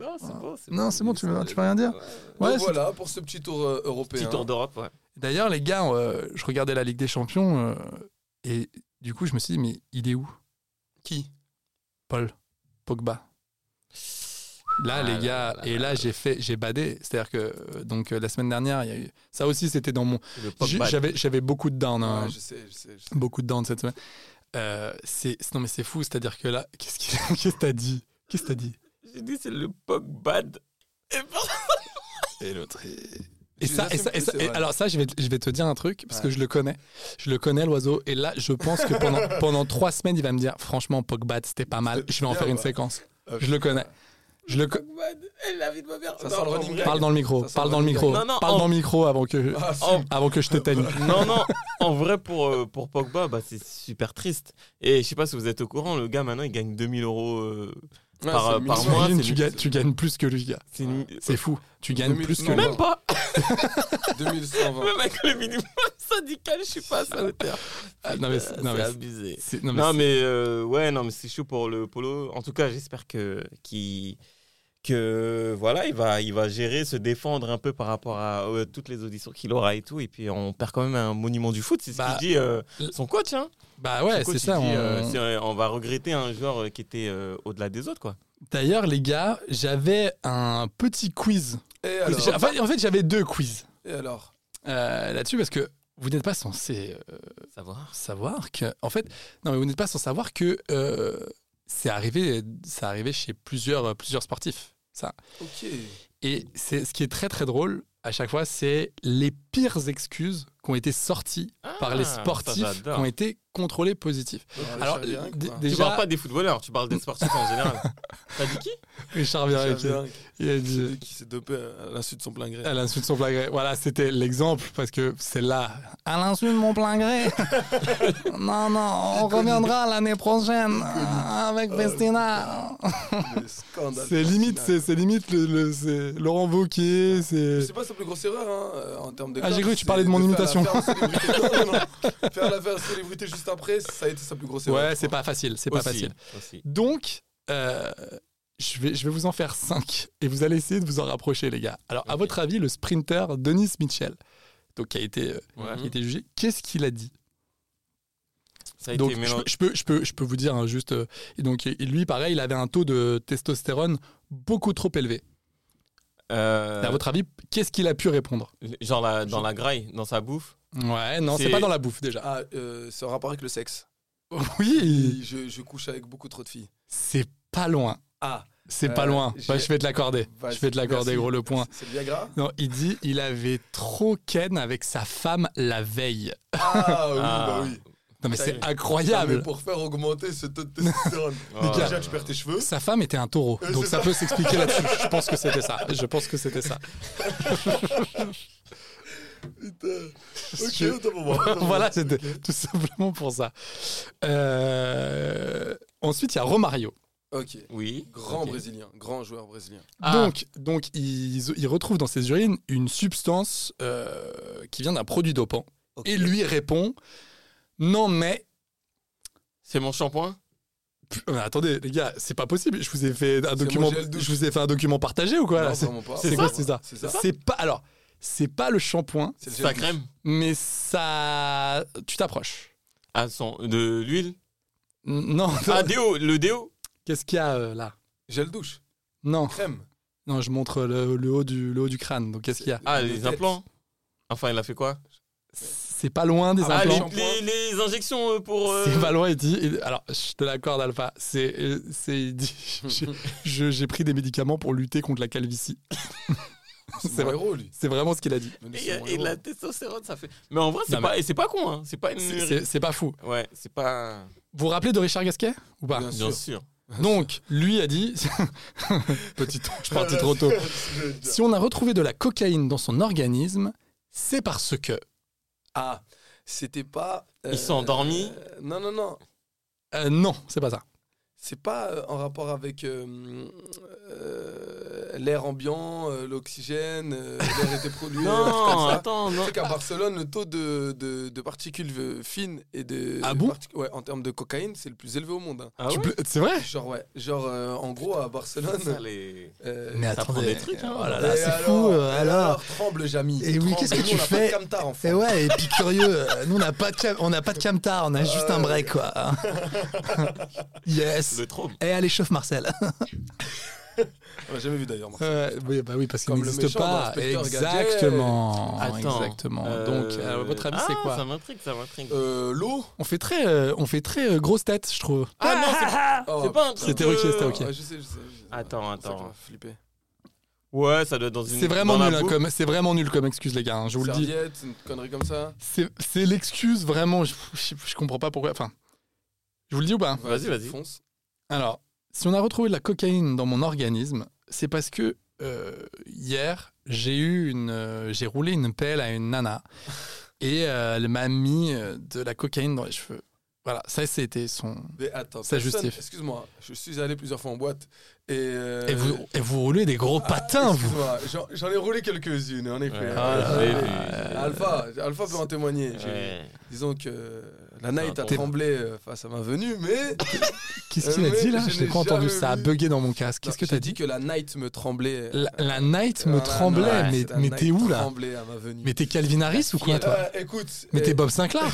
[SPEAKER 8] Non, c'est bon.
[SPEAKER 7] Ah. Non, c'est bon, tu, veux- tu peux rien dire. Ouais,
[SPEAKER 9] Donc
[SPEAKER 7] c'est-
[SPEAKER 9] voilà pour ce petit tour euh, européen.
[SPEAKER 8] Petit tour d'Europe, ouais.
[SPEAKER 7] D'ailleurs, les gars, euh, je regardais la Ligue des Champions euh, et du coup, je me suis dit, mais il est où Qui Paul Pogba. Là,
[SPEAKER 8] Ah
[SPEAKER 7] les
[SPEAKER 8] là
[SPEAKER 7] gars,
[SPEAKER 8] là
[SPEAKER 7] et là, j'ai fait, j'ai badé. C'est-à-dire que euh, donc euh, la semaine dernière, il y a eu ça aussi, c'était dans mon.
[SPEAKER 8] Le
[SPEAKER 7] J-
[SPEAKER 8] Pogba.
[SPEAKER 7] J'avais, j'avais beaucoup de down, hein,
[SPEAKER 9] Ouais, je sais, je sais, je sais.
[SPEAKER 7] beaucoup de down cette semaine. Euh, c'est c'est- non mais c'est fou, c'est-à-dire que là, qu'est-ce qu'il- qu'est-ce que t'as dit Qu'est-ce que t'as dit
[SPEAKER 8] J'ai dit, c'est le Pogba. de- Et par-
[SPEAKER 7] Et l'autre. Et
[SPEAKER 9] Je
[SPEAKER 7] ça,
[SPEAKER 9] les
[SPEAKER 7] et ça,
[SPEAKER 9] assume
[SPEAKER 7] et
[SPEAKER 9] plus,
[SPEAKER 7] ça-
[SPEAKER 9] c'est
[SPEAKER 7] et
[SPEAKER 9] vrai.
[SPEAKER 7] alors ça, je vais, te- je vais te dire un truc parce que
[SPEAKER 9] Ouais.
[SPEAKER 7] je le connais, je le connais l'oiseau. Et là, je pense que pendant pendant trois semaines, il va me dire, franchement, Pogba, c'était pas mal. Je vais en
[SPEAKER 9] Bien,
[SPEAKER 7] faire une
[SPEAKER 9] bah.
[SPEAKER 7] séquence.
[SPEAKER 9] Ah,
[SPEAKER 7] Je le connais. Je le co-
[SPEAKER 8] Pogba. Elle la vie de ma mère.
[SPEAKER 9] Ça
[SPEAKER 8] Non,
[SPEAKER 9] sent le
[SPEAKER 8] en
[SPEAKER 9] running
[SPEAKER 8] vrai.
[SPEAKER 9] gag.
[SPEAKER 7] parle dans le micro,
[SPEAKER 9] Ça, ça
[SPEAKER 7] parle
[SPEAKER 9] va
[SPEAKER 7] dans le
[SPEAKER 9] bien.
[SPEAKER 7] micro,
[SPEAKER 8] Non, non,
[SPEAKER 7] parle
[SPEAKER 8] en-
[SPEAKER 7] dans le micro avant que
[SPEAKER 9] Ah, si.
[SPEAKER 8] En-
[SPEAKER 7] avant que je t'éteigne.
[SPEAKER 8] Non, non, en vrai, pour, euh, pour Pogba, bah, c'est super triste. Et je sais pas si vous êtes au courant, le gars, maintenant, il gagne 2000 euros euh,
[SPEAKER 9] Ouais,
[SPEAKER 8] par,
[SPEAKER 9] c'est
[SPEAKER 8] euh,
[SPEAKER 9] mille-
[SPEAKER 8] par
[SPEAKER 9] c'est
[SPEAKER 8] mois.
[SPEAKER 7] Imagine,
[SPEAKER 8] c'est
[SPEAKER 7] tu,
[SPEAKER 8] mille-
[SPEAKER 7] gagnes, tu gagnes plus que lui, gars.
[SPEAKER 8] c'est une-
[SPEAKER 7] C'est fou. Tu gagnes
[SPEAKER 9] 2000,
[SPEAKER 7] plus que
[SPEAKER 9] non,
[SPEAKER 7] lui.
[SPEAKER 9] mais-
[SPEAKER 8] Même pas,
[SPEAKER 9] 2120.
[SPEAKER 8] même avec le minimum syndical, je suis pas à sa hauteur.
[SPEAKER 7] Ah, non, mais c'est-
[SPEAKER 8] c'est
[SPEAKER 7] non, mais c'est-
[SPEAKER 8] abusé.
[SPEAKER 7] c'est- non, mais
[SPEAKER 8] Non
[SPEAKER 7] c'est-
[SPEAKER 8] mais euh, ouais non mais c'est chaud pour le polo. En tout cas j'espère que qu'il- que voilà il va il va gérer se défendre un peu par rapport à euh, toutes les auditions qu'il aura et tout et puis on perd quand même un monument du foot c'est ce
[SPEAKER 7] Bah,
[SPEAKER 8] qu'il dit euh,
[SPEAKER 7] l-
[SPEAKER 8] son coach hein.
[SPEAKER 7] bah ouais,
[SPEAKER 8] Son coach,
[SPEAKER 7] c'est
[SPEAKER 8] il
[SPEAKER 7] ça.
[SPEAKER 8] dit,
[SPEAKER 7] on-
[SPEAKER 8] euh, c'est, euh, on va regretter un joueur euh, qui était euh, au-delà des autres quoi.
[SPEAKER 7] D'ailleurs, les gars, j'avais un petit quiz.
[SPEAKER 9] Et
[SPEAKER 7] J'ai-
[SPEAKER 9] alors,
[SPEAKER 7] en fait- en fait, j'avais deux quiz.
[SPEAKER 9] et alors
[SPEAKER 7] Euh, là-dessus parce que vous n'êtes pas censé euh,
[SPEAKER 8] Savoir.
[SPEAKER 7] savoir que en fait non mais vous n'êtes pas sans savoir que euh, c'est arrivé ça arrivé chez plusieurs euh, plusieurs sportifs ça
[SPEAKER 9] Ok.
[SPEAKER 7] et c'est ce qui est très très drôle à chaque fois c'est les pires excuses qui ont été sorties par les
[SPEAKER 8] Ah, ça,
[SPEAKER 7] sportifs qui
[SPEAKER 8] j'adore.
[SPEAKER 7] ont été contrôlés positifs.
[SPEAKER 9] Alors,
[SPEAKER 7] Alors
[SPEAKER 9] je savais
[SPEAKER 7] d-
[SPEAKER 9] rien, quoi.
[SPEAKER 8] Tu parles
[SPEAKER 7] déjà
[SPEAKER 8] pas des footballeurs, tu parles des sportifs en général. T'as dit qui
[SPEAKER 7] Richard
[SPEAKER 9] Richard
[SPEAKER 7] Virenque.
[SPEAKER 9] Virenque,
[SPEAKER 7] Il a dit.
[SPEAKER 9] celui qui s'est dopé à l'insu de son plein gré.
[SPEAKER 7] À l'insu de son plein gré. Voilà, c'était l'exemple parce que c'est là. À l'insu de mon plein gré. non, non, on reviendra l'année prochaine euh, avec Festina.
[SPEAKER 9] Le scandale.
[SPEAKER 7] C'est limite,
[SPEAKER 9] fascinant.
[SPEAKER 7] c'est c'est limite le, le- c'est Laurent Wauquiez, c'est.
[SPEAKER 9] C'est pas sa plus grosse erreur hein, euh, en termes de.
[SPEAKER 7] Ah, j'ai
[SPEAKER 9] com,
[SPEAKER 7] cru que tu
[SPEAKER 9] c'est
[SPEAKER 7] parlais de mon
[SPEAKER 9] faire
[SPEAKER 7] imitation.
[SPEAKER 9] l'affaire aux célébrités. Non, non, non. Faire l'affaire aux célébrités juste après, ça a été sa plus grosse erreur.
[SPEAKER 7] Ouais, c'est pas facile, c'est pas facile.
[SPEAKER 8] Aussi.
[SPEAKER 7] Donc, euh, je, vais, je vais vous en faire 5 et vous allez essayer de vous en rapprocher, les gars. Alors, à votre avis, le sprinter Denis Mitchell, donc, qui a été, euh, qui a été jugé, qu'est-ce qu'il a dit
[SPEAKER 8] Ça a
[SPEAKER 7] Donc,
[SPEAKER 8] été
[SPEAKER 7] je, peux-
[SPEAKER 8] mélangé.
[SPEAKER 7] je peux, je, peux, je peux vous dire hein, juste. euh, et donc, et lui, pareil, il avait un taux de testostérone beaucoup trop élevé.
[SPEAKER 8] Euh,
[SPEAKER 7] À votre avis, qu'est-ce qu'il a pu répondre
[SPEAKER 8] genre la- dans la graille, dans sa bouffe.
[SPEAKER 7] Ouais, non, c'est
[SPEAKER 8] C'est-
[SPEAKER 7] pas dans la bouffe déjà.
[SPEAKER 9] Ah, euh, c'est en rapport avec le sexe.
[SPEAKER 7] oui,
[SPEAKER 9] Et Je, je couche avec beaucoup trop de filles.
[SPEAKER 7] c'est pas loin.
[SPEAKER 9] Ah,
[SPEAKER 7] C'est
[SPEAKER 9] Euh,
[SPEAKER 7] pas loin.
[SPEAKER 9] j'ai-
[SPEAKER 7] Bah, je vais te l'accorder.
[SPEAKER 9] vas-y,
[SPEAKER 7] Je vais te l'accorder,
[SPEAKER 9] merci.
[SPEAKER 7] gros, le point.
[SPEAKER 9] C'est le Viagra
[SPEAKER 7] Non, il dit il avait trop ken avec sa femme la veille.
[SPEAKER 9] Ah oui,
[SPEAKER 8] Ah.
[SPEAKER 9] bah oui.
[SPEAKER 7] Non Ah, mais
[SPEAKER 9] Ça y
[SPEAKER 7] c'est
[SPEAKER 9] est. Non, mais
[SPEAKER 7] incroyable.
[SPEAKER 9] pour faire augmenter ce taux de testostérone.
[SPEAKER 7] Oh.
[SPEAKER 9] Déjà, tu perds tes cheveux.
[SPEAKER 7] Sa femme était un taureau,
[SPEAKER 9] Euh,
[SPEAKER 7] donc
[SPEAKER 9] c'est
[SPEAKER 7] ça
[SPEAKER 9] ça.
[SPEAKER 7] peut s'expliquer là-dessus. Je pense que c'était ça. Je pense que c'était ça.
[SPEAKER 9] Putain.
[SPEAKER 7] Parce
[SPEAKER 9] Ok,
[SPEAKER 7] que-
[SPEAKER 9] autant pour moi, autant pour
[SPEAKER 7] voilà,
[SPEAKER 9] moi.
[SPEAKER 7] c'était tout simplement pour ça. Euh, Ensuite, il y a Romario.
[SPEAKER 9] Ok.
[SPEAKER 8] Oui.
[SPEAKER 9] Grand
[SPEAKER 8] Ok.
[SPEAKER 9] brésilien, grand joueur brésilien.
[SPEAKER 8] Ah.
[SPEAKER 7] Donc, donc ils, ils retrouvent dans ses urines une substance euh, qui vient d'un produit dopant. Et lui répond Non, mais
[SPEAKER 8] C'est mon shampoing
[SPEAKER 7] P- mais attendez, les gars, c'est pas possible. Je vous ai fait un
[SPEAKER 9] mon
[SPEAKER 7] document.
[SPEAKER 9] gel douche.
[SPEAKER 7] Je vous ai fait un document partagé ou quoi
[SPEAKER 9] Non,
[SPEAKER 7] là C'est
[SPEAKER 9] vraiment pas.
[SPEAKER 7] c'est
[SPEAKER 9] C'est
[SPEAKER 7] quoi
[SPEAKER 9] ça
[SPEAKER 7] c'est ça
[SPEAKER 9] C'est ça
[SPEAKER 7] C'est pas. Alors, c'est pas le shampoing,
[SPEAKER 9] C'est le
[SPEAKER 8] Sa
[SPEAKER 9] gel douche.
[SPEAKER 8] crème
[SPEAKER 7] mais ça. Tu t'approches.
[SPEAKER 8] Ah, son- De l'huile
[SPEAKER 7] N- Non.
[SPEAKER 8] Ah, déo Le déo
[SPEAKER 7] Qu'est-ce qu'il y a euh, là
[SPEAKER 9] Gel douche,
[SPEAKER 7] Non.
[SPEAKER 9] crème.
[SPEAKER 7] Non, je montre le, le haut du le haut du crâne. Donc qu'est-ce qu'il y a
[SPEAKER 8] Ah,
[SPEAKER 9] Une
[SPEAKER 8] les
[SPEAKER 9] tête.
[SPEAKER 8] implants Enfin, il a fait quoi
[SPEAKER 7] C'est pas loin des
[SPEAKER 8] Ah,
[SPEAKER 7] implants.
[SPEAKER 9] les-
[SPEAKER 8] les, les- les injections euh, pour. euh,
[SPEAKER 7] C'est pas loin, il dit. il- alors, je te l'accorde, Alpha. C'est, euh, c'est, il dit, j'ai- je- j'ai pris des médicaments pour lutter contre la calvitie.
[SPEAKER 9] C'est
[SPEAKER 7] vrai.
[SPEAKER 9] mon héros, lui.
[SPEAKER 7] C'est vraiment ce qu'il a dit.
[SPEAKER 9] Mais
[SPEAKER 8] Et,
[SPEAKER 9] c'est mon
[SPEAKER 8] et
[SPEAKER 9] héros.
[SPEAKER 8] la testostérone, ça fait. Mais en vrai, c'est
[SPEAKER 7] Non,
[SPEAKER 8] pas, et c'est pas con, hein. C'est pas une.
[SPEAKER 7] C'est- c'est- c'est pas fou.
[SPEAKER 8] Ouais, c'est pas.
[SPEAKER 7] Vous vous rappelez de Richard Gasquet ou pas
[SPEAKER 9] Bien
[SPEAKER 8] Bien
[SPEAKER 9] sûr.
[SPEAKER 8] sûr.
[SPEAKER 7] Donc, lui a dit, petit, je partis trop tôt.
[SPEAKER 9] Je veux dire.
[SPEAKER 7] Si on a retrouvé de la cocaïne dans son organisme, c'est parce que.
[SPEAKER 9] Ah, c'était pas.
[SPEAKER 8] Ils sont endormis
[SPEAKER 9] euh, Non, non, non.
[SPEAKER 7] Euh, non, c'est pas ça.
[SPEAKER 9] C'est pas euh, en rapport avec euh, euh, l'air ambiant, euh, l'oxygène, euh, l'air était pollué. un truc comme
[SPEAKER 8] Non,
[SPEAKER 9] ça.
[SPEAKER 8] attends,
[SPEAKER 9] Tu
[SPEAKER 8] non.
[SPEAKER 9] sais qu'à Barcelone, le taux de, de, de particules euh, fines et de.
[SPEAKER 7] Ah bon
[SPEAKER 9] particu- Ouais, en termes de cocaïne, c'est le plus élevé au monde. hein.
[SPEAKER 8] Ah
[SPEAKER 7] Tu
[SPEAKER 8] ouais
[SPEAKER 7] peux- C'est vrai
[SPEAKER 9] Genre, ouais. Genre, euh, en gros, à
[SPEAKER 8] Ça,
[SPEAKER 9] Barcelone.
[SPEAKER 8] les-
[SPEAKER 9] euh,
[SPEAKER 7] Mais
[SPEAKER 8] Ça prend
[SPEAKER 7] attendez.
[SPEAKER 8] des trucs, hein.
[SPEAKER 7] Oh là
[SPEAKER 9] et
[SPEAKER 7] là, c'est
[SPEAKER 9] alors,
[SPEAKER 7] fou. euh,
[SPEAKER 9] et
[SPEAKER 7] alors.
[SPEAKER 9] Tremble, Jamy.
[SPEAKER 7] Et oui,
[SPEAKER 9] tremble.
[SPEAKER 7] qu'est-ce que
[SPEAKER 9] Nous,
[SPEAKER 7] tu
[SPEAKER 9] on a pas de
[SPEAKER 7] fais
[SPEAKER 9] camtar, en
[SPEAKER 7] Et ouais, et puis curieux, euh, nous on n'a pas de cam- on n'a pas de camtar,
[SPEAKER 8] Euh,
[SPEAKER 7] on a juste un break quoi. yes.
[SPEAKER 8] Le trouble.
[SPEAKER 7] Et à l'échauffe Marcel.
[SPEAKER 9] On l'a jamais vu d'ailleurs. moi.
[SPEAKER 7] oui, bah oui, parce qu'il
[SPEAKER 9] Comme le
[SPEAKER 7] n'existe
[SPEAKER 9] méchant dans
[SPEAKER 7] pas.
[SPEAKER 9] Inspecteur Gadget.
[SPEAKER 7] Exactement.
[SPEAKER 8] Attends.
[SPEAKER 7] Exactement.
[SPEAKER 8] euh,
[SPEAKER 7] Donc, à votre avis, c'est
[SPEAKER 8] ah,
[SPEAKER 7] quoi
[SPEAKER 8] Ça m'intrigue, ça m'intrigue.
[SPEAKER 9] Euh, L'eau
[SPEAKER 7] On fait très, euh, on fait très euh, grosse tête, je trouve.
[SPEAKER 8] Ah non, c'est
[SPEAKER 9] Oh,
[SPEAKER 8] c'est pas un truc.
[SPEAKER 7] ah. C'était
[SPEAKER 8] de-
[SPEAKER 7] ok, c'était ok.
[SPEAKER 9] ouais, je sais, je sais. je sais.
[SPEAKER 8] Attends,
[SPEAKER 9] C'est ça qui
[SPEAKER 8] attends.
[SPEAKER 9] m'a flippé.
[SPEAKER 8] Ouais, ça doit être dans une.
[SPEAKER 7] C'est vraiment
[SPEAKER 8] dans la
[SPEAKER 7] nul, hein,
[SPEAKER 8] bouffe.
[SPEAKER 7] comme, c'est vraiment nul comme excuse, les gars. hein, je vous le dis.
[SPEAKER 9] Serviette, une connerie comme ça.
[SPEAKER 7] C'est, c'est l'excuse vraiment. Je, je- je comprends pas pourquoi. Enfin, je vous le dis ou pas
[SPEAKER 8] Vas-y, vas-y.
[SPEAKER 9] Fonce.
[SPEAKER 7] Alors, si on a retrouvé de la cocaïne dans mon organisme, c'est parce que euh, hier j'ai eu une, euh, j'ai roulé une pelle à une nana et euh, elle m'a mis euh, de la cocaïne dans les cheveux. Voilà, ça c'était son.
[SPEAKER 9] Mais attends,
[SPEAKER 7] Ça
[SPEAKER 9] personne-
[SPEAKER 7] justifie.
[SPEAKER 9] Excuse-moi, je suis allé plusieurs fois en boîte. Et, euh, ah,
[SPEAKER 7] Et vous, et vous roulez des gros patins, vous.
[SPEAKER 9] excuse-moi, j'en- J'en ai roulé quelques-unes, en effet.
[SPEAKER 8] Ouais, Ah,
[SPEAKER 9] Euh,
[SPEAKER 8] j'ai
[SPEAKER 9] euh,
[SPEAKER 8] vu.
[SPEAKER 9] Alpha, Alpha peut en témoigner. J'ai-
[SPEAKER 8] Ouais.
[SPEAKER 9] Disons que la night a
[SPEAKER 8] Attends.
[SPEAKER 9] tremblé euh, face à ma venue, mais
[SPEAKER 7] Qu'est-ce qu'il a
[SPEAKER 9] Euh,
[SPEAKER 7] dit là
[SPEAKER 9] je
[SPEAKER 7] Je n'ai
[SPEAKER 9] n'ai
[SPEAKER 7] pas entendu.
[SPEAKER 9] jamais
[SPEAKER 7] Ça a
[SPEAKER 9] vu.
[SPEAKER 7] bugué dans mon casque. Qu'est-ce
[SPEAKER 9] Non,
[SPEAKER 7] que t'as
[SPEAKER 9] j'ai
[SPEAKER 7] dit
[SPEAKER 9] que la night me tremblait. euh,
[SPEAKER 7] la, la night
[SPEAKER 9] euh,
[SPEAKER 7] me
[SPEAKER 9] la
[SPEAKER 7] tremblait,
[SPEAKER 9] night,
[SPEAKER 7] mais,
[SPEAKER 9] la
[SPEAKER 7] mais
[SPEAKER 9] night
[SPEAKER 7] t'es où là
[SPEAKER 9] tremblait à ma venue.
[SPEAKER 7] Mais t'es Calvin Harris ou quoi toi
[SPEAKER 9] Euh, Écoute,
[SPEAKER 7] Mais
[SPEAKER 9] euh,
[SPEAKER 7] t'es Bob Sinclair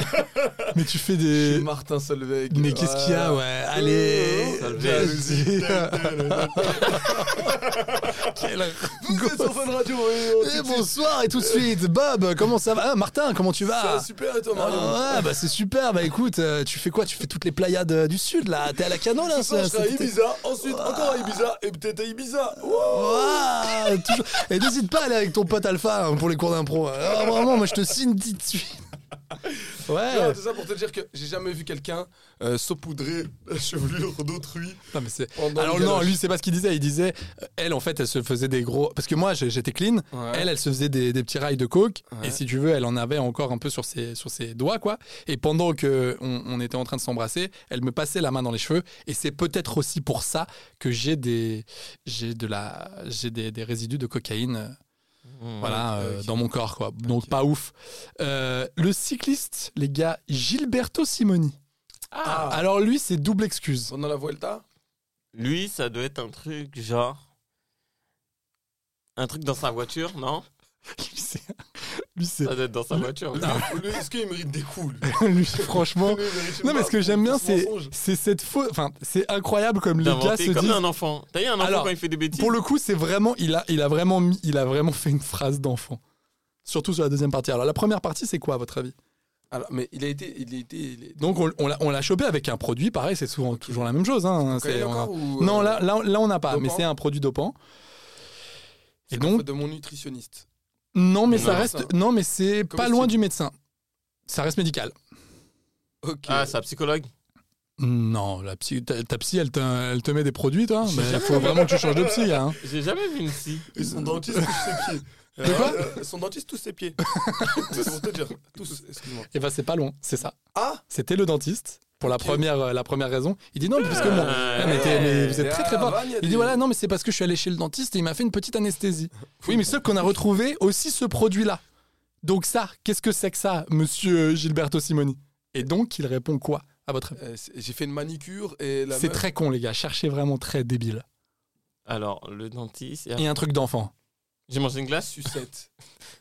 [SPEAKER 7] Mais tu fais
[SPEAKER 9] je
[SPEAKER 7] des.
[SPEAKER 9] suis Martin Solveig.
[SPEAKER 7] Mais qu'est-ce qu'il y a, ouais
[SPEAKER 9] Euh,
[SPEAKER 7] Allez
[SPEAKER 9] Oh,
[SPEAKER 8] Solveig.
[SPEAKER 7] vas-y. Quel
[SPEAKER 9] Vous êtes sur
[SPEAKER 7] gosse.
[SPEAKER 9] Fun Radio, oui,
[SPEAKER 7] Et
[SPEAKER 9] on tout de suite.
[SPEAKER 7] Eh, bonsoir et tout de suite Bob, comment ça va Ah, Martin, comment tu
[SPEAKER 9] Ça
[SPEAKER 7] vas
[SPEAKER 9] va super et toi Marion
[SPEAKER 7] ah, ouais, bah c'est super, bah écoute, euh, tu fais quoi Tu fais toutes les playades euh, du sud là T'es à la cano là
[SPEAKER 9] Ce soir,
[SPEAKER 7] ça-
[SPEAKER 9] je serai à
[SPEAKER 7] cet été
[SPEAKER 9] Ibiza, ensuite encore à Ibiza et peut-être à Ibiza. Wow.
[SPEAKER 7] Ouah, toujours- Et Oh, n'hésite pas à aller avec ton pote Alpha hein, pour les cours d'impro. hein. Ah, vraiment, moi je te signe tout de suite. Ouais.
[SPEAKER 9] Non, tout ça pour te dire que j'ai jamais vu quelqu'un euh, saupoudrer la chevelure d'autrui.
[SPEAKER 7] Non, mais c'est-
[SPEAKER 9] Pendant
[SPEAKER 7] Alors
[SPEAKER 9] le
[SPEAKER 7] non,
[SPEAKER 9] galoche.
[SPEAKER 7] lui c'est pas ce qu'il disait. Il disait, euh, elle en fait, elle se faisait des gros. Parce que moi j'ai- j'étais clean.
[SPEAKER 9] Ouais.
[SPEAKER 7] Elle, elle se faisait des, des petits rails de coke.
[SPEAKER 9] Ouais.
[SPEAKER 7] Et si tu veux, elle en avait encore un peu sur ses sur ses doigts quoi. Et pendant que on, on était en train de s'embrasser, elle me passait la main dans les cheveux. Et c'est peut-être aussi pour ça que j'ai des j'ai de la j'ai des, des résidus de cocaïne. euh,
[SPEAKER 9] Mmh.
[SPEAKER 7] Voilà, euh, dans mon corps, quoi. Donc, pas ouf. Euh, le cycliste, les gars, Gilberto Simoni. Alors, lui, c'est double excuse.
[SPEAKER 9] Ah. Pendant la Vuelta
[SPEAKER 8] Lui, ça doit être un truc genre. Un truc dans sa voiture, non
[SPEAKER 7] Lui, c'est- lui, c'est-
[SPEAKER 8] Ça doit être dans sa voiture.
[SPEAKER 9] Lui, lui, Est-ce qu'il mérite des coups lui
[SPEAKER 7] lui, franchement.
[SPEAKER 9] Lui, il mérite-
[SPEAKER 7] Non, mais ce que j'aime bien,
[SPEAKER 9] ce
[SPEAKER 7] c'est
[SPEAKER 9] mensonge.
[SPEAKER 7] c'est cette faute. Enfin, c'est incroyable comme les gars
[SPEAKER 8] D'inventer
[SPEAKER 7] se
[SPEAKER 8] comme
[SPEAKER 7] disent.
[SPEAKER 8] un enfant. T'as vu un enfant
[SPEAKER 7] Alors,
[SPEAKER 8] quand il fait des bêtises
[SPEAKER 7] Pour le coup, c'est vraiment, il a, il a vraiment mis, il a vraiment fait une phrase d'enfant. Surtout sur la deuxième partie. Alors la première partie, c'est quoi à votre avis
[SPEAKER 9] Alors, mais il a été. Il a été il est-
[SPEAKER 7] Donc on, on l'a- on l'a chopé avec un produit, pareil, c'est souvent toujours la même chose. hein.
[SPEAKER 9] cocaïne
[SPEAKER 7] C'est- on a-
[SPEAKER 9] encore ou, euh,
[SPEAKER 7] Non, là, là, là, on n'a pas, mais
[SPEAKER 9] dopant
[SPEAKER 7] c'est un produit dopant. Et
[SPEAKER 9] la
[SPEAKER 7] donc,
[SPEAKER 9] faute de mon nutritionniste.
[SPEAKER 7] non, mais
[SPEAKER 8] Non,
[SPEAKER 7] ça
[SPEAKER 9] ça.
[SPEAKER 7] reste, non, mais c'est pas
[SPEAKER 9] Comestible.
[SPEAKER 7] loin du médecin. Ça reste médical.
[SPEAKER 9] Ok.
[SPEAKER 8] Ah, sa psychologue
[SPEAKER 7] Non, la psy, ta, ta psy, elle te, elle te met des produits, toi.
[SPEAKER 8] J'ai
[SPEAKER 7] Mais il
[SPEAKER 8] jamais
[SPEAKER 7] faut vraiment que tu changes de psy. Hein.
[SPEAKER 8] J'ai jamais vu une psy.
[SPEAKER 9] Et son dentiste touche ses pieds.
[SPEAKER 7] De quoi
[SPEAKER 9] Euh, euh, Son dentiste touche ses pieds. tous. Pour te dire. Tous, excuse-moi.
[SPEAKER 7] Et ben c'est pas loin, c'est ça.
[SPEAKER 9] Ah
[SPEAKER 7] C'était le dentiste pour la première, euh, la première raison. Il dit non, mais parce que mon-
[SPEAKER 8] Ah,
[SPEAKER 7] Ah, mais, t'es- mais vous
[SPEAKER 9] ouais.
[SPEAKER 7] êtes très très
[SPEAKER 9] Ah,
[SPEAKER 7] fort.
[SPEAKER 9] Van, il y a
[SPEAKER 7] Il dit
[SPEAKER 9] des-
[SPEAKER 7] voilà, non, mais c'est parce que je suis allé chez le dentiste et il m'a fait une petite anesthésie. Oui, mais sauf qu'on a retrouvé aussi ce produit-là. Donc ça, qu'est-ce que c'est que ça, monsieur Gilberto Simoni Et donc il répond quoi à votre avis
[SPEAKER 9] Euh, c'est- J'ai fait une manicure et la
[SPEAKER 7] C'est
[SPEAKER 9] meuf-
[SPEAKER 7] très con les gars, cherchez vraiment très débile.
[SPEAKER 8] Alors, le dentiste. et-
[SPEAKER 7] Et un truc d'enfant.
[SPEAKER 8] J'ai mangé une glace
[SPEAKER 9] sucette.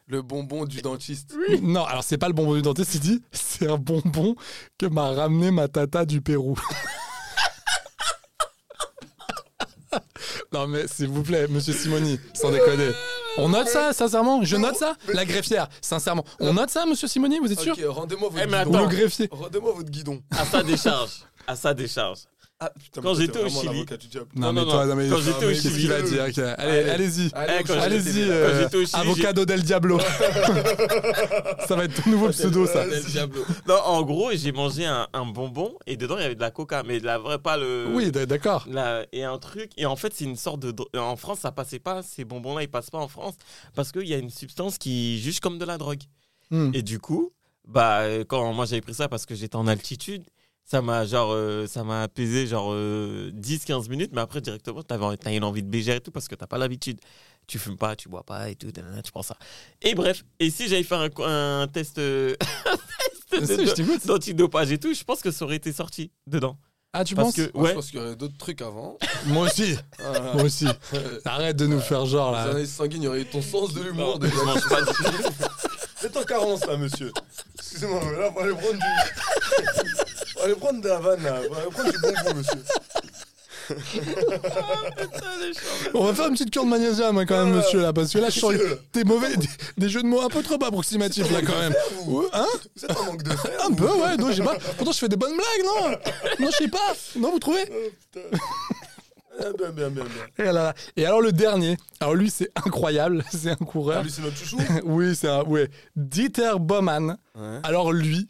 [SPEAKER 9] Le bonbon du dentiste.
[SPEAKER 7] Non, alors c'est pas le bonbon du dentiste, il dit c'est un bonbon que m'a ramené ma tata du Pérou. non mais s'il vous plaît, monsieur Simoni, sans déconner. On note ça, sincèrement Je note ça La greffière, sincèrement. On note ça, monsieur Simoni, vous êtes sûr
[SPEAKER 9] Ok, rendez-moi votre
[SPEAKER 8] Eh,
[SPEAKER 7] Ou
[SPEAKER 8] mais
[SPEAKER 9] guidon.
[SPEAKER 7] le
[SPEAKER 8] attends.
[SPEAKER 7] greffier
[SPEAKER 9] Rendez-moi votre guidon.
[SPEAKER 8] à sa décharge. À sa décharge.
[SPEAKER 9] Ah putain,
[SPEAKER 8] Quand
[SPEAKER 9] mais toi,
[SPEAKER 8] j'étais
[SPEAKER 9] t'es
[SPEAKER 8] au
[SPEAKER 9] vraiment
[SPEAKER 8] Chili.
[SPEAKER 9] l'avocat du diable.
[SPEAKER 7] non,
[SPEAKER 8] Non,
[SPEAKER 7] mais
[SPEAKER 8] non,
[SPEAKER 7] toi,
[SPEAKER 8] non.
[SPEAKER 7] non, mais
[SPEAKER 8] Quand j'étais au
[SPEAKER 7] qu'est-ce
[SPEAKER 8] Chili.
[SPEAKER 7] qu'il va dire ok, Allez,
[SPEAKER 9] Allez.
[SPEAKER 7] allez-y.
[SPEAKER 8] Eh, quand
[SPEAKER 9] Allez,
[SPEAKER 8] j'étais-
[SPEAKER 7] Allez-y,
[SPEAKER 8] quand
[SPEAKER 7] euh,
[SPEAKER 8] j'étais au Chili,
[SPEAKER 7] avocado del diablo. ça va être ton nouveau pseudo, ça.
[SPEAKER 9] Del Diablo.
[SPEAKER 8] Non, en gros, j'ai mangé un, un bonbon et dedans il y avait de la coca, mais de la vraie, pas le.
[SPEAKER 7] Oui, d- d'accord.
[SPEAKER 8] La- et un truc. Et en fait, c'est une sorte de. dro- euh, En France, ça passait pas. Ces bonbons-là, ils passent pas en France parce qu'il y a une substance qui juge comme de la drogue.
[SPEAKER 7] Hmm.
[SPEAKER 8] Et du coup, bah, euh, quand moi j'avais pris ça parce que j'étais en altitude, ça m'a genre, euh, ça m'a apaisé genre 10-15 minutes, mais après directement, t'avais en- t'as une envie de bégère et tout parce que t'as pas l'habitude. Tu fumes pas, tu bois pas et tout, nanana, tu prends ça. Et bref, et si j'avais fait un, co- un test, euh, un test
[SPEAKER 7] Si,
[SPEAKER 8] de-
[SPEAKER 7] je t'écoute.
[SPEAKER 8] d'antidopage et tout, je pense que ça aurait été sorti dedans.
[SPEAKER 7] Ah, tu
[SPEAKER 8] Parce
[SPEAKER 7] penses
[SPEAKER 8] que,
[SPEAKER 9] Moi,
[SPEAKER 8] ouais,
[SPEAKER 9] Je pense qu'il y aurait d'autres trucs avant.
[SPEAKER 7] Moi aussi.
[SPEAKER 9] Ah,
[SPEAKER 7] Moi aussi.
[SPEAKER 9] euh,
[SPEAKER 7] Arrête de nous faire genre,
[SPEAKER 9] Les
[SPEAKER 7] là.
[SPEAKER 9] analystes sanguines, il y aurait eu ton sens de
[SPEAKER 8] Non,
[SPEAKER 9] l'humour.
[SPEAKER 8] je
[SPEAKER 9] déjà.
[SPEAKER 8] mange pas du tout.
[SPEAKER 9] Faites en carence là, monsieur. Excusez-moi, mais là, on va aller prendre du. On va aller prendre de la vanne là. On va aller prendre du bonbon, monsieur.
[SPEAKER 7] On va faire une petite cure de magnésium hein, quand même, monsieur, là, parce que là, je sens que t'es mauvais, des, des jeux de mots un peu trop approximatifs, là, quand même. Ouais, hein
[SPEAKER 9] Vous êtes en manque de fer.
[SPEAKER 7] Un
[SPEAKER 9] vous
[SPEAKER 7] peu, ouais, non, j'ai pas. Pourtant, je fais des bonnes blagues, non Non, je sais pas. Non, vous trouvez
[SPEAKER 9] Ah, Oh, Bien, bien, bien, bien.
[SPEAKER 7] Et, là, et alors, le dernier, alors lui, c'est incroyable, c'est un
[SPEAKER 9] Ah,
[SPEAKER 7] coureur.
[SPEAKER 9] lui, c'est notre chouchou.
[SPEAKER 7] Oui, c'est un. Ouais. Dieter Baumann. Alors, lui,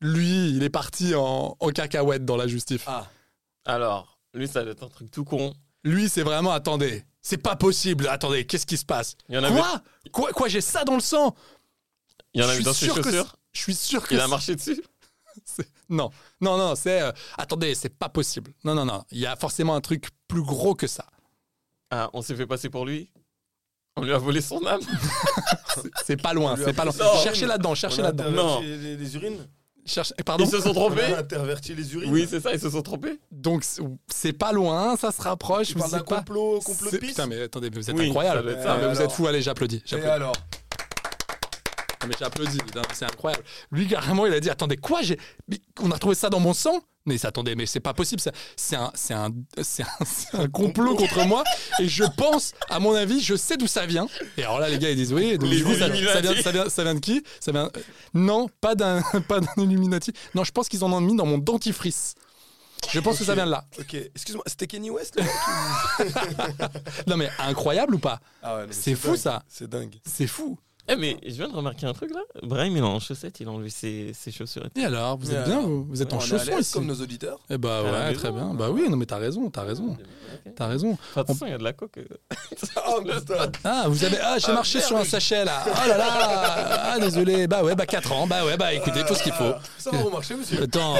[SPEAKER 7] lui, il est parti en, en cacahuète dans la justif.
[SPEAKER 9] Ah,
[SPEAKER 8] Alors, lui, ça doit être un truc tout con.
[SPEAKER 7] Lui, c'est vraiment, attendez, c'est pas possible, attendez, qu'est-ce qui se passe
[SPEAKER 8] Il y en
[SPEAKER 7] Quoi,
[SPEAKER 8] avait-
[SPEAKER 7] Quoi Quoi, j'ai ça dans le sang
[SPEAKER 8] Il y en a
[SPEAKER 7] Je
[SPEAKER 8] eu
[SPEAKER 7] suis
[SPEAKER 8] dans ses
[SPEAKER 7] sûr que
[SPEAKER 8] chaussures.
[SPEAKER 7] c'est- Je suis sûr que
[SPEAKER 8] Il a
[SPEAKER 7] c'est-
[SPEAKER 8] marché dessus.
[SPEAKER 7] c'est- Non, non, non, c'est. euh, attendez, c'est pas possible. Non, non, non. Il y a forcément un truc plus gros que ça.
[SPEAKER 8] Ah, on s'est fait passer pour lui. On lui a volé son âme.
[SPEAKER 7] C'est- C'est pas loin,
[SPEAKER 9] lui a
[SPEAKER 7] c'est pas loin.
[SPEAKER 9] pris ça.
[SPEAKER 7] Cherchez là-dedans, cherchez
[SPEAKER 9] on a
[SPEAKER 7] là-dedans.
[SPEAKER 8] Non.
[SPEAKER 9] interverti Les, les urines.
[SPEAKER 7] Cherchez- Pardon
[SPEAKER 8] Ils se
[SPEAKER 9] On
[SPEAKER 8] sont
[SPEAKER 7] Ah,
[SPEAKER 8] trompés.
[SPEAKER 9] a
[SPEAKER 7] bah,
[SPEAKER 9] interverti les urines.
[SPEAKER 8] Oui, c'est ça, ils se sont trompés.
[SPEAKER 7] Donc, c'est- c'est pas loin, ça se rapproche.
[SPEAKER 9] Tu
[SPEAKER 7] mais
[SPEAKER 9] parles d'un
[SPEAKER 7] c'est pas-
[SPEAKER 9] complot, complot de
[SPEAKER 7] c'est-
[SPEAKER 9] pisse
[SPEAKER 7] Putain, mais attendez, mais vous êtes
[SPEAKER 8] Oui,
[SPEAKER 7] incroyable.
[SPEAKER 8] ça doit être
[SPEAKER 9] ça.
[SPEAKER 7] Ah, mais vous
[SPEAKER 9] Et
[SPEAKER 7] êtes
[SPEAKER 9] alors
[SPEAKER 7] fou, allez, j'applaudis.
[SPEAKER 9] Et
[SPEAKER 7] j'applaudis.
[SPEAKER 9] alors
[SPEAKER 7] Non, mais j'applaudis, putain, c'est incroyable. Lui, carrément, il a dit Attendez, quoi j'ai... mais On a retrouvé ça dans mon sang Mais ça, attendez, mais c'est pas possible. ça. C'est un, c'est un, c'est un, c'est un complot contre moi. Et je pense, à mon avis, je sais d'où ça vient. Et alors là, les gars, ils disent Oui, donc,
[SPEAKER 8] Les
[SPEAKER 7] du coup, ça, ça vient,
[SPEAKER 8] Illuminati.
[SPEAKER 7] ça, vient, ça vient de qui ça vient... euh, Non, pas d'un, pas d'un Illuminati. Non, je pense qu'ils en ont mis dans mon dentifrice. Je pense que ça vient de là.
[SPEAKER 9] Ok, excuse-moi, c'était Kenny West le mec
[SPEAKER 7] Non, mais incroyable ou pas
[SPEAKER 9] Ah ouais, non, mais
[SPEAKER 7] C'est fou,
[SPEAKER 9] dingue.
[SPEAKER 7] ça.
[SPEAKER 9] C'est dingue.
[SPEAKER 7] C'est fou.
[SPEAKER 8] Eh, mais je viens de remarquer un truc là. Brahim, il est en chaussettes, il a enlevé ses, ses chaussures. et tout.
[SPEAKER 7] Et alors, vous
[SPEAKER 9] Et
[SPEAKER 7] êtes bien,
[SPEAKER 9] alors
[SPEAKER 7] vous Vous êtes en
[SPEAKER 9] On est à
[SPEAKER 7] chaussons
[SPEAKER 9] l'aise
[SPEAKER 7] ici
[SPEAKER 9] comme nos auditeurs.
[SPEAKER 7] Eh bah
[SPEAKER 8] la
[SPEAKER 7] ouais,
[SPEAKER 8] maison,
[SPEAKER 7] très bien.
[SPEAKER 8] hein.
[SPEAKER 7] Bah oui, non mais t'as raison, t'as raison,
[SPEAKER 8] Ok.
[SPEAKER 7] t'as raison.
[SPEAKER 8] Enfin, de toute façon, il y a de la coke. euh.
[SPEAKER 9] Ah, putain.
[SPEAKER 7] Ah, vous avez. Ah, j'ai marché sur un sachet là. Oh là là Ah, désolé. Bah ouais, bah 4 ans. Bah ouais, bah écoutez, faut ce qu'il faut.
[SPEAKER 9] Ça va remarcher, monsieur.
[SPEAKER 7] Attends,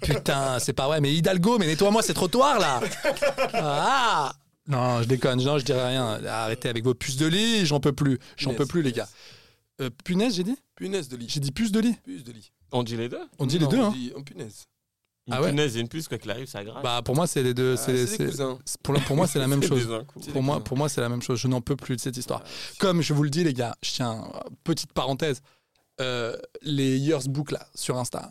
[SPEAKER 7] putain, c'est pas vrai. Mais Hidalgo, mais nettoie-moi ces trottoirs là. Ah Non, je déconne. Non, je dirais rien. Arrêtez avec vos puces de lit. J'en peux plus. J'en peux
[SPEAKER 9] Punaise,
[SPEAKER 7] plus, les gars. Euh, punaise, j'ai dit.
[SPEAKER 9] Punaise de lit.
[SPEAKER 7] J'ai dit puces de lit.
[SPEAKER 9] Puce de lit.
[SPEAKER 8] On dit les deux.
[SPEAKER 7] On dit
[SPEAKER 9] Non,
[SPEAKER 7] les deux.
[SPEAKER 9] on
[SPEAKER 7] Hein.
[SPEAKER 9] dit- oh, punaise.
[SPEAKER 8] Une
[SPEAKER 7] Ah ouais.
[SPEAKER 8] punaise et une puce, quoi qu'il arrive, ça gratte.
[SPEAKER 7] Bah pour moi, c'est les deux.
[SPEAKER 9] Ah,
[SPEAKER 7] c'est les-
[SPEAKER 9] C'est
[SPEAKER 7] c'est-
[SPEAKER 9] des cousins.
[SPEAKER 7] c'est- pour, pour moi, c'est la même
[SPEAKER 8] C'est
[SPEAKER 7] chose.
[SPEAKER 8] des Ah, incous.
[SPEAKER 9] C'est
[SPEAKER 7] Pour
[SPEAKER 9] des
[SPEAKER 7] moi,
[SPEAKER 9] cousins.
[SPEAKER 7] pour moi, c'est la même chose. Je n'en peux plus de cette histoire. Comme je vous le dis, les gars, je tiens euh, petite parenthèse. euh, les years book là sur Insta,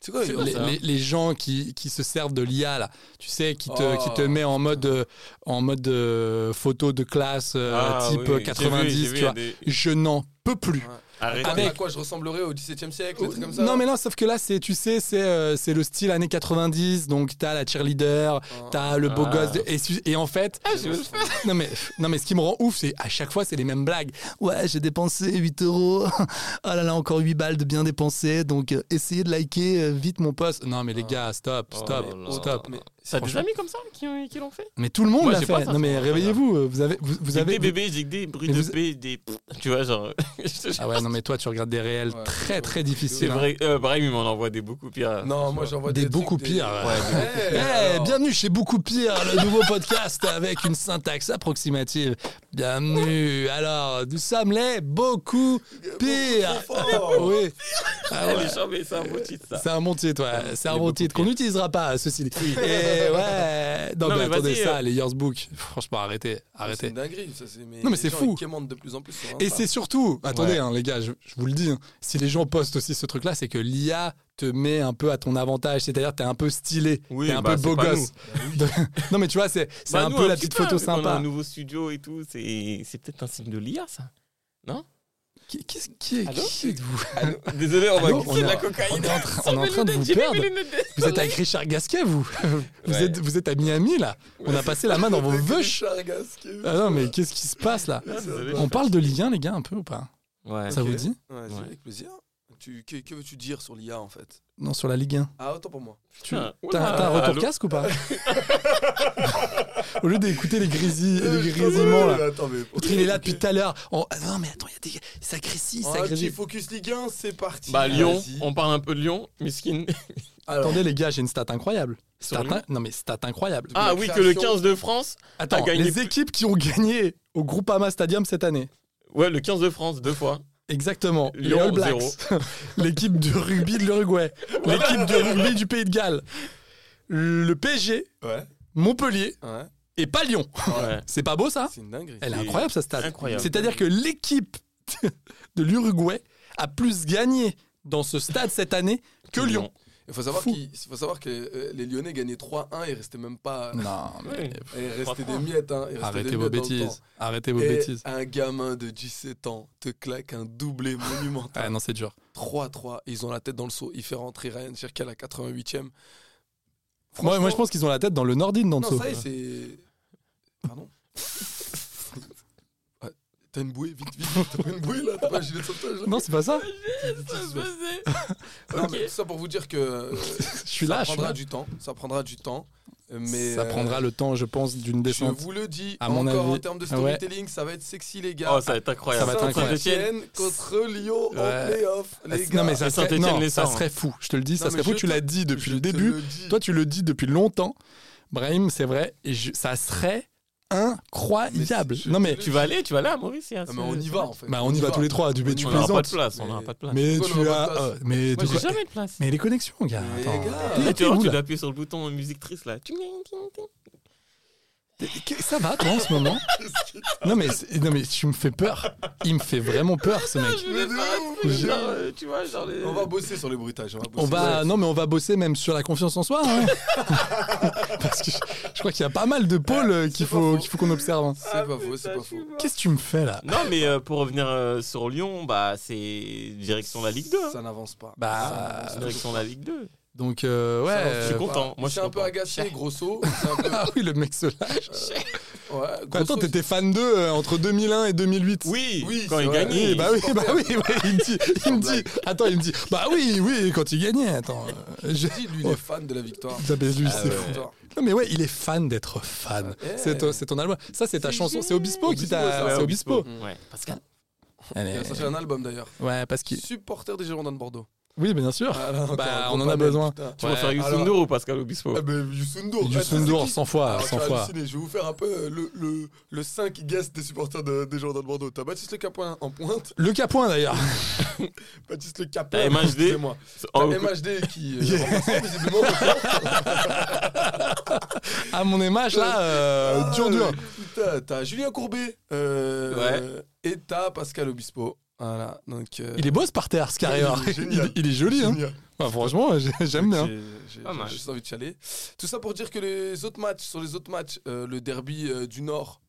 [SPEAKER 9] C'est Ah, quoi
[SPEAKER 7] les,
[SPEAKER 9] les-
[SPEAKER 7] les- les gens qui, qui se servent de l'IA là, tu sais, qui te,
[SPEAKER 9] Oh.
[SPEAKER 7] qui te met en mode euh, en mode euh, photo de classe euh,
[SPEAKER 8] Ah,
[SPEAKER 7] type
[SPEAKER 8] oui, j'ai vu,
[SPEAKER 7] 90,
[SPEAKER 8] j'ai vu,
[SPEAKER 7] tu
[SPEAKER 8] il y a
[SPEAKER 7] vois. Ah,
[SPEAKER 8] des-
[SPEAKER 7] Je n'en peux plus.
[SPEAKER 8] Arrêtez.
[SPEAKER 9] À quoi je ressemblerais au XVIIe siècle, des trucs comme ça.
[SPEAKER 7] Euh,
[SPEAKER 9] hein.
[SPEAKER 7] Non mais non, sauf que là c'est tu sais c'est euh, c'est le style années 90 donc t'as la cheerleader,
[SPEAKER 9] Oh.
[SPEAKER 7] t'as le beau
[SPEAKER 8] Ah.
[SPEAKER 7] gosse de- et, su- et en fait
[SPEAKER 9] Ah,
[SPEAKER 7] non mais non mais ce qui me rend ouf c'est à chaque fois c'est les mêmes blagues. Ouais, j'ai dépensé 8 euros. Ah là là, encore 8 balles de bien dépensées donc euh, essayez de liker euh, vite mon post. Non mais les gars, stop,
[SPEAKER 8] Oh
[SPEAKER 7] stop,
[SPEAKER 8] là là.
[SPEAKER 7] stop.
[SPEAKER 8] Mais T'as des
[SPEAKER 7] Franchement.
[SPEAKER 8] amis comme ça qui, ont- qui l'ont fait
[SPEAKER 7] Mais tout le monde
[SPEAKER 8] Moi,
[SPEAKER 7] l'a
[SPEAKER 8] j'ai
[SPEAKER 7] fait.
[SPEAKER 8] pas ça,
[SPEAKER 7] non mais
[SPEAKER 8] franchement.
[SPEAKER 7] réveillez-vous, euh, vous avez vous, vous
[SPEAKER 8] J'ai que
[SPEAKER 7] avez
[SPEAKER 8] des bébés, j'ai que des bruits
[SPEAKER 7] Mais
[SPEAKER 8] de
[SPEAKER 7] vous-
[SPEAKER 8] paix, des. Tu vois, genre. je te-
[SPEAKER 7] Ah ouais, non mais toi tu regardes des réels
[SPEAKER 9] Ouais,
[SPEAKER 7] très
[SPEAKER 9] c'est
[SPEAKER 7] très
[SPEAKER 9] vrai.
[SPEAKER 8] C'est
[SPEAKER 7] difficiles. hein.
[SPEAKER 8] vrai, euh, Brahim, il m'en envoie des beaucoup euh, pires.
[SPEAKER 9] Non, moi j'envoie
[SPEAKER 7] Des
[SPEAKER 9] des, trucs,
[SPEAKER 7] beaucoup pires, ouais.
[SPEAKER 9] Ouais,
[SPEAKER 7] Eh,
[SPEAKER 9] alors.
[SPEAKER 7] bienvenue chez Beaucoup Pire, le nouveau podcast avec une syntaxe approximative. Bienvenue. Alors, nous sommes les Beaucoup Pires. Oui, Ah
[SPEAKER 8] Elle est charmée, c'est un beau titre, ça.
[SPEAKER 7] c'est un bon titre, ouais. C'est un
[SPEAKER 8] Les
[SPEAKER 7] bon
[SPEAKER 8] Beaucoup
[SPEAKER 7] titre qu'on
[SPEAKER 8] Pires.
[SPEAKER 7] n'utilisera pas, ceci dit. Et ouais. Non,
[SPEAKER 8] Non,
[SPEAKER 7] mais,
[SPEAKER 8] mais
[SPEAKER 7] attendez
[SPEAKER 8] vas-y,
[SPEAKER 7] ça,
[SPEAKER 8] euh.
[SPEAKER 7] les Years Book. Franchement, arrêtez,
[SPEAKER 9] C'est
[SPEAKER 7] arrêtez.
[SPEAKER 9] une dinguerie, ça c'est.
[SPEAKER 7] Non, mais c'est fou.
[SPEAKER 9] Qui de plus en plus. sur
[SPEAKER 7] Et
[SPEAKER 9] Insta.
[SPEAKER 7] c'est surtout, attendez
[SPEAKER 8] Ouais.
[SPEAKER 7] hein, les gars, je, je vous le dis, hein, si les gens postent aussi ce truc-là, c'est que l'IA te met un peu à ton avantage, c'est-à-dire t'es un peu stylé,
[SPEAKER 8] Oui,
[SPEAKER 7] t'es un
[SPEAKER 8] bah,
[SPEAKER 7] peu
[SPEAKER 8] c'est
[SPEAKER 7] beau
[SPEAKER 8] pas
[SPEAKER 7] gosse. non mais tu vois, c'est c'est
[SPEAKER 8] Bah,
[SPEAKER 7] un
[SPEAKER 8] nous,
[SPEAKER 7] peu la
[SPEAKER 8] petit
[SPEAKER 7] petite photo
[SPEAKER 8] vu qu'on a
[SPEAKER 7] sympa.
[SPEAKER 8] un nouveau studio et tout, c'est c'est peut-être un signe de l'IA, ça.
[SPEAKER 7] Qui, qu'est-ce- qui est-
[SPEAKER 8] Allô
[SPEAKER 7] qui êtes-vous
[SPEAKER 8] Désolé, on va
[SPEAKER 7] Allô,
[SPEAKER 8] glisser
[SPEAKER 7] Ah on
[SPEAKER 8] de
[SPEAKER 7] est-
[SPEAKER 8] la
[SPEAKER 7] on
[SPEAKER 8] cocaïne.
[SPEAKER 7] est en train-
[SPEAKER 8] Sans
[SPEAKER 7] on est en
[SPEAKER 8] mes
[SPEAKER 7] train de
[SPEAKER 8] lunettes,
[SPEAKER 7] vous
[SPEAKER 8] j'ai mis
[SPEAKER 7] perdre.
[SPEAKER 8] mes lunettes de
[SPEAKER 7] Vous êtes
[SPEAKER 8] soleil.
[SPEAKER 7] avec Richard Gasquet, vous vous,
[SPEAKER 8] Ouais.
[SPEAKER 7] êtes, vous êtes à Miami, là On a passé la main dans vos vœux.
[SPEAKER 9] Richard Gasquet.
[SPEAKER 7] Ah non, mais qu'est-ce qui se passe, là
[SPEAKER 8] Ah, désolé.
[SPEAKER 7] On parle de lien, les gars, un peu ou pas
[SPEAKER 8] Ouais.
[SPEAKER 7] Ça
[SPEAKER 9] Ok.
[SPEAKER 7] vous dit
[SPEAKER 9] Ouais, c'est
[SPEAKER 8] Ouais.
[SPEAKER 9] avec plaisir. Tu, que que veux-tu dire sur l'IA en fait
[SPEAKER 7] Non, sur la Ligue 1.
[SPEAKER 9] Ah, autant pour moi.
[SPEAKER 7] Tu-
[SPEAKER 8] Ah,
[SPEAKER 7] T'as
[SPEAKER 8] oula,
[SPEAKER 7] t'as un retour
[SPEAKER 8] allô
[SPEAKER 7] casque ou pas Au lieu d'écouter les grésilles,
[SPEAKER 9] Euh,
[SPEAKER 7] les
[SPEAKER 9] je-
[SPEAKER 7] grésillements, là.
[SPEAKER 9] Attends, mais.
[SPEAKER 7] L'autre, il est là depuis tout à l'heure. On- Ah Non, mais attends, il y a des. Ça grésille,
[SPEAKER 9] Oh,
[SPEAKER 7] ça
[SPEAKER 9] un petit
[SPEAKER 7] grésille.
[SPEAKER 9] focus Ligue 1, c'est parti.
[SPEAKER 8] Bah, Lyon,
[SPEAKER 9] Vas-y.
[SPEAKER 8] on parle un peu de Lyon, Miskin.
[SPEAKER 9] Alors,
[SPEAKER 7] Attendez, les gars, j'ai une stat incroyable.
[SPEAKER 8] Sur
[SPEAKER 7] Stat
[SPEAKER 8] Lyon
[SPEAKER 7] in- Non, mais stat incroyable.
[SPEAKER 8] Ah
[SPEAKER 9] la
[SPEAKER 8] oui, que le
[SPEAKER 9] création-
[SPEAKER 8] 15 de France.
[SPEAKER 7] Attends,
[SPEAKER 8] a gagné
[SPEAKER 7] les
[SPEAKER 8] plus-
[SPEAKER 7] équipes qui ont gagné au Groupama Stadium cette année.
[SPEAKER 8] Ouais, le 15 de France, deux fois.
[SPEAKER 7] Exactement.
[SPEAKER 8] Lyon,
[SPEAKER 7] les All Blacks. L'équipe de rugby de l'Uruguay. L'équipe de rugby du Pays de Galles. Le PSG,
[SPEAKER 9] Ouais.
[SPEAKER 7] Montpellier
[SPEAKER 9] Ouais.
[SPEAKER 7] et pas Lyon.
[SPEAKER 8] Ouais.
[SPEAKER 7] C'est pas beau ça
[SPEAKER 9] C'est une dinguerie.
[SPEAKER 7] Elle est
[SPEAKER 8] C'est
[SPEAKER 7] incroyable sa stat.
[SPEAKER 8] incroyable.
[SPEAKER 7] C'est-à-dire que l'équipe de l'Uruguay a plus gagné dans ce stade cette année que Lyon.
[SPEAKER 9] Il faut savoir,
[SPEAKER 7] Fou.
[SPEAKER 9] qu'il- il faut savoir que euh, les Lyonnais gagnaient 3-1 et restaient même pas.
[SPEAKER 7] Non, Ah, mais
[SPEAKER 8] Ouais.
[SPEAKER 9] Et restaient des
[SPEAKER 8] 3-3.
[SPEAKER 9] miettes. Hein, il restait des
[SPEAKER 7] arrêtez vos
[SPEAKER 9] miettes dans le temps.
[SPEAKER 7] bêtises. Arrêtez vos
[SPEAKER 9] Et
[SPEAKER 7] bêtises.
[SPEAKER 9] un gamin de 17 ans te claque un doublé monumental.
[SPEAKER 7] Ah non, c'est dur.
[SPEAKER 9] 3-3. Ils ont la tête dans le seau. Il fait rentrer Ryan Cherki à la 88e.
[SPEAKER 7] Moi, moi, je pense qu'ils ont la tête dans le Nordine dans le
[SPEAKER 9] Non,
[SPEAKER 7] saut.
[SPEAKER 9] ça y est, c'est. Pardon Ouais, T'as une bouée, vite, vite, vite, t'as une bouée là, t'as pas un gilet de sauvetage là
[SPEAKER 7] Non, c'est pas ça.
[SPEAKER 9] Non, mais tout ça pour vous dire que euh,
[SPEAKER 7] Je suis
[SPEAKER 9] ça
[SPEAKER 7] là. je suis
[SPEAKER 9] prendra
[SPEAKER 7] là.
[SPEAKER 9] du temps, ça prendra du temps, euh, mais
[SPEAKER 7] ça
[SPEAKER 9] euh,
[SPEAKER 7] prendra le temps, je pense, d'une
[SPEAKER 9] Je
[SPEAKER 7] descente.
[SPEAKER 9] vous le dis,
[SPEAKER 7] À
[SPEAKER 9] encore
[SPEAKER 7] mon avis.
[SPEAKER 9] en termes de
[SPEAKER 7] Ouais.
[SPEAKER 9] storytelling, ça va être sexy les gars.
[SPEAKER 8] Oh, ça va être incroyable.
[SPEAKER 7] Ça va être incroyable.
[SPEAKER 8] Saint-Etienne,
[SPEAKER 9] Saint-Étienne contre Lyon
[SPEAKER 7] Ouais.
[SPEAKER 9] en playoff,
[SPEAKER 7] Ah,
[SPEAKER 9] les
[SPEAKER 7] c'est-
[SPEAKER 9] gars.
[SPEAKER 7] non, mais ça
[SPEAKER 8] Et
[SPEAKER 7] serait,
[SPEAKER 8] Saint-Étienne
[SPEAKER 7] non,
[SPEAKER 8] les
[SPEAKER 7] ça
[SPEAKER 8] sort, hein.
[SPEAKER 7] serait fou. Je te le dis, ça
[SPEAKER 9] Non,
[SPEAKER 7] serait
[SPEAKER 9] mais
[SPEAKER 7] fou.
[SPEAKER 9] je
[SPEAKER 7] Tu
[SPEAKER 9] te-
[SPEAKER 7] l'as dit depuis
[SPEAKER 9] je
[SPEAKER 7] le
[SPEAKER 9] te
[SPEAKER 7] début.
[SPEAKER 9] le dis.
[SPEAKER 7] Toi, tu le dis depuis longtemps. Brahim, c'est vrai. Et je- ça serait incroyable.
[SPEAKER 9] Mais je-
[SPEAKER 7] non, mais
[SPEAKER 8] Tu vas aller, tu vas aller à Maurice. hein,
[SPEAKER 9] Ah,
[SPEAKER 8] c'est-
[SPEAKER 9] mais on y va en fait.
[SPEAKER 7] Bah, on y va tous les trois. Du, mais tu
[SPEAKER 8] On n'aura pas
[SPEAKER 7] plaisantes.
[SPEAKER 8] de place, on
[SPEAKER 9] Mais-
[SPEAKER 8] n'aura pas de place.
[SPEAKER 7] Mais
[SPEAKER 9] Pourquoi on
[SPEAKER 7] tu
[SPEAKER 9] aura
[SPEAKER 7] as.
[SPEAKER 9] pas de place
[SPEAKER 7] euh, mais
[SPEAKER 8] Moi,
[SPEAKER 7] tu
[SPEAKER 8] j'ai
[SPEAKER 7] crois-
[SPEAKER 8] jamais de place.
[SPEAKER 7] Mais les connexions, gars.
[SPEAKER 9] Mais
[SPEAKER 7] attends.
[SPEAKER 9] les gars.
[SPEAKER 7] T'es-
[SPEAKER 8] Ah,
[SPEAKER 7] t'es
[SPEAKER 8] tu vois,
[SPEAKER 7] où,
[SPEAKER 8] tu
[SPEAKER 7] là
[SPEAKER 8] dois appuyer sur le bouton musique triste là. Ting, ting, ting.
[SPEAKER 7] Qu'est- Ça va, toi, en ce moment non mais, c'est- non, mais tu me fais peur. Il me fait vraiment peur, ce mec.
[SPEAKER 8] Je voulais
[SPEAKER 9] Mais
[SPEAKER 8] faire un
[SPEAKER 9] non,
[SPEAKER 8] truc,
[SPEAKER 7] je-
[SPEAKER 8] genre, euh, tu vois, genre les-
[SPEAKER 9] On va bosser sur les bruitages. On va. Bosser
[SPEAKER 7] On va,
[SPEAKER 9] Ouais.
[SPEAKER 7] non, mais on va bosser même sur la confiance en soi. hein. Parce que je, je crois qu'il y a pas mal de pôles euh, qu'il
[SPEAKER 9] C'est pas
[SPEAKER 7] faut
[SPEAKER 9] faux.
[SPEAKER 7] qu'il faut qu'on observe. hein.
[SPEAKER 9] C'est pas faux, c'est pas faux.
[SPEAKER 7] Qu'est-ce que tu me fais là
[SPEAKER 8] Non, mais euh, pour revenir euh, sur Lyon, bah c'est direction la Ligue 2. hein.
[SPEAKER 9] Ça n'avance pas.
[SPEAKER 7] Bah,
[SPEAKER 9] Ça n'avance
[SPEAKER 8] Direction la Ligue 2.
[SPEAKER 7] donc euh, ouais.
[SPEAKER 8] Je suis
[SPEAKER 7] euh,
[SPEAKER 8] content.
[SPEAKER 9] pas.
[SPEAKER 8] Moi, je
[SPEAKER 9] je suis
[SPEAKER 8] suis
[SPEAKER 9] un peu
[SPEAKER 8] content.
[SPEAKER 9] agacé, grosso. C'est un peu-
[SPEAKER 7] ah oui, le mec se lâche.
[SPEAKER 9] Ouais,
[SPEAKER 7] Enfin,
[SPEAKER 9] grosso-
[SPEAKER 7] attends, t'étais fan d'eux euh, entre 2001 et 2008.
[SPEAKER 8] Oui,
[SPEAKER 9] Oui,
[SPEAKER 8] quand
[SPEAKER 9] c'est
[SPEAKER 8] il
[SPEAKER 9] vrai.
[SPEAKER 8] gagnait.
[SPEAKER 7] Oui, bah oui, bah oui, oui, il me dit, il me
[SPEAKER 9] blague.
[SPEAKER 7] dit, attends, il me dit, bah oui, oui, quand il gagnait, attends. euh, je-
[SPEAKER 9] Dis, lui, il
[SPEAKER 7] Oh,
[SPEAKER 9] est fan de la victoire. Ah
[SPEAKER 7] putain, mais lui, c'est
[SPEAKER 9] ouais.
[SPEAKER 7] fou. Non, mais ouais, il est fan d'être fan.
[SPEAKER 9] Ouais.
[SPEAKER 7] C'est ton, c'est ton album. Ça, c'est ta chanson. C'est Obispo qui
[SPEAKER 9] Obispo,
[SPEAKER 7] t'a.
[SPEAKER 9] ça.
[SPEAKER 7] C'est Obispo.
[SPEAKER 8] Ouais, Pascal.
[SPEAKER 7] Allez.
[SPEAKER 9] Il a sorti un album d'ailleurs.
[SPEAKER 7] Ouais, parce qu'il.
[SPEAKER 9] Supporter des Girondins de Bordeaux.
[SPEAKER 7] Oui, bien sûr.
[SPEAKER 9] Ah, là, encore un
[SPEAKER 7] bah,
[SPEAKER 9] gros
[SPEAKER 7] on en a
[SPEAKER 9] panel,
[SPEAKER 7] besoin.
[SPEAKER 9] putain.
[SPEAKER 8] Tu préfères
[SPEAKER 7] Ouais,
[SPEAKER 8] Youssou
[SPEAKER 7] alors-
[SPEAKER 8] N'Dour ou Pascal Obispo
[SPEAKER 9] Ah, mais Youssou
[SPEAKER 7] Youssou N'Dour, 100 fois, 100 fois.
[SPEAKER 9] Ah, Je vais vous faire un peu euh, le, le, le 5 gas des supporters de- des Girondins de Bordeaux. T'as Baptiste Le Capouin en pointe,
[SPEAKER 7] Le Capoin, d'ailleurs.
[SPEAKER 9] Baptiste Le Capouin.
[SPEAKER 8] T'as MHD
[SPEAKER 9] Excusez-moi. T'as
[SPEAKER 8] Oh,
[SPEAKER 9] MHD qui. euh, remplaçant, visiblement,
[SPEAKER 7] À mon émage, là, euh,
[SPEAKER 9] Ah,
[SPEAKER 7] dur, dur.
[SPEAKER 9] euh, putain, T'as Julien Courbet euh, et t'as Pascal Obispo. Voilà, donc. euh,
[SPEAKER 7] Il est beau ce parterre, ce carré.
[SPEAKER 9] Il est génial.
[SPEAKER 7] Il, il est joli, hein.
[SPEAKER 9] génial.
[SPEAKER 7] Bah, franchement, j'ai- j'aime bien.
[SPEAKER 9] J'ai- j'ai-
[SPEAKER 8] Pas mal.
[SPEAKER 9] J'ai juste envie de chialer. Tout ça pour dire que les autres matchs, sur les autres matchs, euh, le derby euh, du Nord,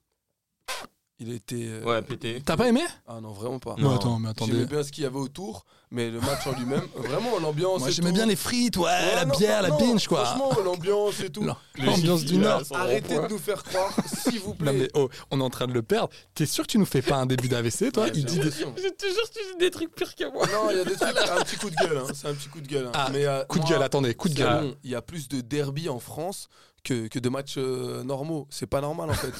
[SPEAKER 9] il était. euh,
[SPEAKER 8] Ouais, pété.
[SPEAKER 7] T'as pas aimé
[SPEAKER 9] Ah non, vraiment pas.
[SPEAKER 7] Non, attends, mais attendez.
[SPEAKER 9] J'aimais bien ce qu'il y avait autour, mais le match en lui-même, vraiment l'ambiance.
[SPEAKER 7] Moi,
[SPEAKER 9] et
[SPEAKER 7] j'aimais
[SPEAKER 9] tout.
[SPEAKER 7] bien les frites, ouais,
[SPEAKER 9] Ouais,
[SPEAKER 7] la
[SPEAKER 9] non,
[SPEAKER 7] bière, la
[SPEAKER 9] non,
[SPEAKER 7] binge, quoi.
[SPEAKER 9] Franchement, l'ambiance et tout. euh,
[SPEAKER 7] Non, L'ambiance du Nord.
[SPEAKER 9] Arrêtez de nous faire croire, s'il vous plaît.
[SPEAKER 7] Non mais oh, on est en train de le perdre. T'es sûr que tu nous fais pas un début d'AVC, toi
[SPEAKER 9] Ouais,
[SPEAKER 7] Il
[SPEAKER 9] j'ai
[SPEAKER 7] dit des-
[SPEAKER 9] l'impression.
[SPEAKER 8] Je te jure, tu dis des trucs pires que moi.
[SPEAKER 9] Non, il y a des trucs, un petit coup de gueule, hein, c'est un petit coup de gueule. hein.
[SPEAKER 7] Ah,
[SPEAKER 9] mais, euh,
[SPEAKER 7] coup de
[SPEAKER 9] moi,
[SPEAKER 7] gueule. Attendez, coup de
[SPEAKER 9] c'est
[SPEAKER 7] gueule.
[SPEAKER 9] bon, Il y a plus de derby en France que, que de matchs euh, normaux. C'est pas normal en fait.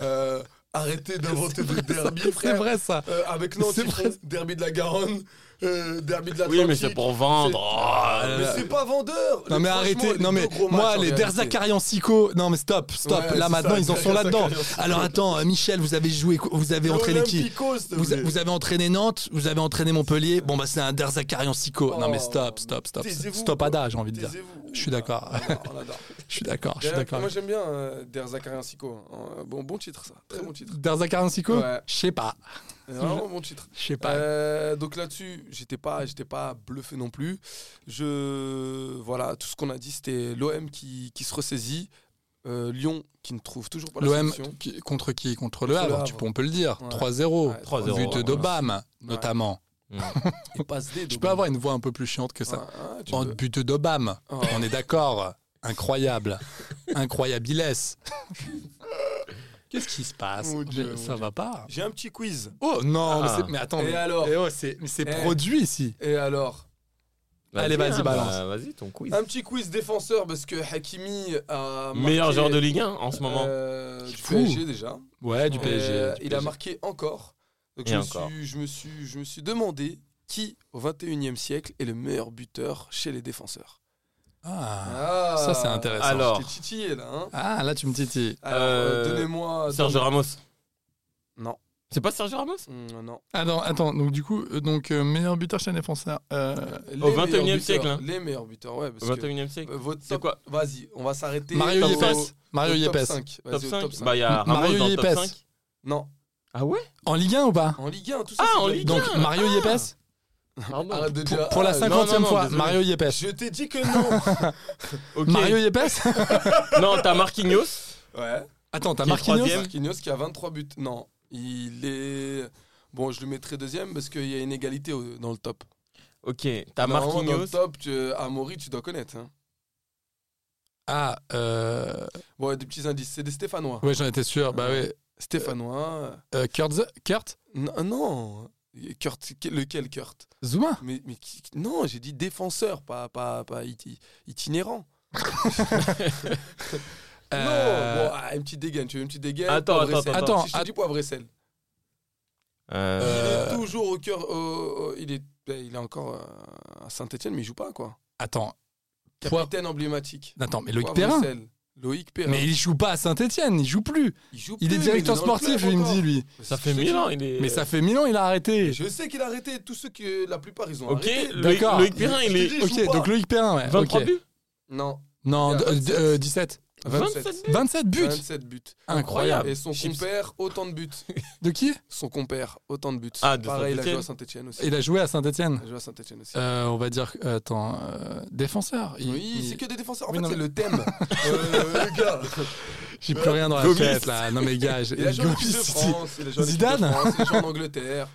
[SPEAKER 9] Euh, arrêtez d'inventer des derbys,
[SPEAKER 7] C'est
[SPEAKER 9] frère.
[SPEAKER 7] vrai ça.
[SPEAKER 9] Euh, avec Nantes,
[SPEAKER 7] C'est
[SPEAKER 9] ils
[SPEAKER 7] vrai.
[SPEAKER 9] font derby de la Garonne, euh, derby de l'Atlantique.
[SPEAKER 8] Oui, mais c'est pour vendre. Oh, là
[SPEAKER 9] Ah, Mais
[SPEAKER 8] là.
[SPEAKER 9] c'est pas vendeur.
[SPEAKER 7] Non
[SPEAKER 9] Les-
[SPEAKER 7] mais
[SPEAKER 9] franchement,
[SPEAKER 7] arrêtez,
[SPEAKER 9] les
[SPEAKER 7] non
[SPEAKER 9] deux
[SPEAKER 7] mais
[SPEAKER 9] gros matchs,
[SPEAKER 7] moi
[SPEAKER 9] en
[SPEAKER 7] les
[SPEAKER 9] réalité.
[SPEAKER 7] Derzakarian Sico, non mais stop, stop,
[SPEAKER 9] Ouais,
[SPEAKER 7] là
[SPEAKER 9] c'est
[SPEAKER 7] maintenant
[SPEAKER 9] ça,
[SPEAKER 7] ils en sont là-dedans.
[SPEAKER 9] Derzakarian Sicco.
[SPEAKER 7] Alors attends, euh, Michel, vous avez joué, quoi vous avez entraîné qui
[SPEAKER 9] Olympico, s'il te
[SPEAKER 7] vous,
[SPEAKER 9] plaît.
[SPEAKER 7] vous avez entraîné Nantes, vous avez entraîné Montpellier, bon bah c'est un Derzakarian Sico. non mais
[SPEAKER 9] Oh,
[SPEAKER 7] stop, stop, stop,
[SPEAKER 9] taisez-vous,
[SPEAKER 7] stop
[SPEAKER 9] quoi.
[SPEAKER 7] Ada, j'ai envie de dire.
[SPEAKER 9] Taisez-vous. Oh,
[SPEAKER 7] Je suis d'accord.
[SPEAKER 9] Ah, On adore, on adore.
[SPEAKER 7] Je suis d'accord, je suis
[SPEAKER 9] D'ailleurs,
[SPEAKER 7] d'accord.
[SPEAKER 9] Moi j'aime bien euh, Der Zakarian Siko. hein. Bon, bon titre ça, très bon titre.
[SPEAKER 7] Derzakarian Sico
[SPEAKER 9] Ouais.
[SPEAKER 7] Je sais pas,
[SPEAKER 9] Vraiment bon titre.
[SPEAKER 7] je sais pas.
[SPEAKER 9] Euh, donc là-dessus, j'étais pas, j'étais pas bluffé non plus. Je, voilà, tout ce qu'on a dit, c'était l'OM qui, qui se ressaisit, euh, Lyon qui ne trouve toujours pas la
[SPEAKER 7] L'OM
[SPEAKER 9] solution.
[SPEAKER 7] qui- contre qui Contre le
[SPEAKER 9] Contre le
[SPEAKER 7] Havre,
[SPEAKER 9] Havre.
[SPEAKER 7] tu peux, on peut le dire.
[SPEAKER 9] Ouais.
[SPEAKER 7] 3-0.
[SPEAKER 9] Ouais,
[SPEAKER 8] 3-0,
[SPEAKER 7] But
[SPEAKER 8] ouais.
[SPEAKER 7] d'Obama, notamment.
[SPEAKER 9] et passe des. Ah,
[SPEAKER 7] Tu peux avoir une voix un peu plus chiante que ça. En but d'Obama,
[SPEAKER 9] Oh.
[SPEAKER 7] on est d'accord. Incroyable. Incroyabiles. Qu'est-ce qui se passe
[SPEAKER 9] Mon
[SPEAKER 7] Mais
[SPEAKER 9] Dieu,
[SPEAKER 7] Ça
[SPEAKER 9] mon
[SPEAKER 7] va pas.
[SPEAKER 9] J'ai un petit quiz.
[SPEAKER 7] Oh non, mais
[SPEAKER 8] Ah.
[SPEAKER 7] c'est- mais, attends.
[SPEAKER 9] Et
[SPEAKER 7] mais-
[SPEAKER 9] alors
[SPEAKER 7] eh oh, c'est mais c'est
[SPEAKER 9] Eh.
[SPEAKER 7] produit ici.
[SPEAKER 9] Et alors,
[SPEAKER 7] Allez, vas-y,
[SPEAKER 8] hein,
[SPEAKER 7] balance.
[SPEAKER 8] bah, Vas-y, ton quiz.
[SPEAKER 9] un petit Ah, quiz défenseur parce que Hakimi a marqué,
[SPEAKER 8] Meilleur joueur de Ligue 1 en ce moment.
[SPEAKER 9] euh, du
[SPEAKER 7] Fou.
[SPEAKER 9] PSG déjà.
[SPEAKER 7] Ouais, du
[SPEAKER 9] Euh,
[SPEAKER 7] PSG. du
[SPEAKER 9] il a
[SPEAKER 7] PSG.
[SPEAKER 9] marqué encore. Donc
[SPEAKER 8] Et
[SPEAKER 9] je, me
[SPEAKER 8] encore.
[SPEAKER 9] Suis, je, me suis, je me suis demandé qui, au 21e siècle, est le meilleur buteur chez les défenseurs.
[SPEAKER 7] Ah.
[SPEAKER 9] Ah,
[SPEAKER 7] ça, c'est intéressant.
[SPEAKER 8] Alors.
[SPEAKER 9] J'étais titillé là. hein.
[SPEAKER 7] Ah, là, tu me titilles.
[SPEAKER 9] Alors,
[SPEAKER 8] Euh,
[SPEAKER 9] euh, donnez-moi.
[SPEAKER 8] Serge
[SPEAKER 9] donne-
[SPEAKER 8] Ramos.
[SPEAKER 9] Non.
[SPEAKER 8] C'est pas Serge Ramos
[SPEAKER 9] Mm, non.
[SPEAKER 7] Attends, attends. Donc, du coup, euh, donc, euh, meilleur buteur chez les défenseurs. euh,
[SPEAKER 9] Les
[SPEAKER 8] Au
[SPEAKER 9] meilleurs
[SPEAKER 8] 21e
[SPEAKER 9] buteurs,
[SPEAKER 8] siècle, hein.
[SPEAKER 9] Les meilleurs buteurs, ouais. Parce
[SPEAKER 8] Au 21 e siècle.
[SPEAKER 9] que, euh, votre
[SPEAKER 8] C'est
[SPEAKER 9] top-
[SPEAKER 8] quoi
[SPEAKER 9] Vas-y, on va s'arrêter.
[SPEAKER 7] Mario
[SPEAKER 9] au-
[SPEAKER 7] Yepes. Mario
[SPEAKER 9] au top
[SPEAKER 7] Yepes.
[SPEAKER 9] 5. Vas-y,
[SPEAKER 8] Top
[SPEAKER 9] au
[SPEAKER 8] 5,
[SPEAKER 9] top cinq.
[SPEAKER 8] Bah, il y a Ramos
[SPEAKER 7] Mario
[SPEAKER 8] dans le top
[SPEAKER 7] Yepes.
[SPEAKER 8] 5.
[SPEAKER 9] Non.
[SPEAKER 8] Ah ouais
[SPEAKER 7] En Ligue 1 ou pas
[SPEAKER 9] En Ligue 1, tout ça.
[SPEAKER 8] Ah,
[SPEAKER 9] c'est
[SPEAKER 8] en
[SPEAKER 9] de la
[SPEAKER 8] Ligue
[SPEAKER 7] Donc,
[SPEAKER 8] Putain,
[SPEAKER 7] Mario
[SPEAKER 8] ah.
[SPEAKER 7] Yepes
[SPEAKER 8] Pardon.
[SPEAKER 9] Arrête de
[SPEAKER 7] Pour,
[SPEAKER 9] dire.
[SPEAKER 7] pour la
[SPEAKER 9] ah,
[SPEAKER 8] non, non,
[SPEAKER 7] 50e
[SPEAKER 8] non,
[SPEAKER 7] fois,
[SPEAKER 8] désolé.
[SPEAKER 7] Mario Yepes.
[SPEAKER 9] Je t'ai dit que non.
[SPEAKER 8] Ok.
[SPEAKER 7] Mario Yepes
[SPEAKER 8] Non, t'as Marquinhos.
[SPEAKER 9] ouais.
[SPEAKER 7] Attends, t'as
[SPEAKER 8] Qui est
[SPEAKER 7] Marquinhos
[SPEAKER 8] troisième
[SPEAKER 9] Marquinhos qui a 23 buts. Non, il est. Bon, je le mettrai deuxième parce qu'il y a une égalité au- dans le top.
[SPEAKER 8] Ok, t'as
[SPEAKER 9] Normalement, Dans
[SPEAKER 8] Marquinhos.
[SPEAKER 9] le top, tu... Amaury, tu dois connaître. hein.
[SPEAKER 7] Ah, euh...
[SPEAKER 9] Bon, ouais, des petits indices. C'est des Stéphanois.
[SPEAKER 7] ouais, j'en étais sûr. Bah ouais.
[SPEAKER 9] Stéphanois.
[SPEAKER 7] Euh, Kurt, Z- Kurt
[SPEAKER 9] Non, euh, non. Kurt, lequel Kurt
[SPEAKER 7] Zuma
[SPEAKER 9] mais, mais qui- qui- non, j'ai dit défenseur, pas, pas, pas iti- itinérant.
[SPEAKER 7] Euh,
[SPEAKER 9] Non, bon, ah, une petite dégaine, tu veux une petite dégaine
[SPEAKER 8] Attends,
[SPEAKER 9] poivre et
[SPEAKER 8] attends,
[SPEAKER 9] sel.
[SPEAKER 7] attends,
[SPEAKER 9] Si je te
[SPEAKER 7] att-
[SPEAKER 9] dis poivre et sel. Il
[SPEAKER 8] Euh,
[SPEAKER 7] Euh.
[SPEAKER 9] est toujours au cœur. au- au- il, est, ben, il est encore euh, à Saint-Etienne, mais il joue pas, quoi.
[SPEAKER 7] Attends. Poivre-
[SPEAKER 9] Capitaine emblématique.
[SPEAKER 7] Attends, mais Loïc
[SPEAKER 9] Poivre
[SPEAKER 7] Perrin
[SPEAKER 9] et sel. Loïc Perrin.
[SPEAKER 7] Mais il joue pas à Saint-Etienne, il joue plus.
[SPEAKER 9] joue
[SPEAKER 7] Il est
[SPEAKER 9] plus,
[SPEAKER 7] directeur
[SPEAKER 9] Euh. mais il est dans le
[SPEAKER 7] sportif,
[SPEAKER 9] club
[SPEAKER 7] il me
[SPEAKER 9] encore.
[SPEAKER 7] dit, lui.
[SPEAKER 8] Ça
[SPEAKER 9] Je
[SPEAKER 8] fait
[SPEAKER 9] te
[SPEAKER 8] 1000
[SPEAKER 9] dis.
[SPEAKER 8] ans, il est.
[SPEAKER 7] Mais ça fait mille ans, il a arrêté.
[SPEAKER 9] Je sais qu'il a arrêté tous ceux que la plupart ils ont
[SPEAKER 8] Ok,
[SPEAKER 9] arrêté.
[SPEAKER 8] Loïc
[SPEAKER 7] D'accord.
[SPEAKER 8] Loïc Perrin, il
[SPEAKER 9] Je te
[SPEAKER 8] est
[SPEAKER 9] dis, je joue
[SPEAKER 7] Ok,
[SPEAKER 9] pas.
[SPEAKER 7] donc Loïc Perrin, ouais.
[SPEAKER 8] 23
[SPEAKER 7] ok.
[SPEAKER 8] buts
[SPEAKER 9] Non,
[SPEAKER 7] Non,
[SPEAKER 9] Il a
[SPEAKER 7] d- d- euh, 17.
[SPEAKER 9] 27.
[SPEAKER 8] 27 buts
[SPEAKER 7] 27 buts
[SPEAKER 9] 27 buts.
[SPEAKER 7] Incroyable.
[SPEAKER 9] Et son
[SPEAKER 8] Chips.
[SPEAKER 9] compère, autant de buts.
[SPEAKER 7] De qui
[SPEAKER 9] Son compère, autant de buts.
[SPEAKER 8] Ah, de
[SPEAKER 9] Pareil, il a
[SPEAKER 8] Saint-Étienne.
[SPEAKER 9] joué à Saint-Etienne aussi.
[SPEAKER 7] Il a joué à Saint-Etienne.
[SPEAKER 9] Il a joué à Saint-Etienne aussi.
[SPEAKER 7] Euh, on va dire, euh, attends, euh, défenseur. Il-
[SPEAKER 9] oui,
[SPEAKER 7] il-
[SPEAKER 9] c'est que des défenseurs. En
[SPEAKER 7] Oui,
[SPEAKER 9] fait,
[SPEAKER 7] non,
[SPEAKER 9] c'est
[SPEAKER 7] mais-
[SPEAKER 9] le thème. euh, les gars.
[SPEAKER 7] J'ai plus rien dans la
[SPEAKER 8] Gomis.
[SPEAKER 7] tête, là. Non, mais gars, j'ai-
[SPEAKER 9] Il a joué en équipe de
[SPEAKER 7] Gomis,
[SPEAKER 9] France, il a joué en équipe de
[SPEAKER 7] Zidane
[SPEAKER 9] France, il a joué en Angleterre.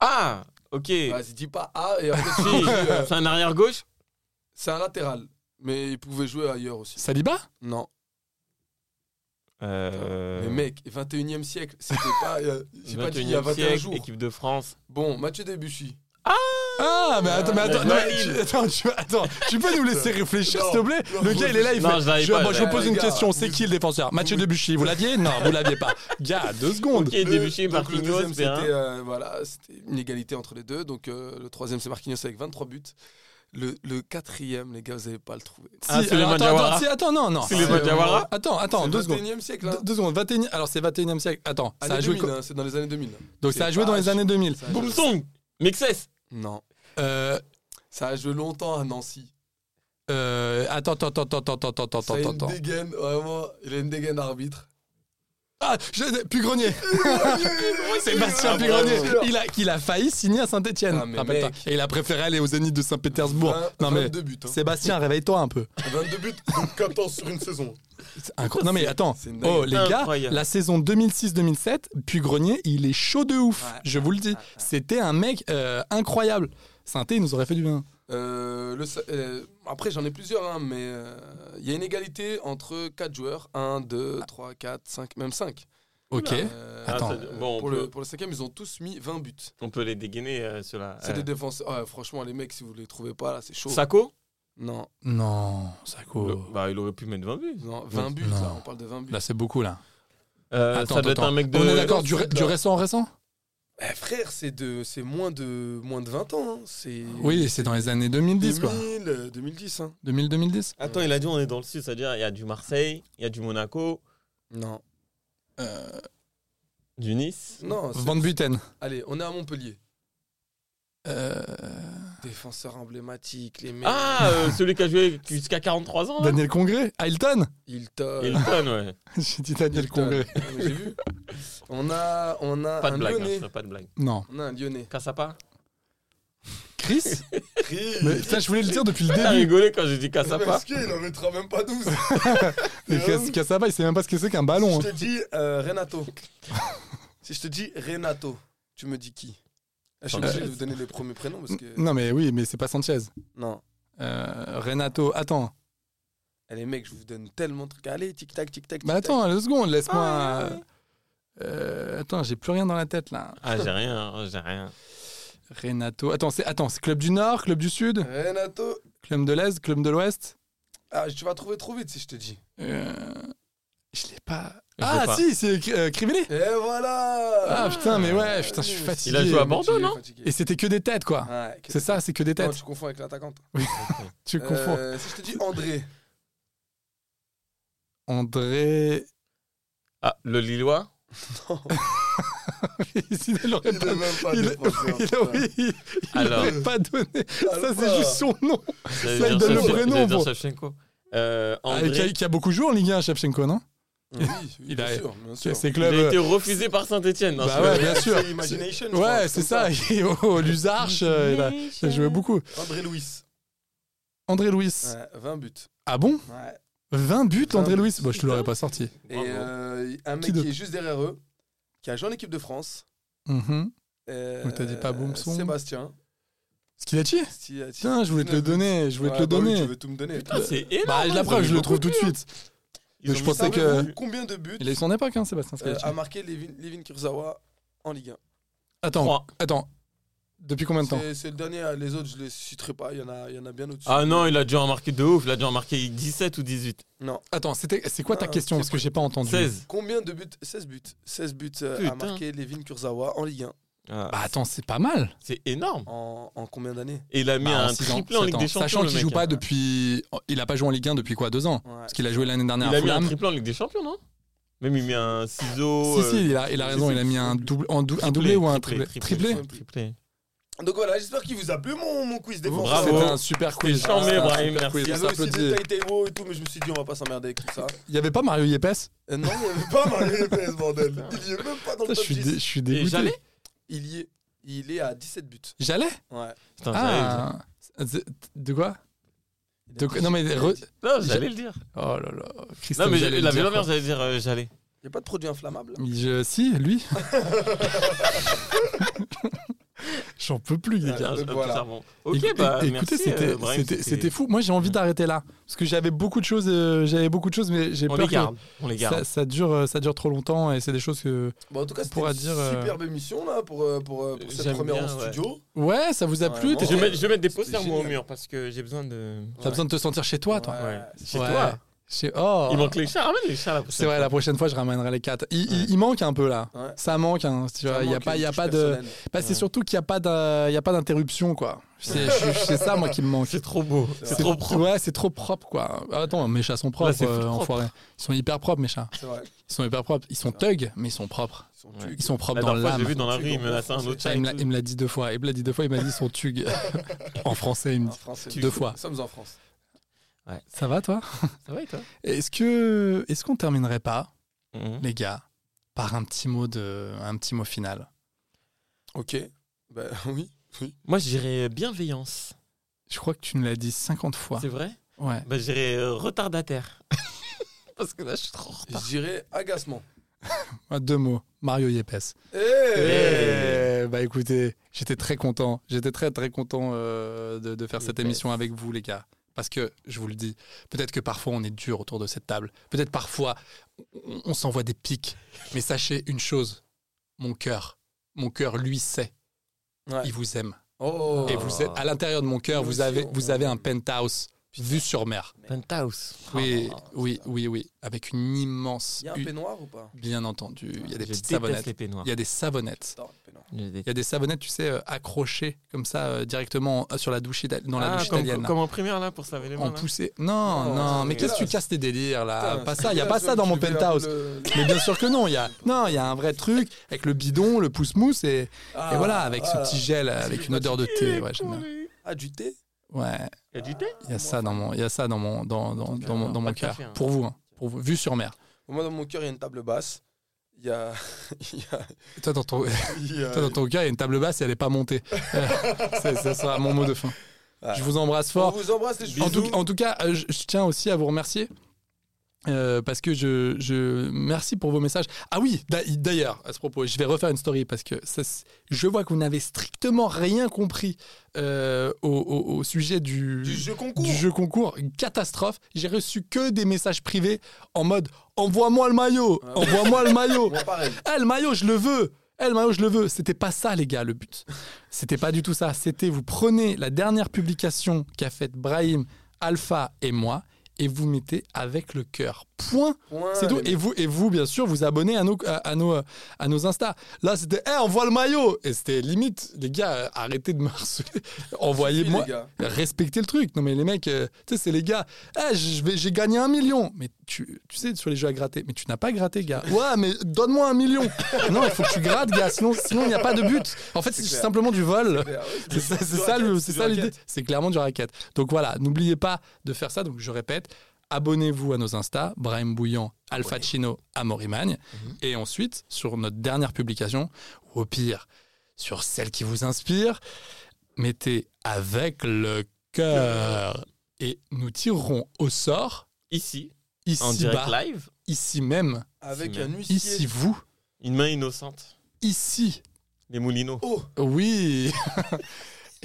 [SPEAKER 8] Ah, ok.
[SPEAKER 9] Vas-y, dis pas A et après tu
[SPEAKER 8] Si,
[SPEAKER 9] dis, euh,
[SPEAKER 8] c'est un arrière gauche
[SPEAKER 9] c'est un latéral. Mais il pouvait jouer ailleurs aussi.
[SPEAKER 7] Saliba
[SPEAKER 9] Non.
[SPEAKER 8] Euh,
[SPEAKER 9] Mais mec, 21 e siècle, c'était pas. euh, J'ai pas dit il y a
[SPEAKER 8] 21e
[SPEAKER 9] 21
[SPEAKER 8] siècle,
[SPEAKER 9] jours.
[SPEAKER 8] équipe de France.
[SPEAKER 9] Bon, Mathieu Debuchy.
[SPEAKER 7] Ah, mais attends, mais attends,
[SPEAKER 9] Ouais,
[SPEAKER 7] non,
[SPEAKER 9] ouais,
[SPEAKER 7] mais tu,
[SPEAKER 9] il-
[SPEAKER 7] attends, tu, attends, tu peux nous laisser réfléchir,
[SPEAKER 9] Non,
[SPEAKER 7] s'il te plaît
[SPEAKER 9] non,
[SPEAKER 7] Le gars, il est là, il
[SPEAKER 8] non,
[SPEAKER 7] fait.
[SPEAKER 8] je l'avais
[SPEAKER 7] je,
[SPEAKER 8] pas,
[SPEAKER 7] moi,
[SPEAKER 8] je
[SPEAKER 7] je vous
[SPEAKER 8] l'avais
[SPEAKER 7] pose
[SPEAKER 9] pas,
[SPEAKER 7] une
[SPEAKER 9] les
[SPEAKER 7] question
[SPEAKER 9] gars.
[SPEAKER 7] c'est qui le défenseur Mathieu Debuchy, vous l'aviez Non, vous l'aviez pas. Gars, deux secondes.
[SPEAKER 8] Ok, Debuchy,
[SPEAKER 9] Donc, le
[SPEAKER 8] Marquinhos,
[SPEAKER 9] deuxième, c'était
[SPEAKER 8] Perrin.
[SPEAKER 9] euh, voilà, c'était une égalité entre les deux. Donc euh, le troisième, c'est Marquinhos avec 23 buts. Le, le quatrième, les gars, vous n'avez pas le trouvé.
[SPEAKER 8] Ah,
[SPEAKER 7] Si,
[SPEAKER 8] c'est les
[SPEAKER 7] alors, attends,
[SPEAKER 8] Mandjawara.
[SPEAKER 7] attends, si, attends, non, non.
[SPEAKER 8] C'est les Mandjawara.
[SPEAKER 7] Attends, attends,
[SPEAKER 9] C'est
[SPEAKER 7] deux
[SPEAKER 9] le
[SPEAKER 7] secondes.
[SPEAKER 9] 21e siècle, hein.
[SPEAKER 7] Deux- Deux secondes, 21 Alors, c'est 21 e siècle. Attends, ça a
[SPEAKER 9] Années
[SPEAKER 7] joué.
[SPEAKER 9] 2000,
[SPEAKER 7] co-
[SPEAKER 9] hein, c'est dans les années 2000.
[SPEAKER 7] Donc, ça a joué dans les années 2000.
[SPEAKER 9] Ça a joué-
[SPEAKER 8] Boomsong, Mexès.
[SPEAKER 9] Non.
[SPEAKER 7] Euh,
[SPEAKER 9] Ça a joué longtemps à Nancy.
[SPEAKER 7] euh, Attends, attends, attends, attends, attends, attends,
[SPEAKER 9] Ça a
[SPEAKER 7] attends,
[SPEAKER 9] une
[SPEAKER 7] attends.
[SPEAKER 9] dégaine, vraiment. Il a une dégaine arbitre.
[SPEAKER 7] Ah, je- Pugrenier Sébastien
[SPEAKER 9] Ah,
[SPEAKER 7] Pugrenier
[SPEAKER 9] bravo.
[SPEAKER 7] Il a, qu'il a failli signer à Saint-Etienne.
[SPEAKER 9] Ah, mais mec.
[SPEAKER 7] Et il a préféré aller au Zénith de Saint-Pétersbourg.
[SPEAKER 9] Vingt-
[SPEAKER 7] Non, mais.
[SPEAKER 9] 22 buts. hein.
[SPEAKER 7] Sébastien, réveille-toi un peu.
[SPEAKER 9] 22 buts, donc 14 sur une saison.
[SPEAKER 7] C'est incroyable. Non mais attends,
[SPEAKER 9] c'est une
[SPEAKER 7] oh
[SPEAKER 9] dinguerie.
[SPEAKER 7] les gars,
[SPEAKER 8] Incroyable.
[SPEAKER 7] la saison 2006-2007, puis Grenier, il est chaud de ouf,
[SPEAKER 9] Ouais.
[SPEAKER 7] je vous le dis. C'était un mec euh, incroyable. Sainté, il nous aurait fait du bien.
[SPEAKER 9] Euh, le seul- euh, après, j'en ai plusieurs, hein, mais euh, il y a une égalité entre 4 joueurs 1, 2, 3, 4, 5, même 5.
[SPEAKER 7] Ok. Attends.
[SPEAKER 8] Euh, ah, Bon, on
[SPEAKER 9] pour,
[SPEAKER 8] peut-
[SPEAKER 9] le, pour le cinquième, ils ont tous mis 20 buts.
[SPEAKER 8] On peut les dégainer, euh, ceux-là.
[SPEAKER 9] C'est
[SPEAKER 8] Euh,
[SPEAKER 9] des défenseurs. ouais, franchement, les mecs, si vous les trouvez pas, là, c'est chaud.
[SPEAKER 8] Sako
[SPEAKER 9] Non,
[SPEAKER 7] Non, Sako.
[SPEAKER 8] Le- Bah, il aurait pu mettre 20 buts.
[SPEAKER 9] non, 20 buts,
[SPEAKER 7] Non.
[SPEAKER 9] là, on parle de 20 buts.
[SPEAKER 7] Là c'est beaucoup là.
[SPEAKER 8] Euh,
[SPEAKER 7] Attends,
[SPEAKER 8] ça doit
[SPEAKER 7] attends.
[SPEAKER 8] être un mec de.
[SPEAKER 7] On est d'accord, du,
[SPEAKER 9] c'est
[SPEAKER 7] du
[SPEAKER 9] de-
[SPEAKER 7] récent en récent
[SPEAKER 9] Eh, frère, c'est de, c'est moins de, moins de 20 ans. hein, C'est
[SPEAKER 7] Oui, c'est dans les années 2010 quoi.
[SPEAKER 9] 2000, euh, 2010. Hein.
[SPEAKER 7] 2000-2010
[SPEAKER 8] Attends, il a dit on est dans le sud, c'est-à-dire il y a du Marseille, il y a du Monaco,
[SPEAKER 9] Non,
[SPEAKER 8] du Nice.
[SPEAKER 9] non. c'est-
[SPEAKER 7] Van Buten.
[SPEAKER 9] Allez, on est à Montpellier.
[SPEAKER 7] Euh,
[SPEAKER 9] Défenseur emblématique, les mecs.
[SPEAKER 8] Ah, euh, celui qui a joué jusqu'à 43 ans. hein. là.
[SPEAKER 7] Daniel Congré Hilton
[SPEAKER 9] Hilton.
[SPEAKER 8] Hilton, ouais.
[SPEAKER 7] J'ai dit Daniel
[SPEAKER 9] Hilton.
[SPEAKER 7] Congré.
[SPEAKER 9] Ah, mais J'ai vu. On a, on a
[SPEAKER 7] Ah,
[SPEAKER 8] Pas
[SPEAKER 9] un
[SPEAKER 8] de blague, hein,
[SPEAKER 9] Lyonnais.
[SPEAKER 8] je fais pas de blague.
[SPEAKER 7] Non.
[SPEAKER 9] on a un Lyonnais.
[SPEAKER 8] Kassapa
[SPEAKER 7] Chris Mais putain, je voulais le dire depuis le
[SPEAKER 8] T'as
[SPEAKER 7] début.
[SPEAKER 8] rigolé quand j'ai dit Kassapa
[SPEAKER 9] Parce qu'il en mettra même pas 12.
[SPEAKER 7] Mais
[SPEAKER 8] Ah
[SPEAKER 7] qu'est-ce que ça va Il sait même pas ce que c'est qu'un ballon. hein.
[SPEAKER 9] Je te dis euh, Renato. si je te dis Renato, tu me dis qui Ah, Je suis obligé de vous donner les premiers prénoms parce que.
[SPEAKER 7] Non mais oui, mais c'est pas Sanchez.
[SPEAKER 9] Non.
[SPEAKER 7] Euh, Renato, attends.
[SPEAKER 9] Allez, mec, je vous donne tellement de trucs. Allez, tic-tac, tic-tac.
[SPEAKER 7] Bah
[SPEAKER 9] tic-tac.
[SPEAKER 7] attends, deux secondes, laisse-moi.
[SPEAKER 9] Ah,
[SPEAKER 7] euh, euh, attends, j'ai plus rien dans la tête là.
[SPEAKER 8] Ah, j'ai rien, hein, j'ai rien.
[SPEAKER 7] Renato, attends, c'est attends, c'est club du Nord, club du
[SPEAKER 8] Euh.
[SPEAKER 7] Sud,
[SPEAKER 9] Renato.
[SPEAKER 7] club de l'Est, club de l'Ouest.
[SPEAKER 9] Ah, tu vas trouver trop vite si je te dis.
[SPEAKER 7] Euh, je l'ai pas.
[SPEAKER 8] Je
[SPEAKER 7] ah
[SPEAKER 8] l'ai pas.
[SPEAKER 7] si, c'est euh, Crivelli.
[SPEAKER 9] Et voilà
[SPEAKER 7] Ah putain, mais ouais, putain, je suis fatigué.
[SPEAKER 8] Il a joué à Ah, Bordeaux, non
[SPEAKER 7] Et c'était que des têtes quoi.
[SPEAKER 9] Ah, Ouais,
[SPEAKER 7] C'est ça, c'est que des
[SPEAKER 9] Non,
[SPEAKER 7] têtes.
[SPEAKER 9] tu confonds avec l'attaquante.
[SPEAKER 7] Tu confonds.
[SPEAKER 9] Euh, si je te dis André.
[SPEAKER 7] André.
[SPEAKER 8] Ah, le Lillois
[SPEAKER 7] il aurait pas.
[SPEAKER 9] même pas
[SPEAKER 7] Il, il- oui, il
[SPEAKER 8] Alors.
[SPEAKER 7] aurait pas donné. Ça, c'est juste son nom.
[SPEAKER 8] J'allais
[SPEAKER 7] Ça, il
[SPEAKER 8] dire
[SPEAKER 7] donne le
[SPEAKER 8] Shevche-
[SPEAKER 7] prénom,
[SPEAKER 8] j'allais dire
[SPEAKER 7] bon.
[SPEAKER 8] Shevchenko. Euh,
[SPEAKER 7] Ah, et qui, a,
[SPEAKER 8] André,
[SPEAKER 7] qui a beaucoup joué en Ligue 1, Shevchenko, non
[SPEAKER 9] Oui, oui,
[SPEAKER 7] Il
[SPEAKER 9] bien
[SPEAKER 7] a-
[SPEAKER 9] sûr, bien sûr.
[SPEAKER 7] Ces
[SPEAKER 8] il
[SPEAKER 7] clubs.
[SPEAKER 8] a été
[SPEAKER 7] euh,
[SPEAKER 8] refusé par Saint-Etienne.
[SPEAKER 7] Bah ouais, bien sûr.
[SPEAKER 9] C'est Imagination, je crois,
[SPEAKER 7] Ouais, c'est
[SPEAKER 9] comme
[SPEAKER 7] ça. il est Au au Lusarche, euh, il a- il a joué beaucoup.
[SPEAKER 9] André Louis.
[SPEAKER 7] André Louis.
[SPEAKER 9] Ouais, 20 buts.
[SPEAKER 7] Ah bon
[SPEAKER 9] Ouais.
[SPEAKER 7] 20 buts,
[SPEAKER 9] 20
[SPEAKER 7] André
[SPEAKER 9] buts.
[SPEAKER 7] Louis Bah, je te l'aurais pas sorti.
[SPEAKER 9] Et
[SPEAKER 8] Bravo.
[SPEAKER 9] euh, un mec
[SPEAKER 7] Qui
[SPEAKER 9] qui,
[SPEAKER 7] d'autre
[SPEAKER 9] est juste derrière eux, qui a joué en équipe de France.
[SPEAKER 7] Mhm.
[SPEAKER 9] Euh,
[SPEAKER 7] Mais t'as dit pas Boumsong
[SPEAKER 9] Sébastien.
[SPEAKER 7] Schillaci
[SPEAKER 9] Sti-
[SPEAKER 7] Tiens, je voulais te le
[SPEAKER 9] 19 buts.
[SPEAKER 7] donner. Je voulais
[SPEAKER 9] Ouais,
[SPEAKER 7] te le
[SPEAKER 9] bah oui,
[SPEAKER 7] donner.
[SPEAKER 9] tu veux tout me donner.
[SPEAKER 8] Ah, c'est énorme.
[SPEAKER 7] Bah,
[SPEAKER 8] hein,
[SPEAKER 7] la
[SPEAKER 8] ils
[SPEAKER 7] preuve,
[SPEAKER 8] ont
[SPEAKER 7] je le
[SPEAKER 8] mis
[SPEAKER 7] trouve tout
[SPEAKER 8] beaucoup
[SPEAKER 7] de suite.
[SPEAKER 8] Ils ont
[SPEAKER 7] Je
[SPEAKER 8] mis
[SPEAKER 7] pensais
[SPEAKER 8] ça, mais
[SPEAKER 7] que.
[SPEAKER 9] Combien de buts
[SPEAKER 7] Il a eu son époque, hein, Sébastien
[SPEAKER 9] euh,
[SPEAKER 7] Schillaci.
[SPEAKER 9] a marqué Levin, Levin Kurzawa en Ligue 1
[SPEAKER 7] Attends,
[SPEAKER 8] trois.
[SPEAKER 7] attends. Depuis combien de temps
[SPEAKER 9] C'est- C'est le dernier, euh, les autres je les citerai pas, il y en a, il y en a bien au-dessus.
[SPEAKER 8] Ah non, il a dû en marquer de ouf. Il a dû en marquer 17 ou 18.
[SPEAKER 9] Non.
[SPEAKER 7] Attends, c'était- c'est quoi ta
[SPEAKER 9] Ah,
[SPEAKER 7] question
[SPEAKER 9] c'est
[SPEAKER 7] Parce que j'ai pas entendu.
[SPEAKER 8] 16.
[SPEAKER 9] Combien de buts 16 buts. 16 buts euh, a
[SPEAKER 8] Putain.
[SPEAKER 9] marqué Levin Kurzawa en Ligue 1
[SPEAKER 8] Ah,
[SPEAKER 7] Bah, attends, c'est pas mal.
[SPEAKER 8] c'est énorme.
[SPEAKER 9] en, en combien d'années
[SPEAKER 8] Et il a mis
[SPEAKER 7] Bah, en
[SPEAKER 8] un
[SPEAKER 7] six ans,
[SPEAKER 8] triplé en
[SPEAKER 7] sept
[SPEAKER 8] Ligue
[SPEAKER 7] ans.
[SPEAKER 8] des Champions.
[SPEAKER 7] Sachant
[SPEAKER 8] le
[SPEAKER 7] qu'il
[SPEAKER 8] mec,
[SPEAKER 7] joue pas
[SPEAKER 8] hein.
[SPEAKER 7] depuis. Il a pas joué en Ligue 1 depuis quoi Deux ans
[SPEAKER 9] Ouais.
[SPEAKER 7] Parce qu'il a joué l'année dernière
[SPEAKER 8] Il
[SPEAKER 7] à
[SPEAKER 8] a mis un
[SPEAKER 7] Fulham.
[SPEAKER 8] triplé en Ligue des Champions, non Même il a mis un ciseau. euh,
[SPEAKER 7] Si, si, il a, il a raison, il a mis un, double, en dou- un doublé ou un triplé. Triplé
[SPEAKER 8] Triplé.
[SPEAKER 9] Donc voilà, j'espère qu'il vous a plu mon, mon quiz défense.
[SPEAKER 8] Bravo.
[SPEAKER 7] C'était un super quiz.
[SPEAKER 8] C'était charmé,
[SPEAKER 7] C'était Ah, un
[SPEAKER 8] Brahim,
[SPEAKER 7] super
[SPEAKER 8] merci.
[SPEAKER 7] quiz,
[SPEAKER 9] Il y
[SPEAKER 7] on
[SPEAKER 9] avait aussi
[SPEAKER 7] s'applaudit.
[SPEAKER 9] des Taïtéo et tout, mais je me suis dit, on va pas s'emmerder avec tout ça.
[SPEAKER 7] Il y avait pas Mario Yepes
[SPEAKER 9] Euh, non, il n'y avait pas Mario PS, bordel. Il y est même pas
[SPEAKER 7] Putain,
[SPEAKER 9] dans
[SPEAKER 7] Je
[SPEAKER 9] le top
[SPEAKER 7] suis, dé-
[SPEAKER 9] 10.
[SPEAKER 7] je suis
[SPEAKER 8] Et
[SPEAKER 7] dégoûté.
[SPEAKER 8] Jallet
[SPEAKER 9] Il y est. Il est à 17 buts.
[SPEAKER 7] J'allais
[SPEAKER 9] Ouais.
[SPEAKER 8] Putain, j'allais
[SPEAKER 7] Ah De de quoi
[SPEAKER 9] Il a
[SPEAKER 7] De quoi
[SPEAKER 9] 17
[SPEAKER 7] Non, mais
[SPEAKER 9] buts.
[SPEAKER 7] re-
[SPEAKER 8] le dire. Non, j'allais le dire.
[SPEAKER 7] Oh là là. Christophe
[SPEAKER 8] Non, mais
[SPEAKER 7] Jallet,
[SPEAKER 8] la
[SPEAKER 7] le dire,
[SPEAKER 8] merde,
[SPEAKER 7] quoi.
[SPEAKER 8] j'allais dire euh, Jallet.
[SPEAKER 7] Mm.
[SPEAKER 9] Il n'y a pas de produit inflammable.
[SPEAKER 7] Mais je- Si, lui. J'en peux plus, les gars.
[SPEAKER 9] donc voilà.
[SPEAKER 8] Bizarrement. Ok,
[SPEAKER 7] Écoutez-
[SPEAKER 8] bah,
[SPEAKER 7] écoutez,
[SPEAKER 8] merci,
[SPEAKER 7] c'était-
[SPEAKER 8] euh, Brahim,
[SPEAKER 7] c'était c'était fou. Moi, j'ai envie d'arrêter là parce que j'avais beaucoup de choses, euh, j'avais beaucoup de choses, mais j'ai
[SPEAKER 8] On
[SPEAKER 7] peur
[SPEAKER 8] les
[SPEAKER 7] que
[SPEAKER 8] garde. On les garde.
[SPEAKER 7] ça, ça dure, euh, ça dure trop longtemps et c'est des choses que.
[SPEAKER 9] Bon, en tout cas, c'était
[SPEAKER 7] pourra
[SPEAKER 9] une
[SPEAKER 7] dire, euh,
[SPEAKER 9] superbe émission là, pour, euh, pour, euh, pour cette
[SPEAKER 8] J'aime
[SPEAKER 9] première
[SPEAKER 8] bien,
[SPEAKER 9] en
[SPEAKER 8] ouais.
[SPEAKER 9] studio.
[SPEAKER 7] Ouais, ça vous a
[SPEAKER 9] Ouais,
[SPEAKER 7] plu
[SPEAKER 9] moi,
[SPEAKER 7] T'es-
[SPEAKER 8] Je vais, mettre- je vais mettre des
[SPEAKER 9] C'était
[SPEAKER 8] posters moi, au
[SPEAKER 9] génial.
[SPEAKER 8] mur parce que j'ai besoin de.
[SPEAKER 7] T'as besoin de te sentir chez toi, toi.
[SPEAKER 8] Ouais. Chez
[SPEAKER 7] Ouais.
[SPEAKER 8] toi.
[SPEAKER 7] Chez... Oh.
[SPEAKER 8] Il manque les chats. Ramène les chats là.
[SPEAKER 7] C'est vrai, la prochaine fois, je ramènerai les quatre. Il, il- il manque un peu là.
[SPEAKER 9] Ouais.
[SPEAKER 7] Ça manque. hein, tu vois,
[SPEAKER 9] Ça
[SPEAKER 7] il y a
[SPEAKER 9] manque
[SPEAKER 7] pas, il y a
[SPEAKER 9] une
[SPEAKER 7] pas
[SPEAKER 9] touche
[SPEAKER 7] de.
[SPEAKER 9] personnelle.
[SPEAKER 7] Bah, c'est surtout qu'il y a pas d'un- il y a pas d'interruption quoi. C'est je- c'est ça moi qui me manque.
[SPEAKER 8] C'est trop beau. C'est trop propre.
[SPEAKER 7] Ouais, c'est trop propre quoi. Attends, mes chats sont
[SPEAKER 8] Là,
[SPEAKER 7] propres,
[SPEAKER 8] c'est
[SPEAKER 7] euh,
[SPEAKER 8] propre.
[SPEAKER 7] enfoirés. Ils sont hyper propres mes chats.
[SPEAKER 9] C'est vrai.
[SPEAKER 7] Ils sont hyper propres. Ils sont thugs, mais ils sont propres.
[SPEAKER 9] Ils sont
[SPEAKER 8] Ouais.
[SPEAKER 9] tués.
[SPEAKER 7] Ils sont propres
[SPEAKER 8] La
[SPEAKER 7] dans
[SPEAKER 8] dernière fois, j'ai
[SPEAKER 7] l'âme.
[SPEAKER 8] vu dans la
[SPEAKER 9] Tu
[SPEAKER 8] rue, il
[SPEAKER 9] comprends
[SPEAKER 8] menaçait un autre
[SPEAKER 9] français.
[SPEAKER 8] chat.
[SPEAKER 7] Ah,
[SPEAKER 8] et
[SPEAKER 7] il me l'a-
[SPEAKER 8] tout.
[SPEAKER 7] il me l'a dit deux fois. Il me l'a dit deux fois. Il m'a dit son thug en français. il me
[SPEAKER 9] En
[SPEAKER 7] dit.
[SPEAKER 9] français.
[SPEAKER 7] Mm. Deux fois.
[SPEAKER 9] Nous sommes en France.
[SPEAKER 7] Ça va toi
[SPEAKER 8] Ça va et toi
[SPEAKER 7] Est-ce que est-ce qu'on terminerait pas les gars par un petit mot de un petit mot final
[SPEAKER 9] Ok. Bah oui.
[SPEAKER 8] Moi, je dirais bienveillance.
[SPEAKER 7] Je crois que tu nous l'as dit 50 fois.
[SPEAKER 8] C'est vrai
[SPEAKER 7] Ouais.
[SPEAKER 8] Bah, je dirais euh, retardataire. parce que là, je suis trop en
[SPEAKER 9] Je
[SPEAKER 8] retard.
[SPEAKER 9] dirais agacement.
[SPEAKER 7] Ah, Deux mots. Mario Yepes. Eh, Bah écoutez, j'étais très content. J'étais très très content euh, de, de faire cette
[SPEAKER 8] Yepes.
[SPEAKER 7] émission avec vous, les gars. Parce que, je vous le dis, peut-être que parfois on est dur autour de cette table. Peut-être parfois on, on s'envoie des pics. Mais sachez une chose mon cœur, mon cœur, lui, sait.
[SPEAKER 9] Ouais.
[SPEAKER 7] Il vous aime.
[SPEAKER 9] Oh.
[SPEAKER 7] Et vous êtes à l'intérieur de mon cœur, vous
[SPEAKER 9] Émotion.
[SPEAKER 7] avez, vous avez un penthouse vu sur mer.
[SPEAKER 8] Penthouse.
[SPEAKER 7] Oui,
[SPEAKER 9] Oh,
[SPEAKER 7] oui, oui, oui. Avec une immense.
[SPEAKER 9] Il y a un
[SPEAKER 7] une-
[SPEAKER 9] peignoir ou pas
[SPEAKER 7] Bien entendu, il y a des petites
[SPEAKER 8] je déteste
[SPEAKER 7] savonnettes.
[SPEAKER 8] les peignoirs.
[SPEAKER 7] Il y a des savonnettes.
[SPEAKER 9] Non, le peignoir.
[SPEAKER 8] Je
[SPEAKER 7] Il y
[SPEAKER 8] déteste.
[SPEAKER 7] a des savonnettes, tu sais, euh, accrochées comme ça euh, directement euh, sur la douche ita- dans la
[SPEAKER 8] Ah,
[SPEAKER 7] douche
[SPEAKER 8] comme,
[SPEAKER 7] italienne. là.
[SPEAKER 8] comme en primaire, là, pour se laver les mains.
[SPEAKER 7] en
[SPEAKER 8] là.
[SPEAKER 7] poussée. Non,
[SPEAKER 9] Oh,
[SPEAKER 7] non,
[SPEAKER 9] c'est
[SPEAKER 7] mais qu'est-ce que tu
[SPEAKER 9] dégueulasse.
[SPEAKER 7] casses tes délires là
[SPEAKER 9] Putain,
[SPEAKER 7] Ah, Pas
[SPEAKER 9] c'est
[SPEAKER 7] ça, il y a pas
[SPEAKER 9] dégueulasse,
[SPEAKER 7] ça dans
[SPEAKER 9] tu
[SPEAKER 7] mon
[SPEAKER 9] devais
[SPEAKER 7] penthouse.
[SPEAKER 9] avoir le-
[SPEAKER 7] Mais bien sûr que non, il y a non, il y a un vrai truc avec le bidon, le pouce-mousse et,
[SPEAKER 9] Ah,
[SPEAKER 7] et voilà avec ce
[SPEAKER 9] voilà.
[SPEAKER 7] petit gel euh, avec une odeur de thé. Ouais, j'aime bien.
[SPEAKER 9] Ah, du thé
[SPEAKER 7] ouais.
[SPEAKER 8] Il y a du thé
[SPEAKER 7] Il y a ça dans mon, il y a ça dans mon, dans, dans, dans mon, dans mon
[SPEAKER 8] Pas de
[SPEAKER 7] cœur.
[SPEAKER 8] café, hein.
[SPEAKER 7] Pour vous, hein. pour vous, vue sur mer.
[SPEAKER 9] Moi, dans mon cœur, il y a une table basse. Il y a. Il y a.
[SPEAKER 7] Toi dans ton, toi,
[SPEAKER 9] il y a-
[SPEAKER 7] dans ton cœur, il y a une table basse et elle est pas montée. Euh, c'est- ça sera mon mot de fin.
[SPEAKER 9] Voilà.
[SPEAKER 7] Je vous embrasse
[SPEAKER 9] On
[SPEAKER 7] fort.
[SPEAKER 9] vous embrasse, les
[SPEAKER 7] En
[SPEAKER 9] bisous.
[SPEAKER 7] tout, en tout cas, euh, je, je tiens aussi à vous remercier. euh, parce que je, je. Merci pour vos messages. Ah oui, d'a- d'ailleurs, à ce propos, je vais refaire une story parce que ça, s- je vois que vous n'avez strictement rien compris euh, au, au- au sujet du,
[SPEAKER 9] Du jeu concours.
[SPEAKER 7] du jeu concours, une catastrophe. J'ai reçu que des messages privés en mode envoie-moi le maillot, envoie-moi le maillot.
[SPEAKER 9] Ah. Moi, pareil.
[SPEAKER 7] Eh, le maillot, je le veux. Eh, le maillot, je le veux. C'était pas ça, les gars, le but. C'était pas du tout ça. C'était vous prenez la dernière publication qu'a faite Brahim, Alpha et moi et vous mettez avec le cœur. Point.
[SPEAKER 9] Point,
[SPEAKER 7] C'est tout.
[SPEAKER 9] les mecs.
[SPEAKER 7] Et vous, et vous, bien sûr, vous abonnez à nos, à, à nos, à nos Insta. Là, c'était, eh, envoie le maillot. Et c'était limite, les gars, euh, arrêtez de me harceler. Envoyez-moi
[SPEAKER 9] les gars.
[SPEAKER 7] respectez le truc. Non, mais les mecs, euh, tu sais, c'est les gars. Eh, je vais- j'ai gagné un million. Mais tu, tu sais, sur les jeux à gratter. Mais tu n'as pas gratté, gars. Ouais, mais donne-moi un million. non, il faut que tu grattes, gars. Sinon, sinon il n'y a pas de but. En fait, c'est
[SPEAKER 9] clair.
[SPEAKER 7] simplement du vol.
[SPEAKER 9] clair, ouais,
[SPEAKER 7] C'est
[SPEAKER 9] c'est
[SPEAKER 7] ça,
[SPEAKER 9] du-
[SPEAKER 7] c'est ça le- c'est
[SPEAKER 9] du racket, du
[SPEAKER 7] ça l'idée.
[SPEAKER 9] racket.
[SPEAKER 7] C'est clairement du racket. Donc voilà, n'oubliez pas de faire ça. Donc je répète, abonnez-vous à nos Insta, Brahim Bouillant, Alpha Chino, Amorimagne.
[SPEAKER 9] Mhm.
[SPEAKER 7] Et ensuite, sur notre dernière publication, ou au pire, sur celle qui vous inspire, mettez avec le cœur. Et nous tirerons au sort,
[SPEAKER 8] Ici, en
[SPEAKER 7] ici
[SPEAKER 8] direct
[SPEAKER 7] bas,
[SPEAKER 8] live,
[SPEAKER 7] ici même,
[SPEAKER 9] Avec
[SPEAKER 8] C'est
[SPEAKER 9] un
[SPEAKER 8] bien.
[SPEAKER 9] huissier.
[SPEAKER 7] ici vous,
[SPEAKER 8] une main innocente.
[SPEAKER 7] ici.
[SPEAKER 8] Les moulineaux.
[SPEAKER 9] Oh,
[SPEAKER 7] Oui.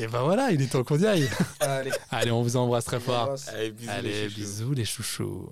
[SPEAKER 7] Et ben voilà, il est temps qu'on y aille.
[SPEAKER 9] allez.
[SPEAKER 7] Allez, on vous embrasse très
[SPEAKER 9] on
[SPEAKER 7] fort.
[SPEAKER 9] embrasse.
[SPEAKER 8] Allez, bisous.
[SPEAKER 7] Allez,
[SPEAKER 8] les chouchous.
[SPEAKER 7] bisous les chouchous.